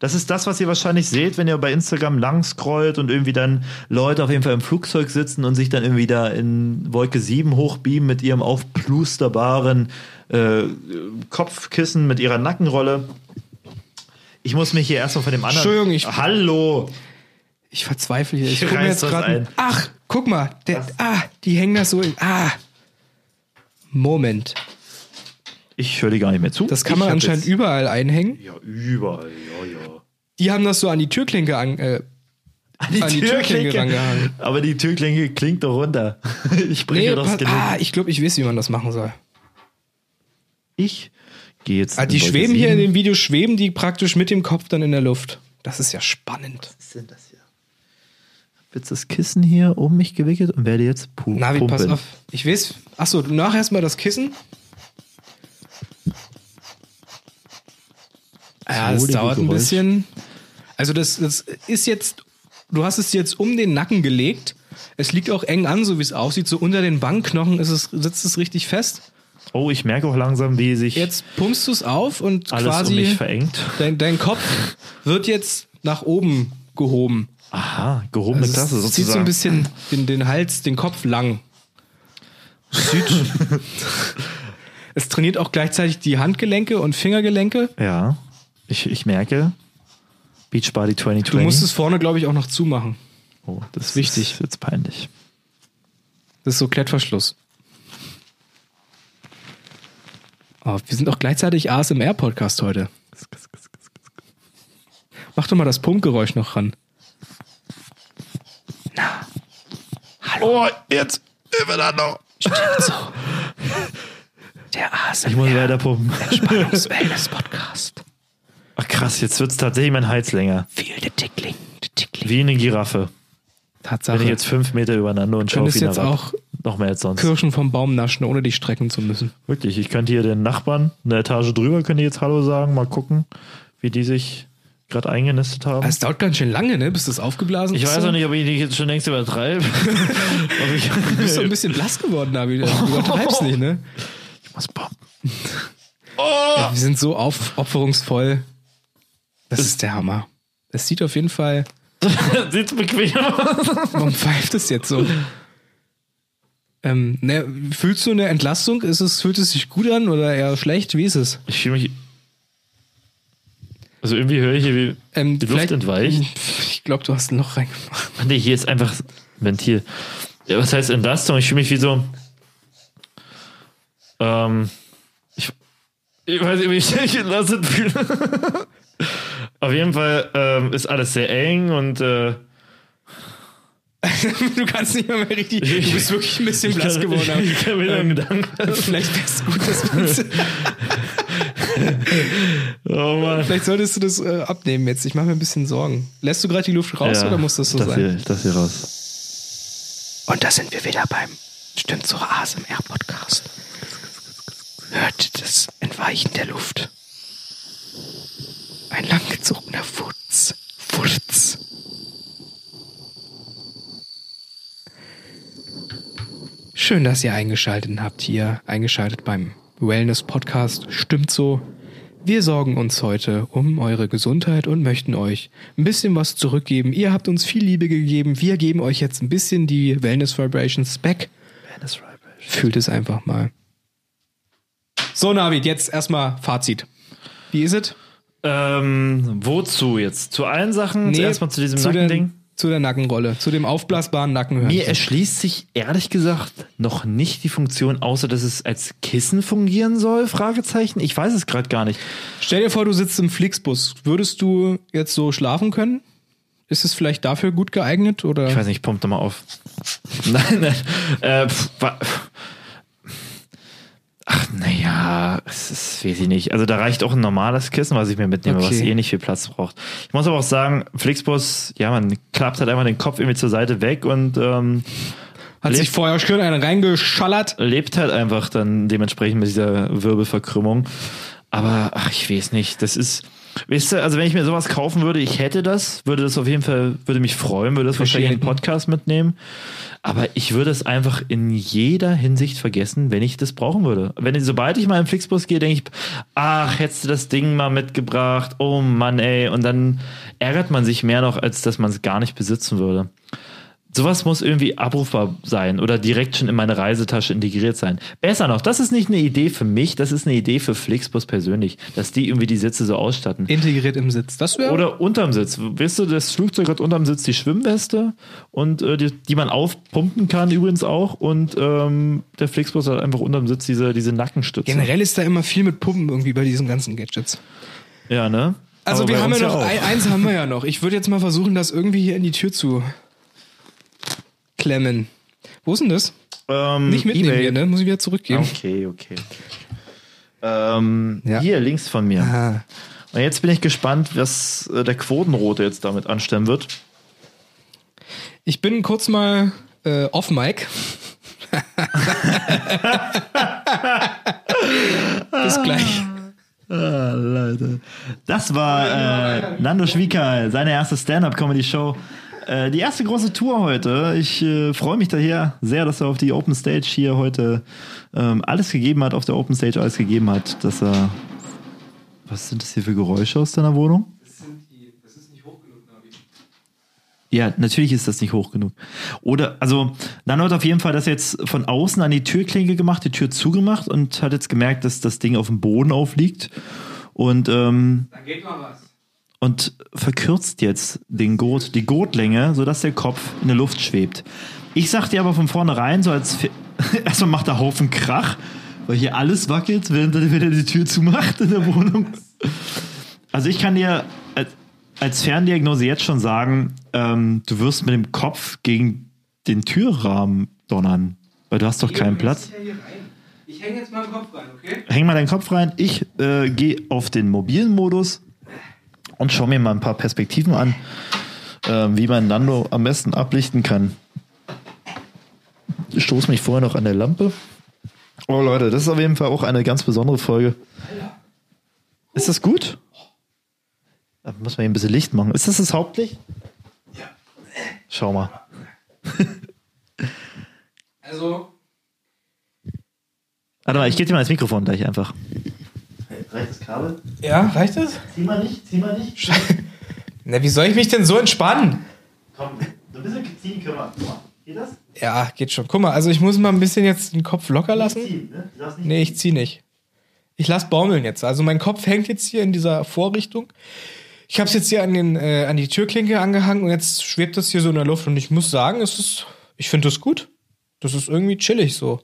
Das ist das, was ihr wahrscheinlich seht, wenn ihr bei Instagram lang scrollt und irgendwie dann Leute auf jeden Fall im Flugzeug sitzen und sich dann irgendwie da in Wolke 7 hochbeamen mit ihrem aufplusterbaren äh, Kopfkissen, mit ihrer Nackenrolle. Ich muss mich hier erstmal von dem anderen. Entschuldigung, ich- Hallo! Ich verzweifle hier. Ich, Ich guck mir reiß jetzt was gerade. ein. Ach, guck mal. Der, ah, die hängen das so in. Ah. Moment. Ich höre dir gar nicht mehr zu. Das kann man Ich hab anscheinend jetzt- überall einhängen. Ja, überall, ja, ja. Die haben das so an die Türklinke an. Äh, An die, An die Türklinke rangehangen. Aber die Türklinke klingt doch runter. Ich bringe nee, doch das pass, Genick. ah, ich glaube, ich weiß, wie man das machen soll. Ich gehe jetzt. Ah, die in Wolke schweben hier in 7. dem Video, schweben die praktisch mit dem Kopf dann in der Luft. Das ist ja spannend. Was ist denn das hier? Hab jetzt das Kissen hier um mich gewickelt und werde jetzt pu Navi, pumpen. pass auf. Ich weiß. Achso, du nach erstmal das Kissen. Ja, das Wohlige dauert ein Geräusch. bisschen. Also das, das ist jetzt, du hast es jetzt um den Nacken gelegt. Es liegt auch eng an, so wie es aussieht. So unter den Bankknochen ist es, sitzt es richtig fest. Oh, ich merke auch langsam, wie sich Jetzt pumpst du es auf und alles quasi um mich verengt. dein, dein Kopf wird jetzt nach oben gehoben. Aha, gehobene Also Klasse es zieht so ein sozusagen. bisschen den, den Hals, den Kopf lang. Sieht. es trainiert auch gleichzeitig die Handgelenke und Fingergelenke. ja, ich, ich merke. Beachbody 2020. Du musst es vorne, glaube ich, auch noch zumachen. oh, das ist wichtig. Ist jetzt peinlich. Das ist so Klettverschluss. Oh, wir sind auch gleichzeitig ASMR-Podcast heute. Mach doch mal das Pumpgeräusch noch ran. Oh, jetzt. Übereinander. Der Ich muss weiter pumpen. ASMR-Podcast. Ach krass, jetzt wird's tatsächlich mein Hals länger. Viel de Tickling, de Tickling. Wie eine Giraffe. Tatsache. Bin ich jetzt fünf Meter übereinander und schaue könntest wieder jetzt herab. auch Noch mehr als sonst. Kirschen vom Baum naschen, ohne dich strecken zu müssen. Wirklich, ich könnte hier den Nachbarn eine Etage drüber, könnte jetzt Hallo sagen, mal gucken, wie die sich gerade eingenistet haben. Es dauert ganz schön lange, ne, bis das aufgeblasen ich ist. weiß so. auch nicht, ob ich dich jetzt schon längst übertreibe. Ob ich, Du bist so äh, ein bisschen blass geworden, Navi. Du übertreibst nicht, ne? ich muss pumpen. Ja, wir sind so aufopferungsvoll. Das ist der Hammer. Es sieht auf jeden Fall. Sieht's bequem aus. Warum pfeift es jetzt so? Ähm, ne, fühlst du eine Entlastung? Ist es, fühlt es sich gut an oder eher schlecht? Wie ist es? Ich fühle mich. Also irgendwie höre ich hier, wie Ähm, die Luft vielleicht- entweicht. Ich glaube, du hast ein Loch reingemacht. Ach Nee, hier ist einfach das Ventil. Ja, was heißt Entlastung? Ich fühle mich wie so. Ähm, ich, ich weiß nicht, wie ich mich entlastet fühle. Auf jeden Fall ähm, ist alles sehr eng und äh, du kannst nicht mehr, mehr richtig. Du bist wirklich ein bisschen Ich blass kann- geworden. aber- Ich kann mir ähm, Gedanken. Vielleicht wäre es gut, dass wir's- Oh Mann. Vielleicht solltest du das äh, abnehmen jetzt. Ich mache mir ein bisschen Sorgen. Lässt du gerade die Luft raus oder muss das so sein? Hier, das hier raus. Und da sind wir wieder beim Stimmt zur ASMR Podcast. Hört das Entweichen der Luft. Ein langgezogener Furz. Furz. Schön, dass ihr eingeschaltet habt hier, eingeschaltet beim Wellness Podcast. Stimmt so. Wir sorgen uns heute um eure Gesundheit und möchten euch ein bisschen was zurückgeben. Ihr habt uns viel Liebe gegeben. Wir geben euch jetzt ein bisschen die Wellness Vibrations back. Fühlt es einfach mal. So, Navid, jetzt erstmal Fazit. Wie ist es? Ähm, wozu jetzt? Zu allen Sachen? Nee, Erstmal zu diesem Nackending? Der, zu der Nackenrolle, zu dem aufblasbaren Nackenhörnchen. Mir erschließt sich ehrlich gesagt noch nicht die Funktion, außer dass es als Kissen fungieren soll? Fragezeichen. Ich weiß es gerade gar nicht. Stell dir vor, du sitzt im Flixbus. Würdest du jetzt so schlafen können? Ist es vielleicht dafür gut geeignet? Oder? Ich weiß nicht, ich pump da mal auf. nein, nein. Äh, pf, wa- pf. Ach, naja, es ist, weiß ich nicht. Also da reicht auch ein normales Kissen, was ich mir mitnehme, was Okay. eh nicht viel Platz braucht. Ich muss aber auch sagen, Flixbus, ja, man klappt halt einfach den Kopf irgendwie zur Seite weg und ähm, Hat sich Lebt- vorher schön einen reingeschallert? lebt halt einfach dann dementsprechend mit dieser Wirbelverkrümmung. Aber ach, ich weiß nicht, das ist. Weißt du, also wenn ich mir sowas kaufen würde, ich hätte das, würde das auf jeden Fall, würde mich freuen, würde das wahrscheinlich in den Podcast mitnehmen. Aber ich würde es einfach in jeder Hinsicht vergessen, wenn ich das brauchen würde. Wenn sobald ich mal im Flixbus gehe, denke ich, ach, hättest du das Ding mal mitgebracht, oh Mann, ey. Und dann ärgert man sich mehr noch, als dass man es gar nicht besitzen würde. Sowas muss irgendwie abrufbar sein oder direkt schon in meine Reisetasche integriert sein. Besser noch, das ist nicht eine Idee für mich, das ist eine Idee für Flixbus persönlich, dass die irgendwie die Sitze so ausstatten. Integriert im Sitz. Das wäre. Oder unterm Sitz. Weißt du, das Flugzeug hat unterm Sitz die Schwimmweste und äh, die, die man aufpumpen kann übrigens auch. Und ähm, der Flixbus hat einfach unterm Sitz diese, diese Nackenstütze. Generell ist da immer viel mit Pumpen irgendwie bei diesen ganzen Gadgets. Ja, ne? Also Aber wir bei haben ja uns noch, auch. ein- eins haben wir ja noch. Ich würde jetzt mal versuchen, das irgendwie hier in die Tür zu klemmen. Wo ist denn das? Ähm, Nicht mitnehmen eBay. hier, ne? Muss ich wieder zurückgeben. Okay, okay. Ähm, Ja. Hier links von mir. Ah. Und jetzt bin ich gespannt, was äh, der Quotenrote jetzt damit anstellen wird. Ich bin kurz mal äh, off Mic. Bis gleich. Ah, Leute. Das war äh, Nando Schwiekal, seine erste Stand-Up-Comedy-Show. Äh, die erste große Tour heute. Ich äh, freue mich daher sehr, dass er auf die Open Stage hier heute ähm, alles gegeben hat, auf der Open Stage alles gegeben hat, dass er. Was sind das hier für Geräusche aus deiner Wohnung? Ja, natürlich ist das nicht hoch genug. Oder, also, Nano hat auf jeden Fall das jetzt von außen an die Türklinke gemacht, die Tür zugemacht und hat jetzt gemerkt, dass das Ding auf dem Boden aufliegt. Und, ähm, und verkürzt jetzt den Gurt, die Gurtlänge, sodass der Kopf in der Luft schwebt. Ich sag dir aber von vornherein, so als Fi- erstmal macht der Haufen Krach, weil hier alles wackelt, während er wieder die Tür zumacht in der Wohnung. Also ich kann dir als- als Ferndiagnose jetzt schon sagen, ähm, du wirst mit dem Kopf gegen den Türrahmen donnern, weil du hast doch keinen Platz. Ich hänge jetzt mal den Kopf rein, okay? Häng mal deinen Kopf rein. Ich äh, gehe auf den mobilen Modus und schaue mir mal ein paar Perspektiven an, ähm, wie man Nando am besten ablichten kann. Ich stoß mich vorher noch an der Lampe. Oh Leute, das ist auf jeden Fall auch eine ganz besondere Folge. Ist das gut? Da muss man hier ein bisschen Licht machen. Ist das das Hauptlicht? Ja. Schau mal. Also, Warte mal, ich gebe dir mal das Mikrofon gleich einfach. Reicht das Kabel? ja, reicht das? Zieh mal nicht, zieh mal nicht. Na, wie soll ich mich denn so entspannen? Komm, ein bisschen ziehen können wir. Guck mal, geht das? Ja, geht schon. Guck mal, also ich muss mal ein bisschen jetzt den Kopf locker lassen. Ziehen, ne? Du darfst nicht. Nee, ich zieh nicht. Ich lass baumeln jetzt. Also mein Kopf hängt jetzt hier in dieser Vorrichtung. Ich hab's jetzt hier an, den, äh, an die Türklinke angehangen und jetzt schwebt das hier so in der Luft. Und ich muss sagen, es ist, ich finde das gut. Das ist irgendwie chillig so.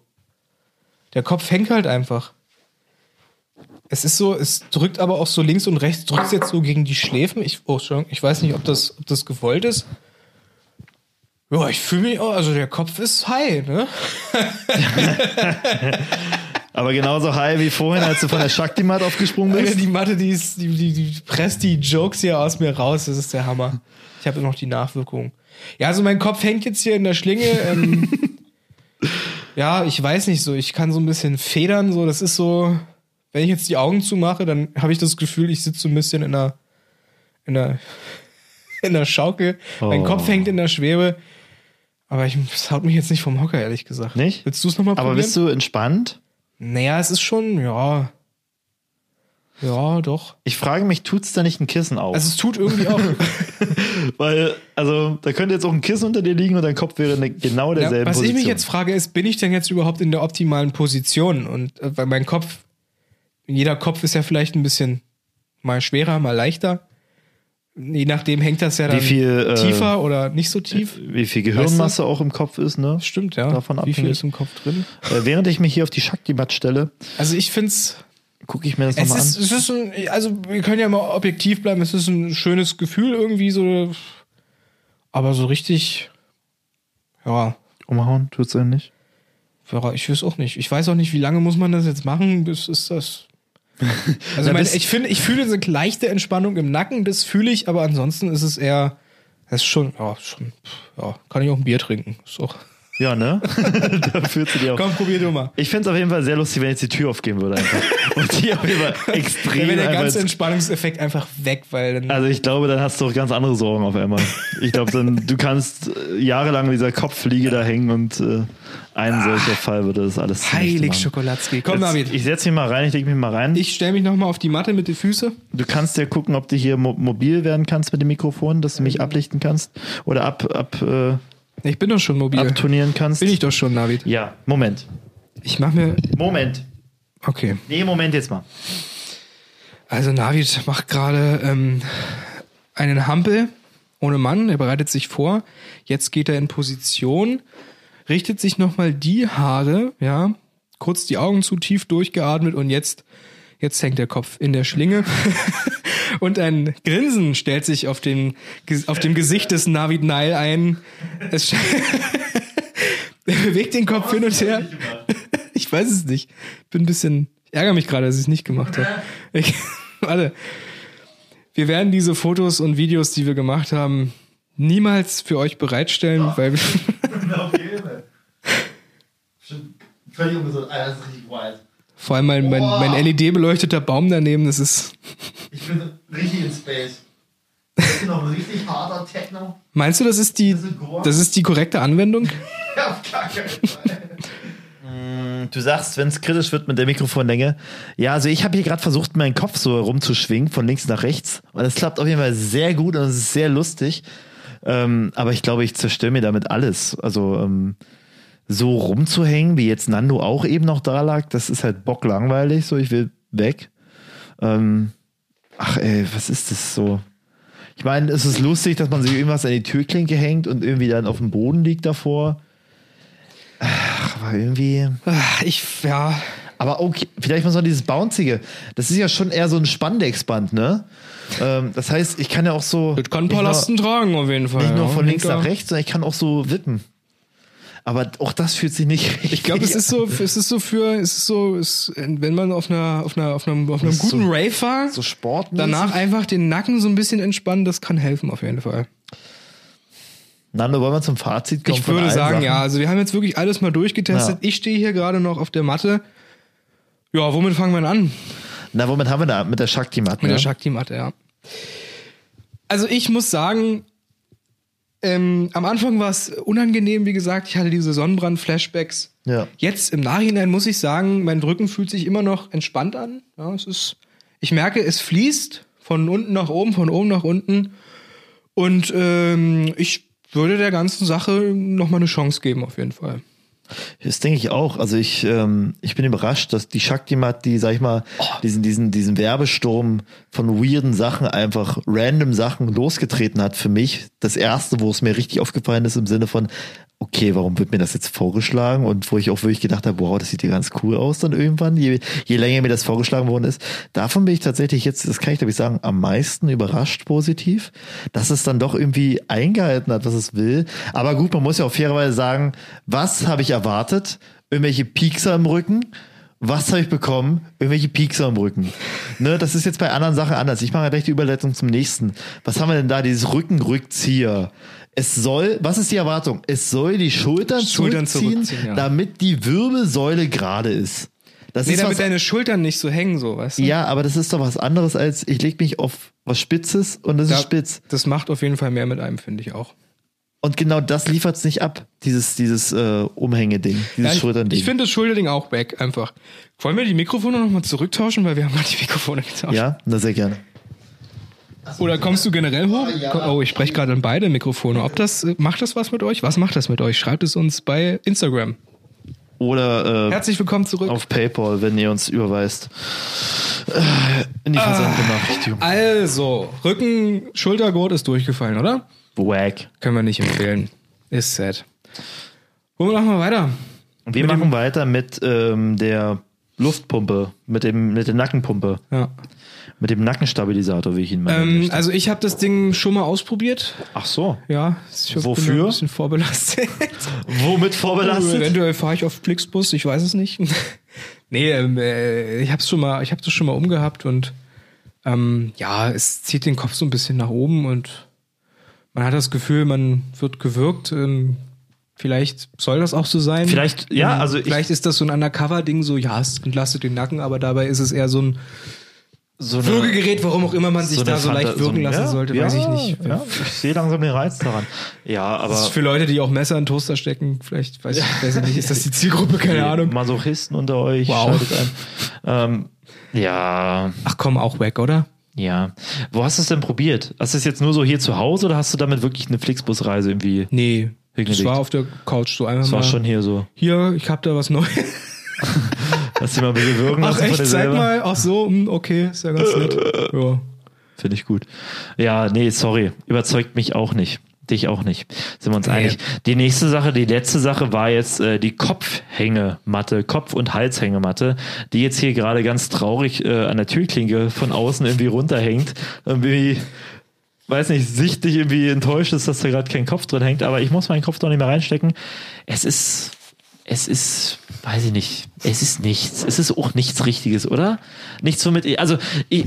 Der Kopf hängt halt einfach. Es ist so, es drückt aber auch so links und rechts, drückt jetzt so gegen die Schläfen. Ich, oh, Entschuldigung, ich weiß nicht, ob das, ob das gewollt ist. Ja, ich fühle mich, oh, also der Kopf ist high, ne? Aber genauso high wie vorhin, als du von der Shakti-Mat aufgesprungen Alter, bist. die Mathe, die, ist, die, die, die presst die Jokes hier aus mir raus. Das ist der Hammer. Ich habe noch die Nachwirkungen. Ja, also mein Kopf hängt jetzt hier in der Schlinge. Ähm, ja, ich weiß nicht so. Ich kann so ein bisschen federn. So, das ist so, wenn ich jetzt die Augen zumache, dann habe ich das Gefühl, ich sitze so ein bisschen in einer, in einer, in einer Schaukel. Mein Oh. Kopf hängt in der Schwebe. Aber ich, das haut mich jetzt nicht vom Hocker, ehrlich gesagt. Nicht? Willst du es nochmal probieren? Aber bist du entspannt? Naja, es ist schon, ja. Ja, doch. Ich frage mich, tut's da nicht ein Kissen auf? Also es tut irgendwie auch. Weil, also, da könnte jetzt auch ein Kissen unter dir liegen und dein Kopf wäre in der- genau derselben ja, was Position. ich mich jetzt frage, ist, bin ich denn jetzt überhaupt in der optimalen Position? Und äh, weil mein Kopf, jeder Kopf ist ja vielleicht ein bisschen mal schwerer, mal leichter. Je nachdem hängt das ja dann viel, äh, tiefer oder nicht so tief. Wie viel Gehirnmasse Weißt auch im Kopf ist, ne? Stimmt, ja. davon Wie viel abhängig. ist im Kopf drin? Äh, während ich mich hier auf die Shakti-Mat stelle, Also ich finde es. gucke ich mir das Es nochmal ist, an. es ist ein, also wir können ja mal objektiv bleiben, es ist ein schönes Gefühl irgendwie so, aber so richtig, ja, Umhauen Um tut's ja nicht. ja, ich weiß auch nicht. Ich weiß auch nicht, wie lange muss man das jetzt machen, bis ist das. Also Na, ich meine, das- ich finde, ich fühle eine leichte Entspannung im Nacken, das fühle ich, aber ansonsten ist es eher, das ist schon, ja, schon, pff, ja, kann ich auch ein Bier trinken. Ist auch. Ja, ne? da fühlst du dich auch. Komm, probier du mal. Ich find's auf jeden Fall sehr lustig, wenn jetzt die Tür aufgehen würde einfach. Und die auf jeden Fall Dann extrem wäre der einfach ganze ins- Entspannungseffekt einfach weg, weil dann. Also ich glaube, dann hast du auch ganz andere Sorgen auf einmal. Ich glaube, dann du kannst äh, jahrelang in dieser Kopffliege da hängen und äh, ein solcher Fall würde das alles zunichte Heilig machen. Schokolatzki. Komm, Jetzt- David. Ich setze mich mal rein, ich lege mich mal rein. Ich stelle mich nochmal auf die Matte mit den Füßen. Du kannst ja gucken, ob du hier mo mobil werden kannst mit dem Mikrofon, dass du mich Äh. ablichten kannst oder ab, ab, äh, Ich bin doch schon mobil. abturnieren kannst. Bin ich doch schon, David. Ja, Moment. Ich mach mir. Moment. Okay. Nee, Moment jetzt mal. Also Navid macht gerade ähm, einen Hampel ohne Mann, er bereitet sich vor. Jetzt geht er in Position, richtet sich nochmal die Haare, ja, kurz die Augen zu, tief durchgeatmet und jetzt, jetzt hängt der Kopf in der Schlinge. und ein Grinsen stellt sich auf, den, auf dem Gesicht des Navid Nile ein. Es sch- er bewegt den Kopf hin und her. Ich weiß es nicht. Bin ein bisschen. Ich ärgere mich gerade, dass ich es nicht gemacht habe. Ich, warte. Wir werden diese Fotos und Videos, die wir gemacht haben, niemals für euch bereitstellen, weil wir, Völlig ungesund. Alter, das ist richtig wild. vor allem mein, mein, mein LED-beleuchteter Baum daneben, das ist. Ich bin richtig in Space. Das ist noch richtig harter Techno. Meinst du, das ist die, das ist die korrekte Anwendung? Du sagst, wenn es kritisch wird mit der Mikrofonlänge. Ja, also ich habe hier gerade versucht, meinen Kopf so rumzuschwingen, von links nach rechts. Und das klappt auf jeden Fall sehr gut und es ist sehr lustig. Ähm, aber ich glaube, ich zerstöre mir damit alles. Also ähm, so rumzuhängen, wie jetzt Nando auch eben noch da lag, das ist halt bocklangweilig. So, ich will weg. Ähm, ach ey, was ist das so? Ich meine, es ist lustig, dass man sich irgendwas an die Türklinke hängt und irgendwie dann auf dem Boden liegt davor. Ach, aber irgendwie... Ah, Ich, ja. Aber okay, vielleicht muss man dieses Bouncige. Das ist ja schon eher so ein Spandex-Band, ne? Ähm, das heißt, ich kann ja auch so. Das kann ein nicht paar nur- Lasten tragen, auf jeden Fall. Nicht nur ja. von links Henker. nach rechts, sondern ich kann auch so wippen. Aber auch das fühlt sich nicht richtig Ich glaube, es an. ist so, es ist so für, es ist so, es, wenn man auf einer, auf einer, auf einem, auf einem Das ist guten so- Rave war, so sportmäßig. danach einfach den Nacken so ein bisschen entspannen, das kann helfen auf jeden Fall. Nando, wollen wir zum Fazit kommen? ich von würde allen sagen, Sachen? ja, also wir haben jetzt wirklich alles mal durchgetestet. Ich stehe hier gerade noch auf der Matte. Ja, womit fangen wir denn an? Na, womit haben wir da? Mit der Shakti-Mat. Mit ne? der Shakti-Matte, ja. Also ich muss sagen, ähm, am Anfang war es unangenehm, wie gesagt, ich hatte diese Sonnenbrand-Flashbacks. Ja. Jetzt im Nachhinein muss ich sagen, mein Rücken fühlt sich immer noch entspannt an. Ja, es ist, ich merke, es fließt von unten nach oben, von oben nach unten. Und ähm, ich würde der ganzen Sache nochmal eine Chance geben, auf jeden Fall. Das denke ich auch. Also ich, ähm, ich bin überrascht, dass die Shaktimat, die, sag ich mal, diesen, diesen, diesen Werbesturm von weirden Sachen, einfach random Sachen losgetreten hat für mich. Das erste, wo es mir richtig aufgefallen ist, im Sinne von, okay, warum wird mir das jetzt vorgeschlagen? Und wo ich auch wirklich gedacht habe, wow, das sieht ja ganz cool aus dann irgendwann, je, je länger mir das vorgeschlagen worden ist. Davon bin ich tatsächlich jetzt, das kann ich glaube ich sagen, am meisten überrascht positiv, dass es dann doch irgendwie eingehalten hat, was es will. Aber gut, man muss ja auch fairerweise sagen, was habe ich erwartet? Irgendwelche Piekser im Rücken? Was habe ich bekommen? Irgendwelche Piekser im Rücken. Ne, das ist jetzt bei anderen Sachen anders. Ich mache gleich die Überleitung zum nächsten. Was haben wir denn da? Dieses Rückenrückzieher. Es soll, was ist die Erwartung? Es soll die Schultern, Schultern zurückziehen, zurückziehen, ja. damit die Wirbelsäule gerade ist. Das Nee, ist damit was, deine Schultern nicht so hängen, so, weißt du? ja, aber das ist doch was anderes als ich lege mich auf was Spitzes und das Da- ist spitz. Das macht auf jeden Fall mehr mit einem, finde ich auch. Und genau das liefert's nicht ab, dieses, dieses äh, Umhängeding, Ja, dieses ich Schulternding. ich finde das Schulterding auch weg, einfach. Wollen wir die Mikrofone nochmal zurücktauschen, weil wir haben gerade die Mikrofone getauscht. ja, na sehr gerne. Oder kommst du generell hoch? Ko- Oh, ich spreche gerade an beide Mikrofone. Ob das, äh, macht das was mit euch? Was macht das mit euch? Schreibt es uns bei Instagram. Oder äh, Herzlich willkommen zurück. auf PayPal, wenn ihr uns überweist. Äh, In die Ah. Versandbenachrichtigung. Also, Rücken, Schultergurt ist durchgefallen, oder? Wack. Können wir nicht empfehlen. Ist sad. Wo machen wir weiter? Und wir machen weiter mit ähm, der Luftpumpe, mit dem mit der Nackenpumpe, Ja. mit dem Nackenstabilisator, wie ich ihn meine. Ähm, also ich habe das Ding schon mal ausprobiert. Ach so. Ja, ich bin Wofür? ein bisschen vorbelastet. Womit vorbelastet? Eventuell fahre ich auf Flixbus, ich weiß es nicht. nee, ähm, äh, ich hab's schon mal, ich hab's schon mal umgehabt und ähm, ja, es zieht den Kopf so ein bisschen nach oben und man hat das Gefühl, man wird gewirkt. Ähm, vielleicht soll das auch so sein. Vielleicht- ja, Ähm, also ich- vielleicht ist das so ein Undercover-Ding, so ja, es entlastet den Nacken, aber dabei ist es eher so ein So eine- Würgegerät, warum auch immer man sich eine da so Fanta- leicht wirken ein- lassen ja, sollte, ja, weiß ich nicht. Ja, ich sehe langsam den Reiz daran. Ja, aber Das ist für Leute, die auch Messer in den Toaster stecken, vielleicht weiß ich, weiß ich nicht, ist das die Zielgruppe, keine Ahnung. Masochisten unter euch Wow. schaltet ein. Ähm, ja, Ach komm, auch weg, oder? ja. Wo hast du es denn probiert? Hast du es jetzt nur so hier zu Hause oder hast du damit wirklich eine Flixbus-Reise irgendwie? Nee, Hingelegt. das war auf der Couch so einfach Das mal. war schon hier so. hier, ich hab da was Neues. Hast du mal ein bisschen wirken lassen Ach von dir echt, zeig selber? mal. Ach so, hm, okay, ist ja ganz nett. Ja. Finde ich gut. Ja, nee, sorry. Überzeugt mich auch nicht. Dich auch nicht. Sind wir uns einig. Die nächste Sache, die letzte Sache war jetzt äh, die Kopfhängematte, Kopf- und Halshängematte, die jetzt hier gerade ganz traurig äh, an der Türklinke von außen irgendwie runterhängt. Irgendwie, weiß nicht, sichtlich irgendwie enttäuscht ist, dass da gerade kein Kopf drin hängt, aber ich muss meinen Kopf doch nicht mehr reinstecken. Es ist, es ist, weiß ich nicht, es ist nichts. Es ist auch nichts Richtiges, oder? Nichts womit, also ich,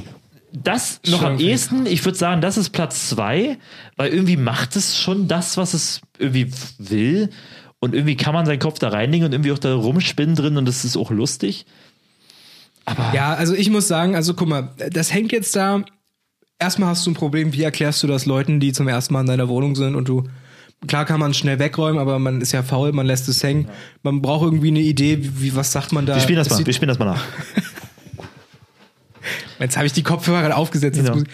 das noch am Schön. ehesten, ich würde sagen, das ist Platz zwei, weil irgendwie macht es schon das, was es irgendwie will. Und irgendwie kann man seinen Kopf da reinlegen und irgendwie auch da rumspinnen drin und das ist auch lustig. ja, also ich muss sagen, also guck mal, das hängt jetzt da. Erstmal hast du ein Problem, wie erklärst du das Leuten, die zum ersten Mal in deiner Wohnung sind und du. Klar kann man es schnell wegräumen, aber man ist ja faul, man lässt es hängen. Man braucht irgendwie eine Idee, wie, wie was sagt man da? Wir spielen das Es mal, sieht- wir spielen das mal nach. Jetzt habe ich die Kopfhörer gerade aufgesetzt. Jetzt Genau. muss,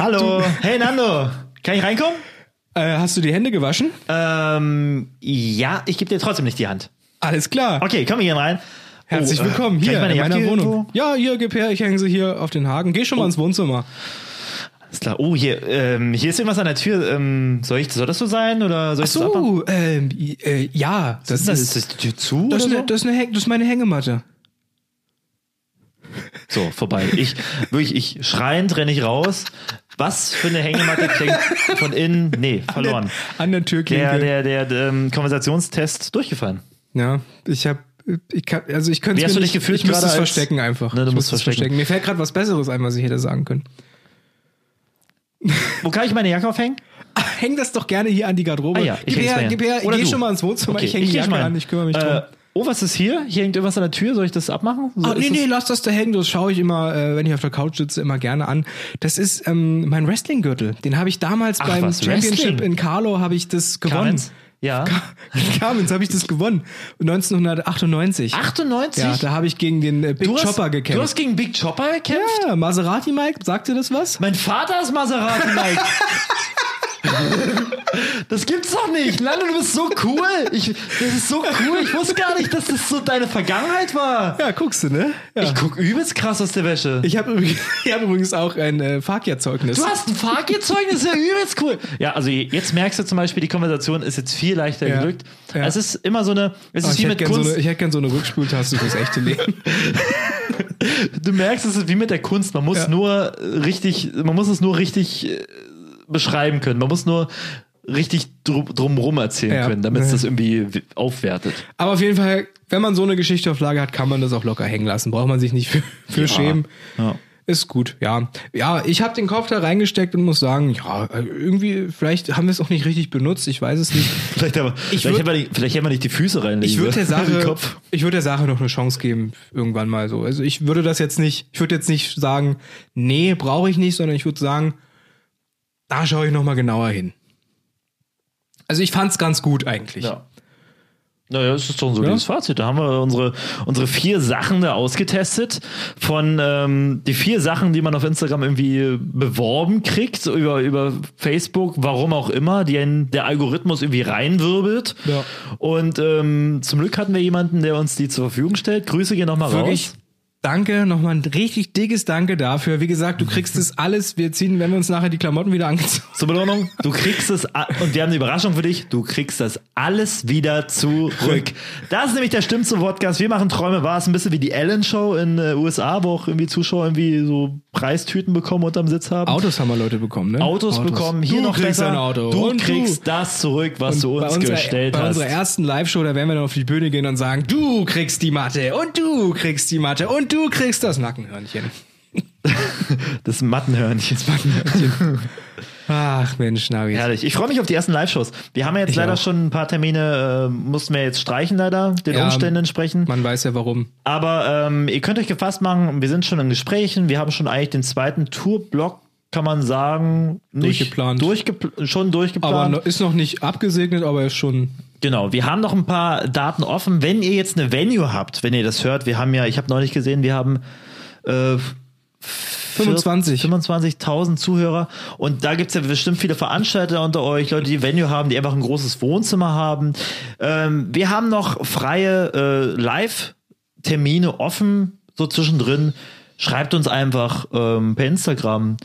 Hallo, hey Nando, kann ich reinkommen? äh, hast du die Hände gewaschen? Äh, Ähm, ja, ich gebe dir trotzdem nicht die Hand. Alles klar. Okay, komm hier rein. Herzlich Oh, äh, willkommen kann ich hier meine in meiner Jacke Wohnung. irgendwo? Oh. Ja, hier, gib her, ich hänge sie hier auf den Haken. Geh schon mal ins Wohnzimmer. Alles klar. Oh, hier, ähm, hier ist irgendwas an der Tür. Ähm, soll, ich, soll das so sein oder soll ich das abmachen? So, ähm, äh, ja, das ist, Ist das, ist das die Tür zu? das, ist oder eine, das, ist eine, Häng- das ist meine Hängematte. So, vorbei. Ich, wirklich, ich schreiend renne ich raus. Was für eine Hängematte klingt von innen? Nee, verloren. An der Türklinke. Der, der, der, ähm, Konversationstest durchgefallen. ja, ich habe ich kann, also ich könnte Wie hast du dich gefühlt ich müsste gerade es als- verstecken einfach. Ne, du ich musst müsste es verstecken. Mir fällt gerade was Besseres ein, was ich hätte sagen können. Wo kann ich meine Jacke aufhängen? Häng das doch gerne hier an die Garderobe. Ah ja, ich gib häng's mal her, hin. gib her, Oder geh du. schon mal ins Wohnzimmer, ich hänge die geh Jacke schon mal an, hin. ich kümmere mich drum. Äh, oh, was ist hier? Hier hängt irgendwas an der Tür. Soll ich das abmachen? So, Ah, ist nee, das- nee, lass das da hängen. Das schaue ich immer, äh, wenn ich auf der Couch sitze, immer gerne an. Das ist ähm, mein Wrestling-Gürtel. Den habe ich damals Ach, beim was, Championship Wrestling? in Carlo habe ich das gewonnen. Clemens? Ja. In Kamenz habe ich das gewonnen. 1998. 98? Ja, da habe ich gegen den äh, Big du hast, Chopper Du hast gekämpft. gegen Big Chopper gekämpft? ja, Maserati Mike, sagt dir das was? Mein Vater ist Maserati Mike. Das gibt's doch nicht. Lando, du bist so cool. Ich, das ist so cool. Ich wusste gar nicht, dass das so deine Vergangenheit war. Ja, guckst du, ne? Ja. Ich guck übelst krass aus der Wäsche. Ich habe hab übrigens auch ein äh, Fakir-Zeugnis. Du hast ein Fahrgezeugnis, ja übelst cool. Ja, also jetzt merkst du zum Beispiel, die Konversation ist jetzt viel leichter Ja. geglückt. Ja. Es ist immer so eine, es Oh, ist ich hätte wie mit gerne so, Kunst. eine- ich hätt gern so eine Rückspultaste fürs echte Leben. du merkst, es ist wie mit der Kunst. Man muss Ja. nur äh, richtig, man muss es nur richtig äh, beschreiben können. Man muss nur richtig drum, drumrum erzählen Ja. können, damit es Ja. das irgendwie w- aufwertet. Aber auf jeden Fall, wenn man so eine Geschichte auf Lager hat, kann man das auch locker hängen lassen. Braucht man sich nicht für, für schämen. Ja. Ist gut, ja. Ja, ich habe den Kopf da reingesteckt und muss sagen, ja, irgendwie, vielleicht haben wir es auch nicht richtig benutzt, ich weiß es nicht. Vielleicht aber, Ich vielleicht würd- hätte man nicht- vielleicht hätte man nicht die Füße reinlegen Ich würde der sollen. Den Sache, Kopf. ich würde der Sache noch eine Chance geben, irgendwann mal so. Also ich würde das jetzt nicht, ich würde jetzt nicht sagen, nee, brauche ich nicht, sondern ich würde sagen, da schaue ich nochmal genauer hin. Also ich fand's ganz gut eigentlich. Ja. Naja, es ist doch ein solides Fazit. Da haben wir unsere, unsere vier Sachen da ausgetestet. Von ähm, die vier Sachen, die man auf Instagram irgendwie beworben kriegt, so über, über Facebook, warum auch immer, die einen, der Algorithmus irgendwie reinwirbelt. Ja. Und ähm, zum Glück hatten wir jemanden, der uns die zur Verfügung stellt. Grüße gehen nochmal Wirklich. raus. Danke, nochmal ein richtig dickes Danke dafür. Wie gesagt, du kriegst das alles. Wir ziehen, wenn wir uns nachher die Klamotten wieder angezogen Zur Belohnung, du kriegst es, a- und wir haben eine Überraschung für dich, du kriegst das alles wieder zurück. Das ist nämlich der Stimmt zum Podcast. Wir machen Träume wahr. Es ist ein bisschen wie die Ellen-Show in äh, USA, wo auch irgendwie Zuschauer irgendwie so Preistüten bekommen unterm Sitz haben. Autos haben wir Leute bekommen, ne? Autos, bekommen, hier du noch kriegst besser. ein Auto. Du Und kriegst das zurück, was Und du uns unserer- gestellt bei hast. unserer ersten Live-Show, da werden wir dann auf die Bühne gehen und sagen, du kriegst die Matte und du kriegst die Matte und du kriegst das Nackenhörnchen. Das Mattenhörnchen. Ach Mensch, Navi. Herrlich. Ich freue mich auf die ersten Live-Shows. Wir haben ja jetzt Ich leider auch. schon ein paar Termine, äh, mussten wir jetzt streichen leider, den Ja, Umständen entsprechend. Man weiß ja warum. Aber ähm, ihr könnt euch gefasst machen, wir sind schon in Gesprächen, wir haben schon eigentlich den zweiten Tourblock, kann man sagen, nicht Durchgeplant. durchgepl schon Aber ne, durchgeplant. no- ist noch nicht abgesegnet, aber ist schon. genau, wir haben noch ein paar Daten offen. Wenn ihr jetzt eine Venue habt, wenn ihr das hört, wir haben ja, ich habe neulich gesehen, wir haben äh, 25. 25.000 Zuhörer und da gibt's ja bestimmt viele Veranstalter unter euch, Leute, die Venue haben, die einfach ein großes Wohnzimmer haben. Ähm, wir haben noch freie äh, Live-Termine offen, so zwischendrin. Schreibt uns einfach ähm, per Instagram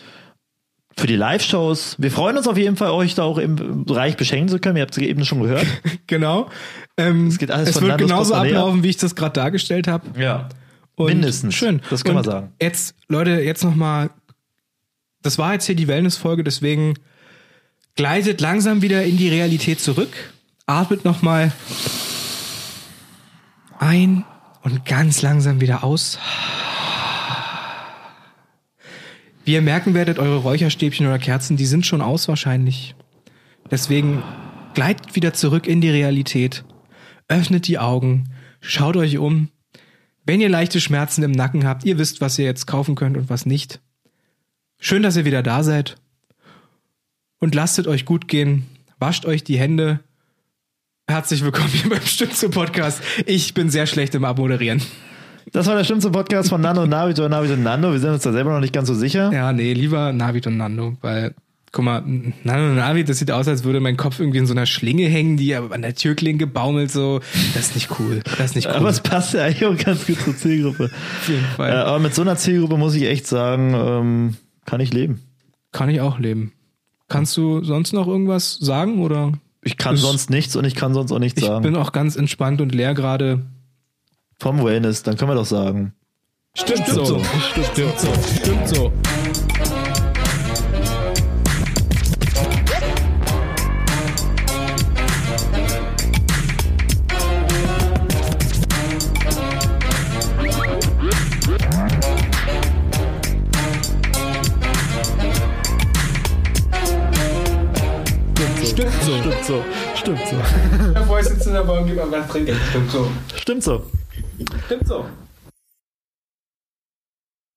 für die Live-Shows. Wir freuen uns auf jeden Fall, euch da auch im Bereich beschenken zu können. Ihr habt es eben schon gehört. Genau. Ähm, es geht alles von wird Landes genauso Post Alea. ablaufen, wie ich das gerade dargestellt habe. Ja. Und Mindestens. Schön. Das kann man Und sagen. Jetzt, Leute, jetzt nochmal. Das war jetzt hier die Wellness-Folge, deswegen gleitet langsam wieder in die Realität zurück. Atmet nochmal ein und ganz langsam wieder aus. Wie ihr merken werdet, eure Räucherstäbchen oder Kerzen, die sind schon aus wahrscheinlich. Deswegen gleitet wieder zurück in die Realität. Öffnet die Augen, schaut euch um. Wenn ihr leichte Schmerzen im Nacken habt, ihr wisst, was ihr jetzt kaufen könnt und was nicht. Schön, dass ihr wieder da seid. Und lasst es euch gut gehen. Wascht euch die Hände. Herzlich willkommen hier beim Stück zum Podcast. Ich bin sehr schlecht im Abmoderieren. Das war der schlimmste Podcast von Nando und Navid oder Navid und Nando. Wir sind uns da selber noch nicht ganz so sicher. Ja, nee, lieber Navid und Nando, weil, guck mal, N- Nando und Navid, das sieht aus, als würde mein Kopf irgendwie in so einer Schlinge hängen, die an der Türklinke baumelt, so. Das ist nicht cool. Das ist nicht cool. Aber es passt ja eigentlich auch ganz gut zur Zielgruppe. Auf jeden Äh, Fall. aber mit so einer Zielgruppe muss ich echt sagen, ähm, kann ich leben. Kann ich auch leben. Kannst du sonst noch irgendwas sagen oder? Ich kann Ist- sonst nichts und ich kann sonst auch nichts Ich sagen. bin auch ganz entspannt und leer gerade. Vom Wellness, dann können wir doch sagen. Stimmt, so. Stimmt so. Stimmt so. Stimmt so. Stimmt so, stimmt so. Bevor ich sitze, aber gib mal was trinken. Stimmt so. Stimmt so. Stimmt so.